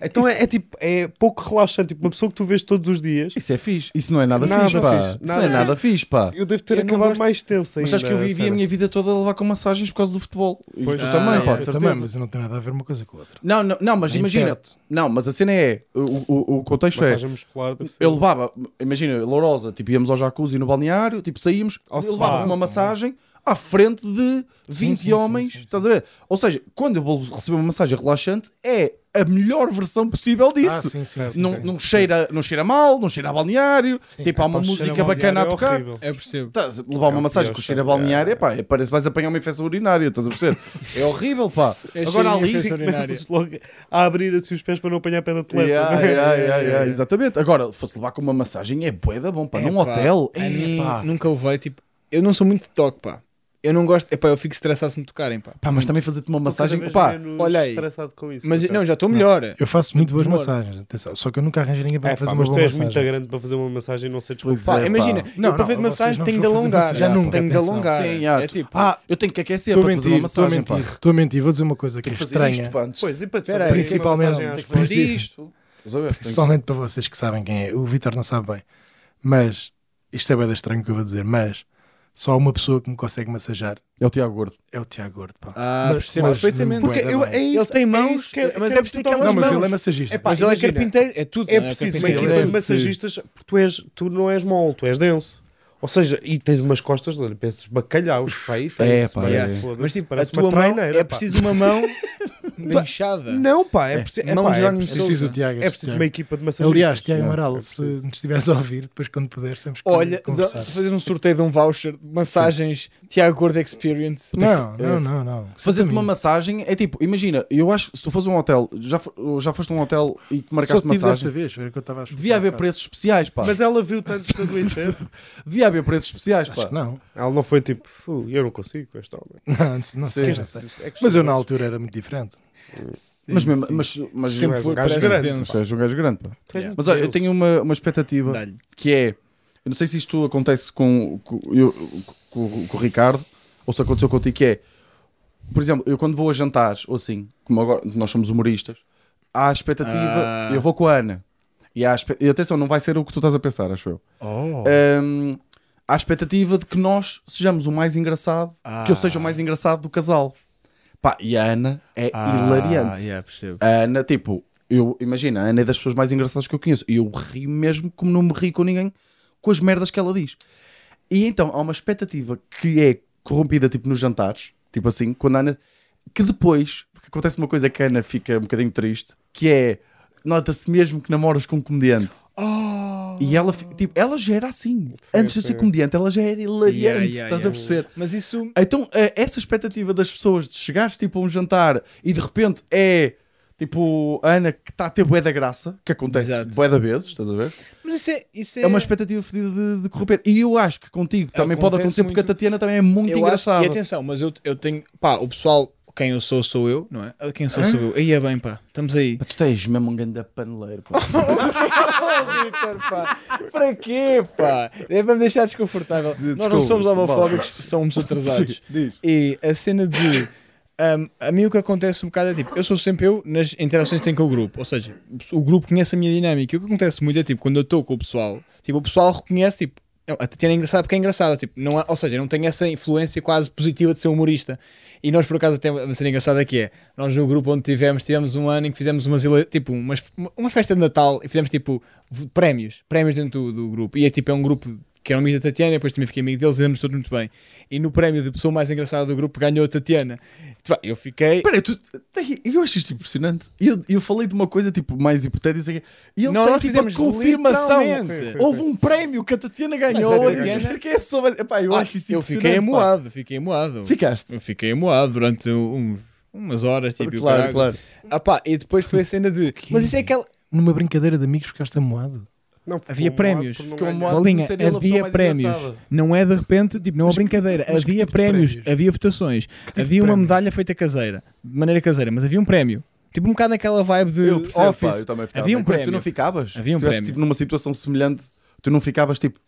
[SPEAKER 4] Então é, é tipo, é pouco relaxante. Tipo, uma pessoa que tu vês todos os dias,
[SPEAKER 1] Isso é fixe. Isso não é nada,
[SPEAKER 4] Nada
[SPEAKER 1] fixe, pá.
[SPEAKER 4] fixe,
[SPEAKER 1] Isso não é
[SPEAKER 4] nada.
[SPEAKER 1] nada fixe, pá.
[SPEAKER 4] eu devo ter
[SPEAKER 3] Eu não
[SPEAKER 4] acabado
[SPEAKER 3] gosto-
[SPEAKER 4] mais tensa
[SPEAKER 1] Mas acho que eu vivi a minha vida toda a levar com massagens por causa do futebol. E
[SPEAKER 4] Pois.
[SPEAKER 1] tu
[SPEAKER 3] Ah,
[SPEAKER 1] também,
[SPEAKER 3] é,
[SPEAKER 1] pá,
[SPEAKER 2] eu
[SPEAKER 1] de
[SPEAKER 2] também,
[SPEAKER 1] certeza.
[SPEAKER 2] mas eu não tenho nada a ver uma coisa com a outra.
[SPEAKER 1] Não, não, não, mas
[SPEAKER 2] Nem
[SPEAKER 1] imagina.
[SPEAKER 2] perto.
[SPEAKER 1] Não, mas a cena é. O, o, o contexto é.
[SPEAKER 4] Massagem muscular. deve ser.
[SPEAKER 1] Eu levava, imagina, Lourosa, tipo, íamos ao jacuzzi no balneário, tipo, saímos,
[SPEAKER 4] Ao
[SPEAKER 1] eu
[SPEAKER 4] spa.
[SPEAKER 1] levava uma massagem à frente de 20
[SPEAKER 2] sim, sim,
[SPEAKER 1] homens,
[SPEAKER 2] sim, sim.
[SPEAKER 1] estás a ver? Ou seja, quando eu vou receber uma massagem relaxante, é a melhor versão possível disso.
[SPEAKER 2] Ah, sim, sim, sim,
[SPEAKER 1] não,
[SPEAKER 2] sim.
[SPEAKER 1] não, cheira, não cheira mal, não cheira a balneário,
[SPEAKER 2] Sim.
[SPEAKER 1] tipo, há uma
[SPEAKER 4] Pá, cheira
[SPEAKER 1] música
[SPEAKER 4] mal
[SPEAKER 1] bacana a
[SPEAKER 4] diário, é
[SPEAKER 1] tocar.
[SPEAKER 4] horrível.
[SPEAKER 3] Eu percebo.
[SPEAKER 1] Estás a levar
[SPEAKER 2] É
[SPEAKER 1] uma massagem com cheiro a balneário, é pá, parece que vais apanhar uma infecção urinária, estás a perceber? É horrível, pá.
[SPEAKER 3] É
[SPEAKER 1] Agora
[SPEAKER 3] cheio de
[SPEAKER 1] ali,
[SPEAKER 3] infecção urinária.
[SPEAKER 4] Começas logo a abrir assim os pés para não apanhar pé de atleta.
[SPEAKER 1] Yeah,
[SPEAKER 4] não é?
[SPEAKER 1] yeah, yeah, yeah, Exatamente. Agora, fosse levar com uma massagem é boeda bom, pá. Num
[SPEAKER 3] É, pá.
[SPEAKER 1] hotel,
[SPEAKER 3] A mim,
[SPEAKER 1] é pá.
[SPEAKER 3] Nunca levei, tipo, eu não sou muito de toque, pá. Eu não gosto, é pá, eu fico estressado se me tocarem, pá.
[SPEAKER 1] Pá, mas também fazer-te uma
[SPEAKER 4] Cada
[SPEAKER 1] massagem,
[SPEAKER 4] vez
[SPEAKER 1] pá.
[SPEAKER 4] menos
[SPEAKER 3] olha aí.
[SPEAKER 4] estressado com isso.
[SPEAKER 3] Mas
[SPEAKER 4] por
[SPEAKER 3] então. não,
[SPEAKER 4] acaso.
[SPEAKER 3] já estou melhor.
[SPEAKER 2] Eu faço muito boas
[SPEAKER 3] Demora.
[SPEAKER 2] massagens, atenção, só que eu nunca arranjei ninguém para
[SPEAKER 4] É,
[SPEAKER 2] me fazer
[SPEAKER 4] pá,
[SPEAKER 2] uma
[SPEAKER 4] mas tu
[SPEAKER 2] boa
[SPEAKER 4] és
[SPEAKER 2] massagem.
[SPEAKER 4] muito grande para fazer uma massagem não ser
[SPEAKER 1] Pois
[SPEAKER 4] desculpa.
[SPEAKER 1] é,
[SPEAKER 3] Pá, imagina,
[SPEAKER 1] pá.
[SPEAKER 2] Não,
[SPEAKER 3] eu para
[SPEAKER 2] não,
[SPEAKER 3] ver de massagem
[SPEAKER 2] vocês
[SPEAKER 3] tenho
[SPEAKER 2] não
[SPEAKER 3] de
[SPEAKER 2] vão fazer
[SPEAKER 3] alongar.
[SPEAKER 2] massagem nunca,
[SPEAKER 3] tenho de
[SPEAKER 2] atenção.
[SPEAKER 3] alongar.
[SPEAKER 1] Sim, já,
[SPEAKER 3] é
[SPEAKER 1] tu-
[SPEAKER 3] tipo,
[SPEAKER 2] Ah,
[SPEAKER 1] Eu tenho que aquecer
[SPEAKER 2] estou
[SPEAKER 1] para
[SPEAKER 2] a
[SPEAKER 1] fazer uma
[SPEAKER 2] mentir, estou a
[SPEAKER 1] massagem, pá.
[SPEAKER 2] mentir, estou a mentir. Vou dizer uma coisa que é
[SPEAKER 1] Tenho que fazer isto,
[SPEAKER 2] estranha,
[SPEAKER 1] pá, antes.
[SPEAKER 4] Pois, e para te
[SPEAKER 3] Espera
[SPEAKER 4] fazer
[SPEAKER 3] aí,
[SPEAKER 4] principalmente,
[SPEAKER 2] principalmente-
[SPEAKER 4] uma massagem, às
[SPEAKER 1] Tenho que
[SPEAKER 4] costas?
[SPEAKER 1] fazer isto. Estás a ver?
[SPEAKER 2] principalmente para vocês que sabem quem é. O Vitor não sabe bem, mas isto é bem estranho o que eu vou dizer, mas só há uma pessoa que me consegue massajar
[SPEAKER 1] É o Tiago Gordo.
[SPEAKER 2] é o Tiago Gordo, pá.
[SPEAKER 3] Ah,
[SPEAKER 2] Mas-
[SPEAKER 3] percebo
[SPEAKER 2] mas
[SPEAKER 3] perfeitamente.
[SPEAKER 2] bué
[SPEAKER 3] Porque
[SPEAKER 2] da
[SPEAKER 3] eu-
[SPEAKER 1] é-
[SPEAKER 2] bem.
[SPEAKER 3] Ele tem mãos,
[SPEAKER 4] é isso que é-
[SPEAKER 3] mas
[SPEAKER 4] que
[SPEAKER 3] é
[SPEAKER 4] é
[SPEAKER 3] preciso
[SPEAKER 4] total-
[SPEAKER 3] aquelas
[SPEAKER 2] Não, mas
[SPEAKER 3] mãos.
[SPEAKER 2] ele é massagista.
[SPEAKER 4] É pá,
[SPEAKER 3] Mas ele é
[SPEAKER 4] imagina,
[SPEAKER 3] carpinteiro, é tudo.
[SPEAKER 4] É
[SPEAKER 3] não
[SPEAKER 4] preciso uma
[SPEAKER 3] Carpinteiro.
[SPEAKER 4] equipa de
[SPEAKER 1] Sim.
[SPEAKER 4] massagistas, porque tu, és, tu não és mole, tu és denso. Ou seja, e tens umas costas, olha, pensas bacalhaus, pá, aí tens,
[SPEAKER 1] É, pá,
[SPEAKER 4] parece,
[SPEAKER 1] é.
[SPEAKER 4] foda-se,
[SPEAKER 3] Mas tipo, a
[SPEAKER 4] parece
[SPEAKER 3] tua
[SPEAKER 4] uma
[SPEAKER 3] mão
[SPEAKER 4] traineira,
[SPEAKER 3] é
[SPEAKER 4] pá.
[SPEAKER 3] preciso uma mão de inchada.
[SPEAKER 4] Não, pá, é, preciso... É,
[SPEAKER 3] Mão
[SPEAKER 4] pá, é,
[SPEAKER 3] Jerónimo
[SPEAKER 2] É
[SPEAKER 4] preciso,
[SPEAKER 2] preciso o
[SPEAKER 3] Sousa.
[SPEAKER 2] Tiago.
[SPEAKER 4] é preciso
[SPEAKER 2] Tiago.
[SPEAKER 4] uma equipa de massagistas.
[SPEAKER 2] Aliás, Tiago
[SPEAKER 1] É,
[SPEAKER 2] Amaral,
[SPEAKER 1] é
[SPEAKER 2] se
[SPEAKER 1] preciso.
[SPEAKER 2] nos estiveres a ouvir, depois quando puderes, temos que
[SPEAKER 3] Olha, dá-
[SPEAKER 2] conversar.
[SPEAKER 3] fazer um sorteio de um voucher de massagens Tiago Gordo Experience.
[SPEAKER 2] Não,
[SPEAKER 1] eh,
[SPEAKER 2] não, não, não.
[SPEAKER 1] Fazer-te
[SPEAKER 2] Sim,
[SPEAKER 1] uma massagem é tipo, imagina, eu acho que se tu fores a um hotel, já, fo- já foste a um hotel e que marcaste
[SPEAKER 2] Só tive Ah, dessa
[SPEAKER 1] massagem,
[SPEAKER 2] vez, era o que eu estava a explicar
[SPEAKER 1] devia haver
[SPEAKER 2] há bocado.
[SPEAKER 1] preços especiais, pá.
[SPEAKER 4] Mas ela viu tanto de adoecer.
[SPEAKER 1] Devia haver preços especiais,
[SPEAKER 2] Acho
[SPEAKER 1] pá.
[SPEAKER 2] que não.
[SPEAKER 4] "Ah, ela não foi tipo, "Fu, eu não consigo com este homem.
[SPEAKER 2] Não, não sei,
[SPEAKER 1] Sim.
[SPEAKER 2] não sei. Mas eu na altura era muito diferente.
[SPEAKER 1] Mas
[SPEAKER 3] Sim,
[SPEAKER 1] mesmo,
[SPEAKER 3] sim.
[SPEAKER 1] mas, mas é
[SPEAKER 3] sempre
[SPEAKER 4] és
[SPEAKER 3] foi
[SPEAKER 4] um gajo
[SPEAKER 3] parece
[SPEAKER 4] grande,
[SPEAKER 3] denso.
[SPEAKER 1] Tu és um gajo grande, pá.
[SPEAKER 3] Yeah.
[SPEAKER 1] Mas olha, eu tenho uma, uma expectativa
[SPEAKER 3] Dá-lhe.
[SPEAKER 1] que é. Eu não sei se isto acontece com, com, eu- com- com o Ricardo ou se aconteceu contigo, que é. Por exemplo, eu quando vou a jantares, ou assim, como agora nós somos humoristas, há a expectativa.
[SPEAKER 3] Ah.
[SPEAKER 1] Eu vou com a Ana. E, há a expe- e atenção, não vai ser o que tu estás a pensar, acho eu.
[SPEAKER 3] Oh.
[SPEAKER 1] Hum, há a expectativa de que nós sejamos o mais engraçado, que eu
[SPEAKER 3] Ah.
[SPEAKER 1] seja o mais engraçado do casal. Pá, e a Ana é hilariante.
[SPEAKER 3] Ah, yeah, percebo.
[SPEAKER 1] A Ana, tipo, eu imagina, a Ana é das pessoas mais engraçadas que eu conheço. E eu ri mesmo como não me ri com ninguém com as merdas que ela diz. E então há uma expectativa que é corrompida, tipo, nos jantares, tipo assim, quando a Ana. Que depois que acontece uma coisa que a Ana fica um bocadinho triste, que é nota-se mesmo que namoras com um comediante.
[SPEAKER 3] Oh.
[SPEAKER 1] E ela, fi- tipo, ela já era assim.
[SPEAKER 4] Foi,
[SPEAKER 1] Antes de eu ser
[SPEAKER 4] foi.
[SPEAKER 1] comediante, ela já era hilariante.
[SPEAKER 3] Yeah, yeah,
[SPEAKER 1] estás
[SPEAKER 3] yeah.
[SPEAKER 1] a perceber?
[SPEAKER 3] Mas isso.
[SPEAKER 1] Então, eh, essa expectativa das pessoas de chegares tipo a um jantar e de repente é tipo a Ana que está a ter bué da graça, que acontece
[SPEAKER 3] Exato.
[SPEAKER 1] bué da vezes, estás a ver?
[SPEAKER 3] Mas isso é. Isso é...
[SPEAKER 1] É uma expectativa fodida de, de corromper. E eu acho que contigo também pode
[SPEAKER 3] Acontece
[SPEAKER 1] acontecer porque a
[SPEAKER 3] muito.
[SPEAKER 1] Tatiana também é muito
[SPEAKER 3] eu acho,
[SPEAKER 1] engraçada.
[SPEAKER 3] E atenção, mas eu, eu tenho. Pá, o pessoal, quem eu sou, sou eu, não é? Quem sou, sou eu. Aí é bem, pá. Estamos aí.
[SPEAKER 1] Pá, Tu tens mesmo um grande paneleiro. pá.
[SPEAKER 3] Vitor, pá. Para quê, pá? Vamos deixar desconfortável. Nós
[SPEAKER 1] Desculpa,
[SPEAKER 3] não somos
[SPEAKER 1] desculpa.
[SPEAKER 3] homofóbicos, somos atrasados. E a cena de. hum, a mim o que acontece um bocado é tipo, eu sou sempre eu nas interações que tenho com o grupo, ou seja, o grupo conhece a minha dinâmica. E o que acontece muito é tipo, quando eu estou com o pessoal, tipo, o pessoal reconhece, tipo, não, a Tatiana é engraçada porque é engraçada, tipo, não há- ou seja, não tem essa influência quase positiva de ser humorista. E nós, por acaso, temos uma cena engraçada que é: nós no grupo onde tivemos, tivemos um ano em que fizemos umas, ele- tipo, umas, uma festa de Natal e fizemos tipo v- prémios, prémios dentro do, do grupo. E é tipo, é um grupo que era amigo da Tatiana, depois também fiquei amigo deles e demos tudo muito bem. E no prémio de pessoa mais engraçada do grupo ganhou a Tatiana. Tipo, Eu fiquei.
[SPEAKER 1] Espera, aí, tu, daí- eu acho isto impressionante. Eu, eu falei de uma coisa tipo mais hipotética não sei o quê. e ele
[SPEAKER 3] Não,
[SPEAKER 1] tem tipo,
[SPEAKER 3] nós
[SPEAKER 1] a
[SPEAKER 3] fizemos
[SPEAKER 1] confirmação.
[SPEAKER 3] literalmente. Foi, foi,
[SPEAKER 1] Houve um prémio que a Tatiana ganhou
[SPEAKER 3] Mas a
[SPEAKER 1] a
[SPEAKER 3] Tatiana-
[SPEAKER 1] dizer que é só. mais- Epá, eu
[SPEAKER 3] Ah,
[SPEAKER 1] acho isso
[SPEAKER 3] eu fiquei
[SPEAKER 1] impressionante, pá.
[SPEAKER 3] amoado, fiquei amoado.
[SPEAKER 1] Ficaste.
[SPEAKER 3] Eu fiquei amoado durante uns, umas horas, tipo, e o
[SPEAKER 1] claro,
[SPEAKER 3] caralho.
[SPEAKER 1] claro.
[SPEAKER 3] Ah pá, e depois foi a cena de. Mas isso é aquela.
[SPEAKER 2] Numa brincadeira de amigos ficaste amoado.
[SPEAKER 4] Não, ficou
[SPEAKER 3] Havia
[SPEAKER 4] moado
[SPEAKER 3] prémios.
[SPEAKER 4] por não
[SPEAKER 1] Ficou
[SPEAKER 4] ganhar.
[SPEAKER 1] moado.
[SPEAKER 3] Bolinha,
[SPEAKER 1] por ser ele a pessoa
[SPEAKER 3] havia
[SPEAKER 1] mais
[SPEAKER 3] prémios.
[SPEAKER 1] engraçada.
[SPEAKER 3] Não é de repente, tipo, não é uma brincadeira.
[SPEAKER 2] mas que
[SPEAKER 3] havia
[SPEAKER 2] tipo de
[SPEAKER 3] prémios, tipo
[SPEAKER 2] prémios?
[SPEAKER 3] havia votações,
[SPEAKER 2] de
[SPEAKER 3] havia uma
[SPEAKER 2] prémios?
[SPEAKER 3] medalha feita caseira, de maneira caseira, mas havia um prémio. Tipo, um bocado naquela vibe de
[SPEAKER 1] Eu percebo,
[SPEAKER 3] Eh, office.
[SPEAKER 1] pá, eu também ficava.
[SPEAKER 3] Havia um
[SPEAKER 1] Mas
[SPEAKER 3] prémio.
[SPEAKER 1] Tu não ficavas?
[SPEAKER 3] Havia
[SPEAKER 1] Se
[SPEAKER 3] um
[SPEAKER 1] tivesse,
[SPEAKER 3] prémio.
[SPEAKER 1] tipo numa situação semelhante, tu não ficavas tipo.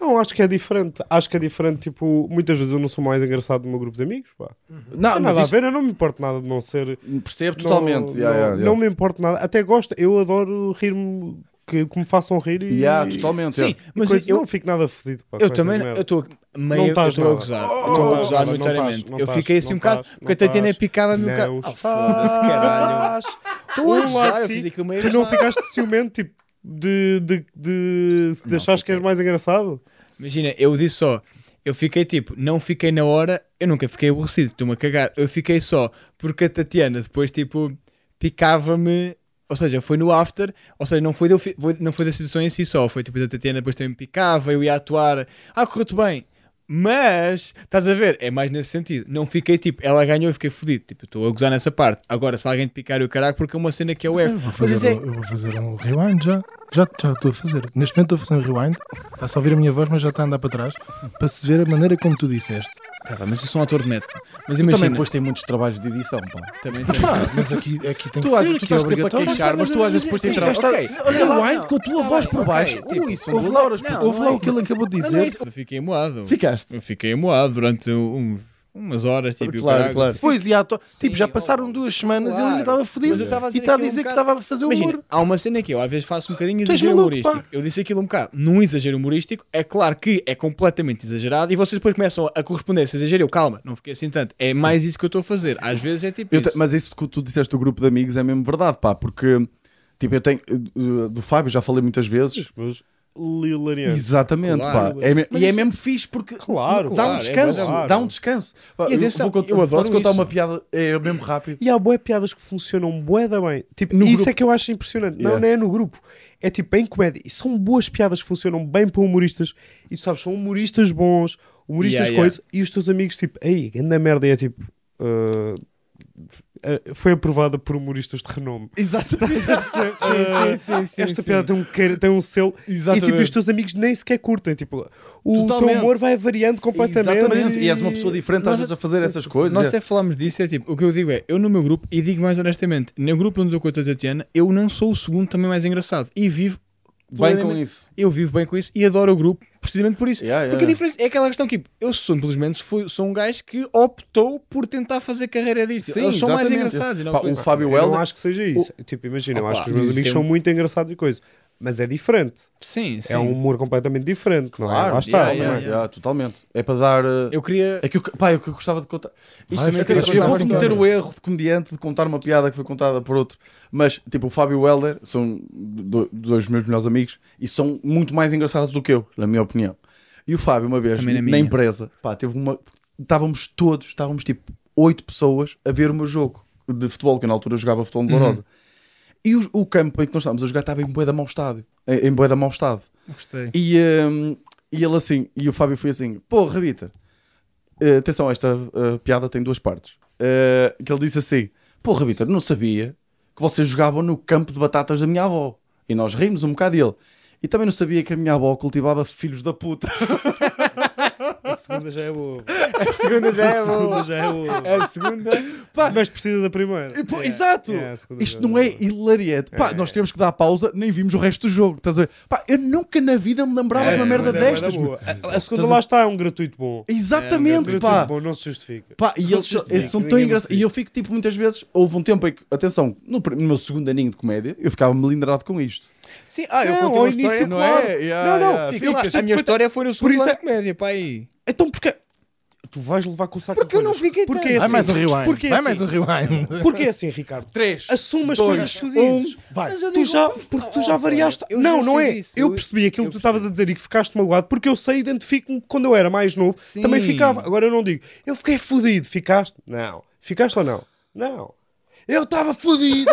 [SPEAKER 4] Não, acho que é diferente. Acho que é diferente, tipo, muitas vezes eu não sou mais engraçado do meu grupo de amigos, pá.
[SPEAKER 1] Não,
[SPEAKER 4] Não,
[SPEAKER 1] Ah, mas
[SPEAKER 4] nada a
[SPEAKER 1] isso
[SPEAKER 4] ver, eu não me importo nada de não ser.
[SPEAKER 1] percebo
[SPEAKER 4] não-
[SPEAKER 1] totalmente.
[SPEAKER 4] Não,
[SPEAKER 1] yeah, yeah, yeah.
[SPEAKER 4] não me importo nada. Até gosto, eu adoro rir-me, que, que me façam rir e.
[SPEAKER 1] Yeah,
[SPEAKER 4] e
[SPEAKER 1] totalmente.
[SPEAKER 3] Sim,
[SPEAKER 1] yeah.
[SPEAKER 3] mas
[SPEAKER 4] coisa-
[SPEAKER 3] eu,
[SPEAKER 4] não fico nada fodido, pá.
[SPEAKER 3] Eu
[SPEAKER 4] com
[SPEAKER 3] também,
[SPEAKER 4] essas
[SPEAKER 3] eu
[SPEAKER 4] merdas.
[SPEAKER 3] estou meio, eu
[SPEAKER 4] estás
[SPEAKER 3] estou a
[SPEAKER 4] nada. Oh,
[SPEAKER 3] gozar, eu estou a
[SPEAKER 4] não
[SPEAKER 3] gozar
[SPEAKER 4] estás,
[SPEAKER 3] notoriamente.
[SPEAKER 4] não
[SPEAKER 3] Eu
[SPEAKER 4] estás,
[SPEAKER 3] fiquei assim um
[SPEAKER 4] não
[SPEAKER 3] bocado,
[SPEAKER 4] estás,
[SPEAKER 3] porque a
[SPEAKER 4] não
[SPEAKER 3] Tatiana
[SPEAKER 4] estás.
[SPEAKER 3] picava-me um bocado.
[SPEAKER 4] Não
[SPEAKER 3] Ah,
[SPEAKER 4] estás.
[SPEAKER 3] foda-se, caralho. Estou a
[SPEAKER 4] Eu
[SPEAKER 3] gozar, eu
[SPEAKER 4] um lati-
[SPEAKER 3] fiz aquilo meio
[SPEAKER 4] Tu não
[SPEAKER 3] errado.
[SPEAKER 4] ficaste ciumento, tipo, de, de, de, de
[SPEAKER 3] Não,
[SPEAKER 4] achares que és
[SPEAKER 3] fiquei.
[SPEAKER 4] mais engraçado?
[SPEAKER 3] Imagina, eu disse só, eu fiquei tipo, não fiquei na hora, eu nunca fiquei aborrecido, estou-me a cagar. Eu fiquei só porque a Tatiana depois, tipo, picava-me. Ou seja, foi no after, ou seja, não foi, da, não foi da situação em si só, foi tipo da Tatiana, depois também me picava, eu ia atuar, ah, correu-te bem, mas estás a ver, é mais nesse sentido. Não fiquei tipo, ela ganhou e fiquei fodido, tipo, estou a gozar nessa parte. Agora, se alguém te picar, eu caraca, porque é uma cena que é o ego.
[SPEAKER 2] Eu vou
[SPEAKER 3] Mas isso
[SPEAKER 2] fazer,
[SPEAKER 3] é,
[SPEAKER 2] um- eu vou fazer um rewind já. Já já estou a fazer. Neste momento estou a fazer um rewind. Está-se a ouvir a minha voz, mas já está a andar para trás. Para se ver a maneira como tu disseste.
[SPEAKER 3] Tá bem, mas eu sou um ator de método. Mas
[SPEAKER 1] Tu
[SPEAKER 3] imagina,
[SPEAKER 1] também depois tem muitos trabalhos de edição, pá.
[SPEAKER 3] também
[SPEAKER 2] Pá, mas aqui, aqui tem que
[SPEAKER 1] Tu, às-
[SPEAKER 2] ser.
[SPEAKER 1] tu
[SPEAKER 2] que é
[SPEAKER 1] estás sempre a
[SPEAKER 2] obrigatório.
[SPEAKER 1] queixar, mas tu às vezes depois tens trabalho. Rewind com a tua voz por baixo. Ui, isso Houve lá horas- houve lá o que ele acabou de dizer.
[SPEAKER 3] Eu fiquei moado.
[SPEAKER 1] Ficaste.
[SPEAKER 3] Eu fiquei moado durante um, uns, umas horas, tipo,
[SPEAKER 1] Claro, claro.
[SPEAKER 2] Pois, e à toa-
[SPEAKER 3] Sim,
[SPEAKER 2] tipo, já
[SPEAKER 3] oh,
[SPEAKER 2] passaram duas semanas e ele ainda
[SPEAKER 3] claro.
[SPEAKER 2] estava fodido.
[SPEAKER 3] Mas eu estava a
[SPEAKER 2] E
[SPEAKER 3] dizer
[SPEAKER 2] está a
[SPEAKER 3] aquilo
[SPEAKER 2] dizer
[SPEAKER 3] um
[SPEAKER 2] que
[SPEAKER 3] bocado-
[SPEAKER 2] estava a fazer
[SPEAKER 3] Imagina,
[SPEAKER 2] humor.
[SPEAKER 3] há uma cena que eu às vezes faço um bocadinho
[SPEAKER 2] Tu és
[SPEAKER 3] exagero
[SPEAKER 2] maluco,
[SPEAKER 3] humorístico.
[SPEAKER 2] pá.
[SPEAKER 3] Eu disse aquilo um bocado num exagero humorístico. É claro que é completamente exagerado e vocês depois começam a corresponder a esse exagero. Eu, calma, não fiquei assim tanto. É mais isso que eu estou a fazer. Às vezes é tipo
[SPEAKER 1] Eu te-
[SPEAKER 3] isso.
[SPEAKER 1] mas isso que tu disseste do grupo de amigos é mesmo verdade, pá, porque tipo, eu tenho uh, do Fábio já falei muitas vezes.
[SPEAKER 4] Os meus lilarianos.
[SPEAKER 1] Exatamente,
[SPEAKER 3] Claro.
[SPEAKER 1] pá. É me-
[SPEAKER 3] Mas
[SPEAKER 1] e é
[SPEAKER 3] isso-
[SPEAKER 1] mesmo fixe porque
[SPEAKER 4] Claro,
[SPEAKER 1] dá um
[SPEAKER 3] claro, é
[SPEAKER 1] descanso,
[SPEAKER 4] verdade.
[SPEAKER 1] dá um descanso. Pá,
[SPEAKER 3] E
[SPEAKER 1] eu
[SPEAKER 3] atenção,
[SPEAKER 1] vou cont-
[SPEAKER 3] eu
[SPEAKER 1] eu
[SPEAKER 3] adoro
[SPEAKER 1] posso contar
[SPEAKER 3] isso.
[SPEAKER 1] uma piada, é mesmo rápido.
[SPEAKER 4] E há bué piadas que funcionam bué da bem. Tipo,
[SPEAKER 1] No
[SPEAKER 4] isso
[SPEAKER 1] grupo.
[SPEAKER 4] é que eu acho impressionante. Não,
[SPEAKER 1] Yeah.
[SPEAKER 4] não é no grupo. É tipo em comédia. E são boas piadas que funcionam bem para humoristas. E sabes, são humoristas bons, humoristas
[SPEAKER 3] Yeah, yeah.
[SPEAKER 4] coisas. E os teus amigos, tipo, ei, anda merda. E é tipo... "Ah, ah, foi aprovada por humoristas de renome.
[SPEAKER 3] tipo,
[SPEAKER 1] Exatamente.
[SPEAKER 4] Ah, Esta piada Tem, um, queira- tem um selo. E tipo, os teus amigos nem sequer curtem. Tipo, o
[SPEAKER 1] Totalmente.
[SPEAKER 4] teu humor vai variando completamente.
[SPEAKER 1] Exatamente. E és uma pessoa diferente às
[SPEAKER 3] é Nós-
[SPEAKER 1] vezes a fazer essas coisas.
[SPEAKER 3] Nós
[SPEAKER 1] é.
[SPEAKER 3] até falámos disso, é tipo, o que eu digo é, eu no meu grupo, e digo mais honestamente, no grupo onde eu estou com a Tatiana, eu não sou o segundo também mais engraçado. E vivo
[SPEAKER 1] Bem com
[SPEAKER 3] plenamente-
[SPEAKER 1] isso.
[SPEAKER 3] Eu vivo bem com isso e adoro o grupo, precisamente por isso.
[SPEAKER 1] Yeah,
[SPEAKER 3] Porque a
[SPEAKER 1] yeah.
[SPEAKER 3] diferença é aquela questão que tipo, eu simplesmente fui, sou um gajo que optou por tentar fazer carreira disto.
[SPEAKER 1] Sim,
[SPEAKER 3] Eles são mais
[SPEAKER 1] exatamente.
[SPEAKER 3] engraçados. e não
[SPEAKER 1] Pá,
[SPEAKER 3] coisa.
[SPEAKER 1] o Fábio
[SPEAKER 4] Eu não
[SPEAKER 1] Helder
[SPEAKER 4] acho que seja isso. Tipo, imagina, eu
[SPEAKER 3] Opa,
[SPEAKER 4] acho que os meus
[SPEAKER 3] tem
[SPEAKER 4] amigos
[SPEAKER 3] um-
[SPEAKER 4] são muito engraçados e coisa. Mas é diferente.
[SPEAKER 3] Sim, sim.
[SPEAKER 4] É um humor completamente diferente. não é?
[SPEAKER 1] Claro,
[SPEAKER 4] Lá está.
[SPEAKER 1] yeah,
[SPEAKER 4] não é?
[SPEAKER 1] yeah, yeah, totalmente. É para dar. uh,
[SPEAKER 3] Eu queria.
[SPEAKER 1] É que eu, pá, é o que eu gostava de contar. Isto
[SPEAKER 2] Vai,
[SPEAKER 1] também
[SPEAKER 2] fica
[SPEAKER 1] tem-
[SPEAKER 2] a
[SPEAKER 1] eu
[SPEAKER 2] contar
[SPEAKER 1] vou
[SPEAKER 2] a
[SPEAKER 1] cometer
[SPEAKER 2] história.
[SPEAKER 1] o erro de comediante de contar uma piada que foi contada por outro, mas tipo, o Fábio e o Helder são do- dois meus melhores amigos e são muito mais engraçados do que eu, na minha opinião. E o Fábio, uma vez,
[SPEAKER 3] Também na
[SPEAKER 1] na,
[SPEAKER 3] minha.
[SPEAKER 1] empresa, pá, teve uma. Estávamos todos,
[SPEAKER 3] Uhum.
[SPEAKER 1] estávamos tipo oito pessoas a ver o meu jogo de futebol, que eu na altura jogava futebol de Lourosa. E os- o campo em que nós estávamos a jogar estava em boeda mau estado. Em, em bué de mau estado.
[SPEAKER 3] Gostei.
[SPEAKER 1] E, hum, e ele assim, e o Fábio foi assim: Pô, Rabita, eh, atenção, esta eh, piada tem duas partes. Eh, que ele disse assim: Pô, Rabita, não sabia que vocês jogavam no campo de batatas da minha avó. E nós rimos um bocado dele. E também não sabia que a minha avó cultivava filhos da puta.
[SPEAKER 4] A segunda já é boa.
[SPEAKER 3] A segunda já
[SPEAKER 4] A
[SPEAKER 3] é
[SPEAKER 4] segunda
[SPEAKER 3] boa.
[SPEAKER 4] já é boa.
[SPEAKER 3] A segunda.
[SPEAKER 4] Mas precisa da primeira.
[SPEAKER 1] E, pô, Exato!
[SPEAKER 4] É, a segunda
[SPEAKER 1] Isto
[SPEAKER 4] já
[SPEAKER 1] não é
[SPEAKER 4] boa.
[SPEAKER 1] hilariante. Pá, nós temos que dar pausa, nem vimos o resto do jogo. Estás a ver? Pá, eu nunca na vida me lembrava
[SPEAKER 3] É,
[SPEAKER 1] de uma
[SPEAKER 3] a
[SPEAKER 1] merda
[SPEAKER 3] segunda é bué
[SPEAKER 1] destas.
[SPEAKER 4] Era
[SPEAKER 1] meu.
[SPEAKER 4] boa. A, a segunda lá está, é um gratuito bom. Um
[SPEAKER 1] Exatamente,
[SPEAKER 4] gratuito
[SPEAKER 1] pá.
[SPEAKER 4] bom, não se justifica.
[SPEAKER 1] Pá, e eles,
[SPEAKER 3] Vocês
[SPEAKER 1] eles
[SPEAKER 3] têm
[SPEAKER 1] são
[SPEAKER 3] né? que
[SPEAKER 1] tão
[SPEAKER 3] ninguém
[SPEAKER 1] engraçados.
[SPEAKER 3] me
[SPEAKER 1] E eu fico, tipo, muitas vezes, houve um tempo em que, atenção, no, pr- no meu segundo aninho de comédia, eu ficava melindrado com isto.
[SPEAKER 3] Sim, ah, eu
[SPEAKER 4] Não,
[SPEAKER 3] conto
[SPEAKER 4] ao
[SPEAKER 3] uma história.
[SPEAKER 4] início,
[SPEAKER 3] Não
[SPEAKER 4] claro.
[SPEAKER 3] é?
[SPEAKER 1] Yeah,
[SPEAKER 4] não,
[SPEAKER 1] yeah.
[SPEAKER 3] Fica
[SPEAKER 1] Eu
[SPEAKER 3] lá,
[SPEAKER 4] assim,
[SPEAKER 1] percebo
[SPEAKER 3] a minha
[SPEAKER 1] perfeita-
[SPEAKER 3] história foi no
[SPEAKER 1] Por
[SPEAKER 3] segundo
[SPEAKER 1] isso
[SPEAKER 3] ano
[SPEAKER 1] é-
[SPEAKER 3] de comédia, pá aí.
[SPEAKER 1] Então, porque.
[SPEAKER 4] Tu vais levar com o saco
[SPEAKER 3] Porque eu não fiquei
[SPEAKER 4] Porque
[SPEAKER 3] tanto.
[SPEAKER 4] é
[SPEAKER 2] Vai
[SPEAKER 4] assim,
[SPEAKER 2] mais um rewind.
[SPEAKER 4] Porque é
[SPEAKER 2] Vai
[SPEAKER 4] assim.
[SPEAKER 2] mais um rewind.
[SPEAKER 4] Porque é assim, Ricardo.
[SPEAKER 1] 3.
[SPEAKER 4] Assume as
[SPEAKER 1] Dois,
[SPEAKER 4] coisas que tu dizes.
[SPEAKER 2] Vai.
[SPEAKER 3] Mas eu
[SPEAKER 4] Tu
[SPEAKER 3] digo-
[SPEAKER 4] já, porque tu já
[SPEAKER 3] Oh,
[SPEAKER 4] variaste.
[SPEAKER 3] eu
[SPEAKER 4] não,
[SPEAKER 3] já
[SPEAKER 4] não
[SPEAKER 3] sei
[SPEAKER 4] é.
[SPEAKER 3] disso.
[SPEAKER 4] Eu percebi aquilo
[SPEAKER 3] eu
[SPEAKER 4] que tu estavas a dizer e que ficaste magoado, porque eu sei, identifico-me quando eu era mais novo,
[SPEAKER 3] Sim.
[SPEAKER 4] também ficava. Agora eu não digo, eu fiquei fodido, ficaste? Não. Ficaste ou não? Não. Eu estava fodido.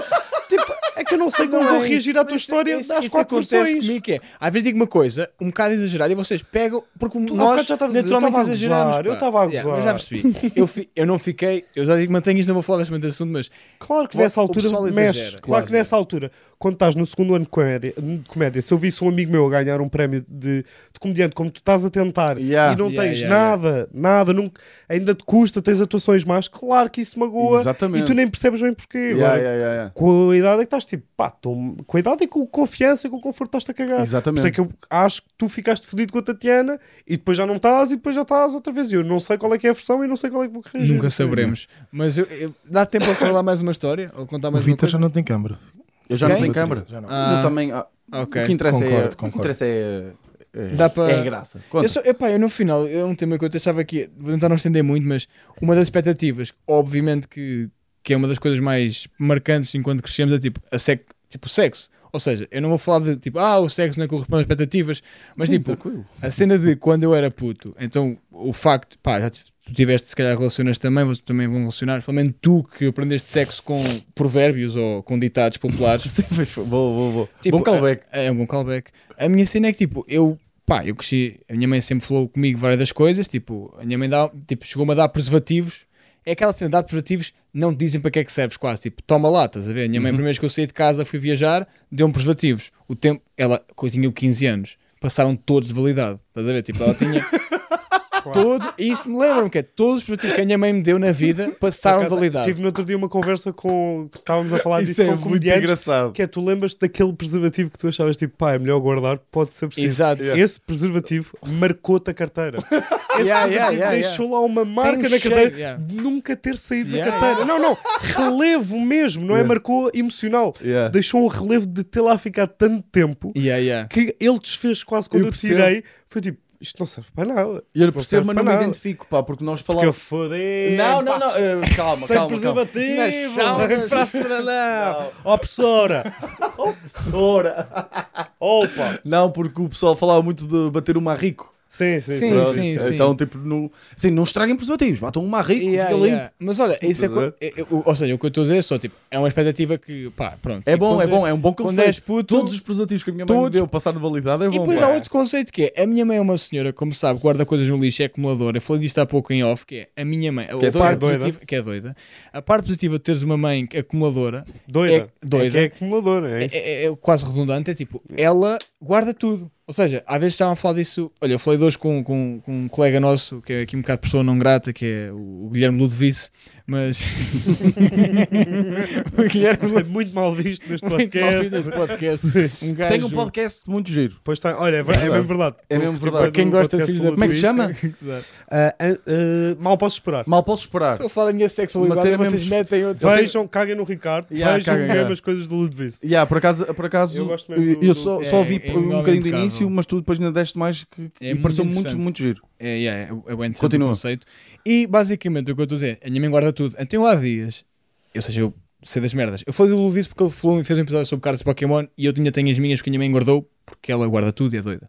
[SPEAKER 4] tipo, é que eu não sei como vou reagir à tua história
[SPEAKER 3] é Isso-
[SPEAKER 4] das
[SPEAKER 3] isso
[SPEAKER 4] quatro
[SPEAKER 3] acontece
[SPEAKER 4] versões.
[SPEAKER 3] comigo, que é. Às vezes digo uma coisa, um bocado exagerada, e vocês pegam, porque
[SPEAKER 4] Tu, há
[SPEAKER 3] nós
[SPEAKER 4] bocado já estavas a dizer, eu
[SPEAKER 3] naturalmente
[SPEAKER 4] estava a
[SPEAKER 3] exageramos.
[SPEAKER 4] gozar,
[SPEAKER 3] pá.
[SPEAKER 4] eu estava a
[SPEAKER 3] Yeah,
[SPEAKER 4] gozar.
[SPEAKER 3] mas já percebi. eu, fi- eu não fiquei, eu já digo, mantenho isto, não vou falar deste momento de assunto, mas
[SPEAKER 4] Claro que
[SPEAKER 3] O-
[SPEAKER 4] nessa
[SPEAKER 3] o
[SPEAKER 4] altura
[SPEAKER 3] pessoal
[SPEAKER 4] mexes.
[SPEAKER 3] exagera,
[SPEAKER 4] Claro,
[SPEAKER 3] claro.
[SPEAKER 4] que nessa altura, quando estás no segundo ano de comédia, de comédia, se eu visse um amigo meu a ganhar um prémio de, de comediante, como tu estás a tentar
[SPEAKER 1] Yeah.
[SPEAKER 4] e não
[SPEAKER 3] Yeah,
[SPEAKER 4] tens
[SPEAKER 3] yeah,
[SPEAKER 4] nada, nada, nunca, ainda te custa, tens atuações más, claro que isso magoa
[SPEAKER 1] Exatamente.
[SPEAKER 4] e tu nem percebes bem porquê.
[SPEAKER 1] Yeah,
[SPEAKER 4] Agora,
[SPEAKER 1] yeah, yeah, yeah.
[SPEAKER 4] Com a idade é que estás tipo, pá, tô, com a idade e com a confiança e com o conforto estás-te a cagar. Por isso é
[SPEAKER 1] Exatamente.
[SPEAKER 4] que eu acho que tu ficaste fodido com a Tatiana e depois já não estás e depois já estás outra vez. E eu não sei qual é que é a versão e não sei qual é que vou reagir.
[SPEAKER 3] nunca saberemos. Mas eu- eu- dá tempo a falar mais uma história? Ou contar
[SPEAKER 2] O
[SPEAKER 3] mais uma
[SPEAKER 2] Vitor já
[SPEAKER 3] coisa?
[SPEAKER 2] não tem câmara.
[SPEAKER 1] Eu já não
[SPEAKER 3] Quem?
[SPEAKER 1] tenho câmara.
[SPEAKER 2] Já não.
[SPEAKER 1] Mas eu
[SPEAKER 3] Ah,
[SPEAKER 1] também. ah, O que
[SPEAKER 3] Ok. Ah,
[SPEAKER 1] interessa é.
[SPEAKER 2] Concordo,
[SPEAKER 1] O que
[SPEAKER 2] concordo.
[SPEAKER 1] interessa é. é-
[SPEAKER 3] Dá para-
[SPEAKER 1] É a graça. Conta.
[SPEAKER 3] Eu, só, epá, eu no final, é um tema que eu até achava que vou tentar não estender muito, mas uma das expectativas, obviamente que, que é uma das coisas mais marcantes enquanto crescemos, é tipo, a sec, tipo o sexo. Ou seja, eu não vou falar de tipo, ah, o sexo não corresponde às expectativas, mas
[SPEAKER 1] Sim,
[SPEAKER 3] tipo,
[SPEAKER 1] tranquilo.
[SPEAKER 3] a cena de quando eu era puto, então o facto, pá, já tive- tu tiveste, se calhar relacionas também, vocês também vão relacionar, pelo menos tu que aprendeste sexo com provérbios ou com ditados populares,
[SPEAKER 1] Sim, mas foi- Vou, vou, vou.
[SPEAKER 3] Tipo,
[SPEAKER 1] Bom callback.
[SPEAKER 3] é um bom callback. A minha cena é que, tipo, eu, pá, eu cresci, a minha mãe sempre falou comigo várias das coisas, tipo, a minha mãe dá, tipo, chegou-me a dar preservativos. É aquela cena, dá preservativos, não te dizem para que é que serves quase, tipo, toma lá, estás a ver? A minha mãe,
[SPEAKER 1] Uhum.
[SPEAKER 3] a primeira vez que eu saí de casa, fui viajar, deu-me preservativos. O tempo, ela, eu tinha 15 anos, passaram todos de validade, estás a ver? Tipo, ela tinha... Todos, e isso me lembra-me que é todos os preservativos que a minha mãe me deu na vida passaram de
[SPEAKER 4] acaso,
[SPEAKER 3] validade.
[SPEAKER 4] Tive no outro dia uma conversa com. Estávamos a falar
[SPEAKER 1] Isso
[SPEAKER 4] disso
[SPEAKER 1] é
[SPEAKER 4] com
[SPEAKER 1] muito
[SPEAKER 4] comediantes.
[SPEAKER 1] engraçado.
[SPEAKER 4] um Que é, tu lembras-te daquele preservativo que tu achavas tipo, pá, é melhor guardar, pode ser preciso.
[SPEAKER 3] Exato.
[SPEAKER 4] Esse preservativo marcou-te a carteira. Esse
[SPEAKER 3] Yeah,
[SPEAKER 4] preservativo
[SPEAKER 3] yeah, yeah,
[SPEAKER 4] deixou lá uma marca
[SPEAKER 3] um
[SPEAKER 4] na
[SPEAKER 3] cheiro,
[SPEAKER 4] carteira,
[SPEAKER 3] yeah.
[SPEAKER 4] de nunca ter saído
[SPEAKER 3] Yeah,
[SPEAKER 4] da carteira. Não, não, relevo mesmo, não é marcou emocional.
[SPEAKER 1] Yeah.
[SPEAKER 4] Deixou um relevo de ter lá ficado tanto tempo
[SPEAKER 3] Yeah, yeah.
[SPEAKER 4] que ele desfez quase quando
[SPEAKER 1] Eu
[SPEAKER 4] eu,
[SPEAKER 1] percebo.
[SPEAKER 4] tirei. Foi tipo, isto não serve para nada.
[SPEAKER 1] E eu
[SPEAKER 4] Isto
[SPEAKER 1] percebo, mas
[SPEAKER 4] serve
[SPEAKER 1] não me
[SPEAKER 4] para nada.
[SPEAKER 1] identifico, pá, porque nós
[SPEAKER 4] Porque eu
[SPEAKER 1] falamos.
[SPEAKER 4] fodei.
[SPEAKER 1] Não, não, não. eh, Calma,
[SPEAKER 4] Sem
[SPEAKER 1] calma. calma.
[SPEAKER 4] preservativo!
[SPEAKER 3] Nas saunas.
[SPEAKER 4] Para a semana não! Ó, professora! Opa!
[SPEAKER 1] Não, porque o pessoal falava muito de bater o marrico.
[SPEAKER 4] Sim, sim,
[SPEAKER 3] Sim,
[SPEAKER 4] pronto.
[SPEAKER 1] Pronto, Tipo, Então, tipo, não, assim, não estraguem preservativos, batam um marrico,
[SPEAKER 3] Yeah,
[SPEAKER 1] fica limpo.
[SPEAKER 3] yeah. Mas olha, isso é,
[SPEAKER 1] Estás a
[SPEAKER 3] co- é- é- o- ou seja, o que eu estou a dizer é só tipo, é uma expectativa que pá, pronto.
[SPEAKER 1] É
[SPEAKER 3] E
[SPEAKER 1] bom,
[SPEAKER 3] quando-
[SPEAKER 1] é bom, é um bom
[SPEAKER 3] Quando és
[SPEAKER 1] conceito.
[SPEAKER 3] puto,
[SPEAKER 1] Todos os preservativos que a minha mãe me
[SPEAKER 3] todos-
[SPEAKER 1] deu passar de validade é
[SPEAKER 3] e
[SPEAKER 1] bom.
[SPEAKER 3] depois
[SPEAKER 1] pá.
[SPEAKER 3] há outro conceito que é a minha mãe é uma senhora, como sabe, guarda coisas no lixo, é acumuladora. Eu falei disto há pouco em off, que é a minha mãe, a,
[SPEAKER 1] Que é
[SPEAKER 3] parte
[SPEAKER 4] doida.
[SPEAKER 3] positiva, que é doida. A parte positiva de teres uma mãe acumuladora
[SPEAKER 4] Doida.
[SPEAKER 3] É doida.
[SPEAKER 4] É que é acumuladora, é
[SPEAKER 3] é,
[SPEAKER 4] isso.
[SPEAKER 3] é- é quase redundante, é tipo, ela guarda tudo. Ou seja, às vezes estavam a falar disso. Olha, eu falei de hoje com, com, com um colega nosso, que é aqui um bocado pessoa não grata, que é o o Guilherme Ludovice, mas. o Guilherme
[SPEAKER 4] É muito mal visto neste
[SPEAKER 3] podcast.
[SPEAKER 4] podcast.
[SPEAKER 3] podcast. Um gajo...
[SPEAKER 1] Tem um podcast muito giro.
[SPEAKER 4] Pois está, olha, é, ver- é mesmo verdade.
[SPEAKER 1] É mesmo
[SPEAKER 4] Porque
[SPEAKER 1] verdade.
[SPEAKER 4] depois
[SPEAKER 3] Quem
[SPEAKER 4] do
[SPEAKER 3] gosta de
[SPEAKER 4] podcast
[SPEAKER 3] filhos da
[SPEAKER 4] falou
[SPEAKER 1] Como é que se
[SPEAKER 4] disso.
[SPEAKER 1] chama?
[SPEAKER 4] Ah, ah, ah, mal posso esperar.
[SPEAKER 1] Mal posso esperar.
[SPEAKER 3] Estou a falar da minha sexualidade,
[SPEAKER 1] Uma cena
[SPEAKER 3] e vocês
[SPEAKER 1] mesmo-
[SPEAKER 3] metem outro.
[SPEAKER 4] Vejam, caguem no Ricardo.
[SPEAKER 1] Yeah,
[SPEAKER 4] vejam
[SPEAKER 1] caguem,
[SPEAKER 4] mesmo
[SPEAKER 1] yeah.
[SPEAKER 4] as coisas do Ludwig.
[SPEAKER 1] Yeah, por acaso, por acaso
[SPEAKER 4] Eu
[SPEAKER 1] eu,
[SPEAKER 4] gosto mesmo do-
[SPEAKER 1] eu
[SPEAKER 4] do-
[SPEAKER 1] só,
[SPEAKER 3] é-
[SPEAKER 1] só vi
[SPEAKER 3] é
[SPEAKER 1] um
[SPEAKER 3] um
[SPEAKER 1] bocadinho do
[SPEAKER 3] impecável.
[SPEAKER 1] início, mas tu depois ainda deste mais que, que
[SPEAKER 3] É
[SPEAKER 1] e pareceu
[SPEAKER 3] muito
[SPEAKER 1] muito,
[SPEAKER 3] interessante.
[SPEAKER 1] muito giro.
[SPEAKER 3] É, é, é, é bem interessante
[SPEAKER 1] Continua.
[SPEAKER 3] o conceito. E basicamente o que eu estou a dizer, a minha mãe guarda tudo. Então há dias, ou seja, eu sei das merdas. Eu falei do Luís porque ele falou e fez um episódio sobre cartas de Pokémon e eu tinha tenho as minhas que a minha mãe guardou porque ela guarda tudo e é doida.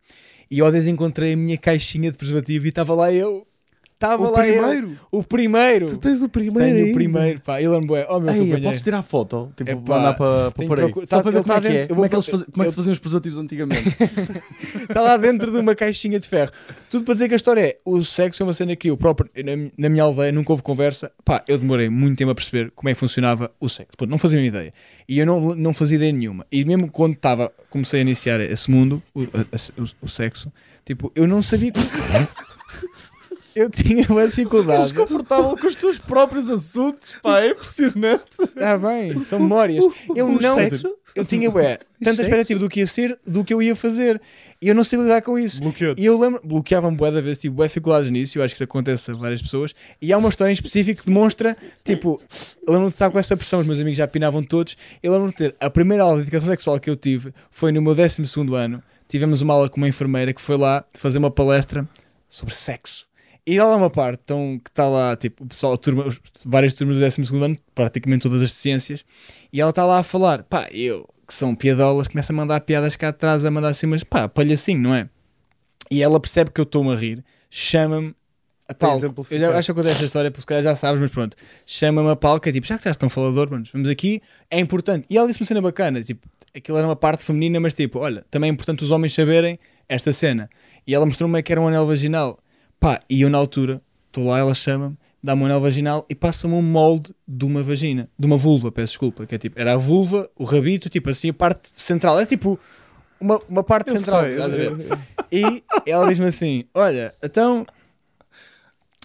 [SPEAKER 3] E eu há dias encontrei a minha caixinha de preservativo e estava lá eu. Estava
[SPEAKER 4] O
[SPEAKER 3] lá ele.
[SPEAKER 4] primeiro?
[SPEAKER 3] O primeiro.
[SPEAKER 4] Tu tens o primeiro
[SPEAKER 3] Tenho
[SPEAKER 4] ainda.
[SPEAKER 3] o primeiro, pá. Ilan Bué. Oh, meu
[SPEAKER 1] Ei,
[SPEAKER 3] companheiro.
[SPEAKER 1] podes tirar foto, tipo,
[SPEAKER 3] Epá,
[SPEAKER 1] mandar para para
[SPEAKER 3] tenho
[SPEAKER 1] por aí.
[SPEAKER 3] procura-
[SPEAKER 1] Só
[SPEAKER 3] tá-
[SPEAKER 1] para ver
[SPEAKER 3] ele
[SPEAKER 1] como
[SPEAKER 3] tá
[SPEAKER 1] é que é,
[SPEAKER 3] dentro- eu
[SPEAKER 1] como é
[SPEAKER 3] vou
[SPEAKER 1] que, eles
[SPEAKER 3] pro-
[SPEAKER 1] faziam- como é que
[SPEAKER 3] eu-
[SPEAKER 1] se faziam os preservativos antigamente.
[SPEAKER 3] Está Tá lá dentro de uma caixinha de ferro. Tudo para dizer que a história é: o sexo é uma cena que eu próprio, na, na minha aldeia, nunca houve conversa. Pá, eu demorei muito tempo a perceber como é que funcionava o sexo. Pô, não fazia uma ideia. E eu não, não fazia ideia nenhuma. E mesmo quando estava, comecei a iniciar esse mundo, o, a- o- o sexo, tipo, eu não sabia. como- eu tinha uma dificuldade.
[SPEAKER 5] desconfortável com os teus próprios assuntos, pá, é impressionante.
[SPEAKER 3] Está Tá bem, são memórias. Eu
[SPEAKER 4] o
[SPEAKER 3] não.
[SPEAKER 4] sexo?
[SPEAKER 3] Eu tinha, ué, tanta
[SPEAKER 4] Sexo?
[SPEAKER 3] expectativa do que ia ser, do que eu ia fazer. E eu não sabia lidar com isso.
[SPEAKER 4] Bloqueou-te.
[SPEAKER 3] E eu lembro, bloqueavam-me bué da vez, tive bué dificuldades nisso, eu acho que isso acontece a várias pessoas, e há uma história em específico que demonstra, tipo, eu lembro-me de estar com essa pressão, os meus amigos já pinavam todos, eu lembro-me de ter, a primeira aula de educação sexual que eu tive foi no meu 12 ano, tivemos uma aula com uma enfermeira que foi lá fazer uma palestra sobre sexo. E há lá uma parte então, que está lá, tipo, o pessoal, a turma, os- várias turmas do 12 ano, praticamente todas as de ciências, e ela está lá a falar, pá, eu, que são piadolas, começa a mandar piadas cá atrás, a mandar assim, mas pá, palhacinho, não é? E ela percebe que eu estou-me a rir, chama-me a
[SPEAKER 4] Para
[SPEAKER 3] palco. Eu
[SPEAKER 4] exemplificar.
[SPEAKER 3] já, acho que eu contei esta história, porque se calhar já sabes, mas pronto. Chama-me a palco, é tipo, já que já estão falador, mano, vamos aqui, é importante. E ela disse uma cena bacana, tipo, aquilo era uma parte feminina, mas tipo, olha, também é importante os homens saberem esta cena. E ela mostrou-me que era um anel vaginal. Pá, e eu na altura, estou lá, ela chama-me, dá-me um anel vaginal e passa-me um molde de uma vagina, de uma vulva, peço desculpa, que é tipo, era a vulva, o rabito, tipo assim, a parte central, é tipo uma, uma parte central. estás a ver? E ela diz-me assim: Olha, então.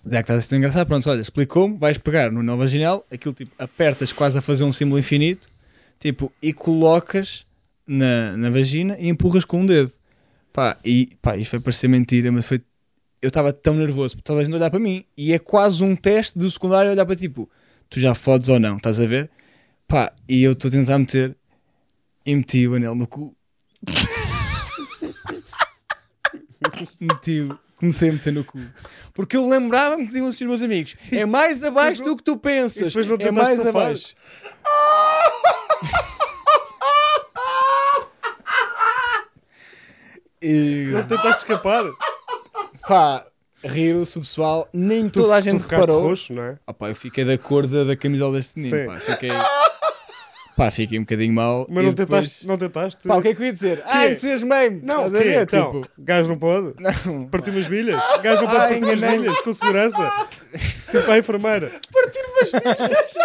[SPEAKER 3] Já que estás a ser engraçado, pronto, olha, explicou-me, vais pegar no anel vaginal, aquilo tipo, apertas quase a fazer um símbolo infinito, tipo, e colocas na, na vagina e empurras com um dedo. Pá, e pá, isto foi parecer mentira, mas foi. Eu estava tão nervoso, porque toda a gente a olhar para mim, e é quase um teste do secundário olhar para tipo, tu já fodes ou não, estás a ver? Pá, e eu estou a tentar meter, e meti o anel no cu. meti comecei a meter no cu. Porque eu lembrava-me que diziam assim os meus amigos: é mais abaixo do que tu pensas.
[SPEAKER 4] e depois não
[SPEAKER 3] é
[SPEAKER 4] tentaste
[SPEAKER 3] mais
[SPEAKER 4] safar.
[SPEAKER 3] abaixo. E
[SPEAKER 4] Não tentaste escapar.
[SPEAKER 3] pá, riram-se o pessoal, nem toda a gente
[SPEAKER 4] tu ficaste
[SPEAKER 3] reparou.
[SPEAKER 4] roxo, não é?
[SPEAKER 3] Ah, pá, eu fiquei da cor da, da camisola deste menino,
[SPEAKER 4] Sim.
[SPEAKER 3] pá, fiquei. Pá, fiquei um bocadinho mal.
[SPEAKER 4] Mas
[SPEAKER 3] e
[SPEAKER 4] não
[SPEAKER 3] depois-
[SPEAKER 4] tentaste. Não tentaste.
[SPEAKER 3] Pá, o que é que eu ia dizer? Ah, entusiasmei-me!
[SPEAKER 4] Não,
[SPEAKER 3] Estás a ver?
[SPEAKER 4] então,
[SPEAKER 3] Tipo,
[SPEAKER 4] gajo não pode? Partiu umas bilhas? Gajo não pode
[SPEAKER 3] Ai,
[SPEAKER 4] partir umas
[SPEAKER 3] enganei-me.
[SPEAKER 4] bilhas com segurança? Sim, para a enfermeira. Partir umas bilhas?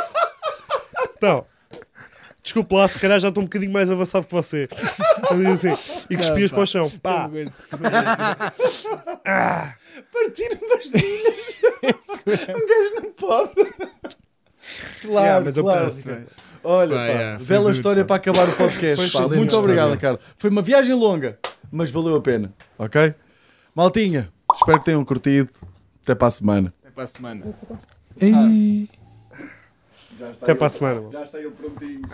[SPEAKER 4] Então, desculpe lá, se calhar já estou um bocadinho mais avançado que você. Eu digo assim, e cuspias
[SPEAKER 3] pá.
[SPEAKER 4] para o chão. Pá,
[SPEAKER 3] uma coisa que se faz.
[SPEAKER 1] Um Claro,
[SPEAKER 4] yeah, mas eu penso,
[SPEAKER 1] claro.
[SPEAKER 4] bem.
[SPEAKER 1] Olha,
[SPEAKER 3] Pá,
[SPEAKER 1] pá,
[SPEAKER 3] yeah, foi
[SPEAKER 1] bela
[SPEAKER 3] duro,
[SPEAKER 1] história para acabar o podcast. pá.
[SPEAKER 4] sim,
[SPEAKER 1] Muito
[SPEAKER 4] senhor.
[SPEAKER 1] obrigado, cara. Foi uma viagem longa, mas valeu a pena. Ok? Maltinha, espero que tenham curtido. Até para a semana.
[SPEAKER 3] Até para a É semana.
[SPEAKER 2] Ei.
[SPEAKER 4] até para a semana. mano.
[SPEAKER 1] Já está ele prontinho.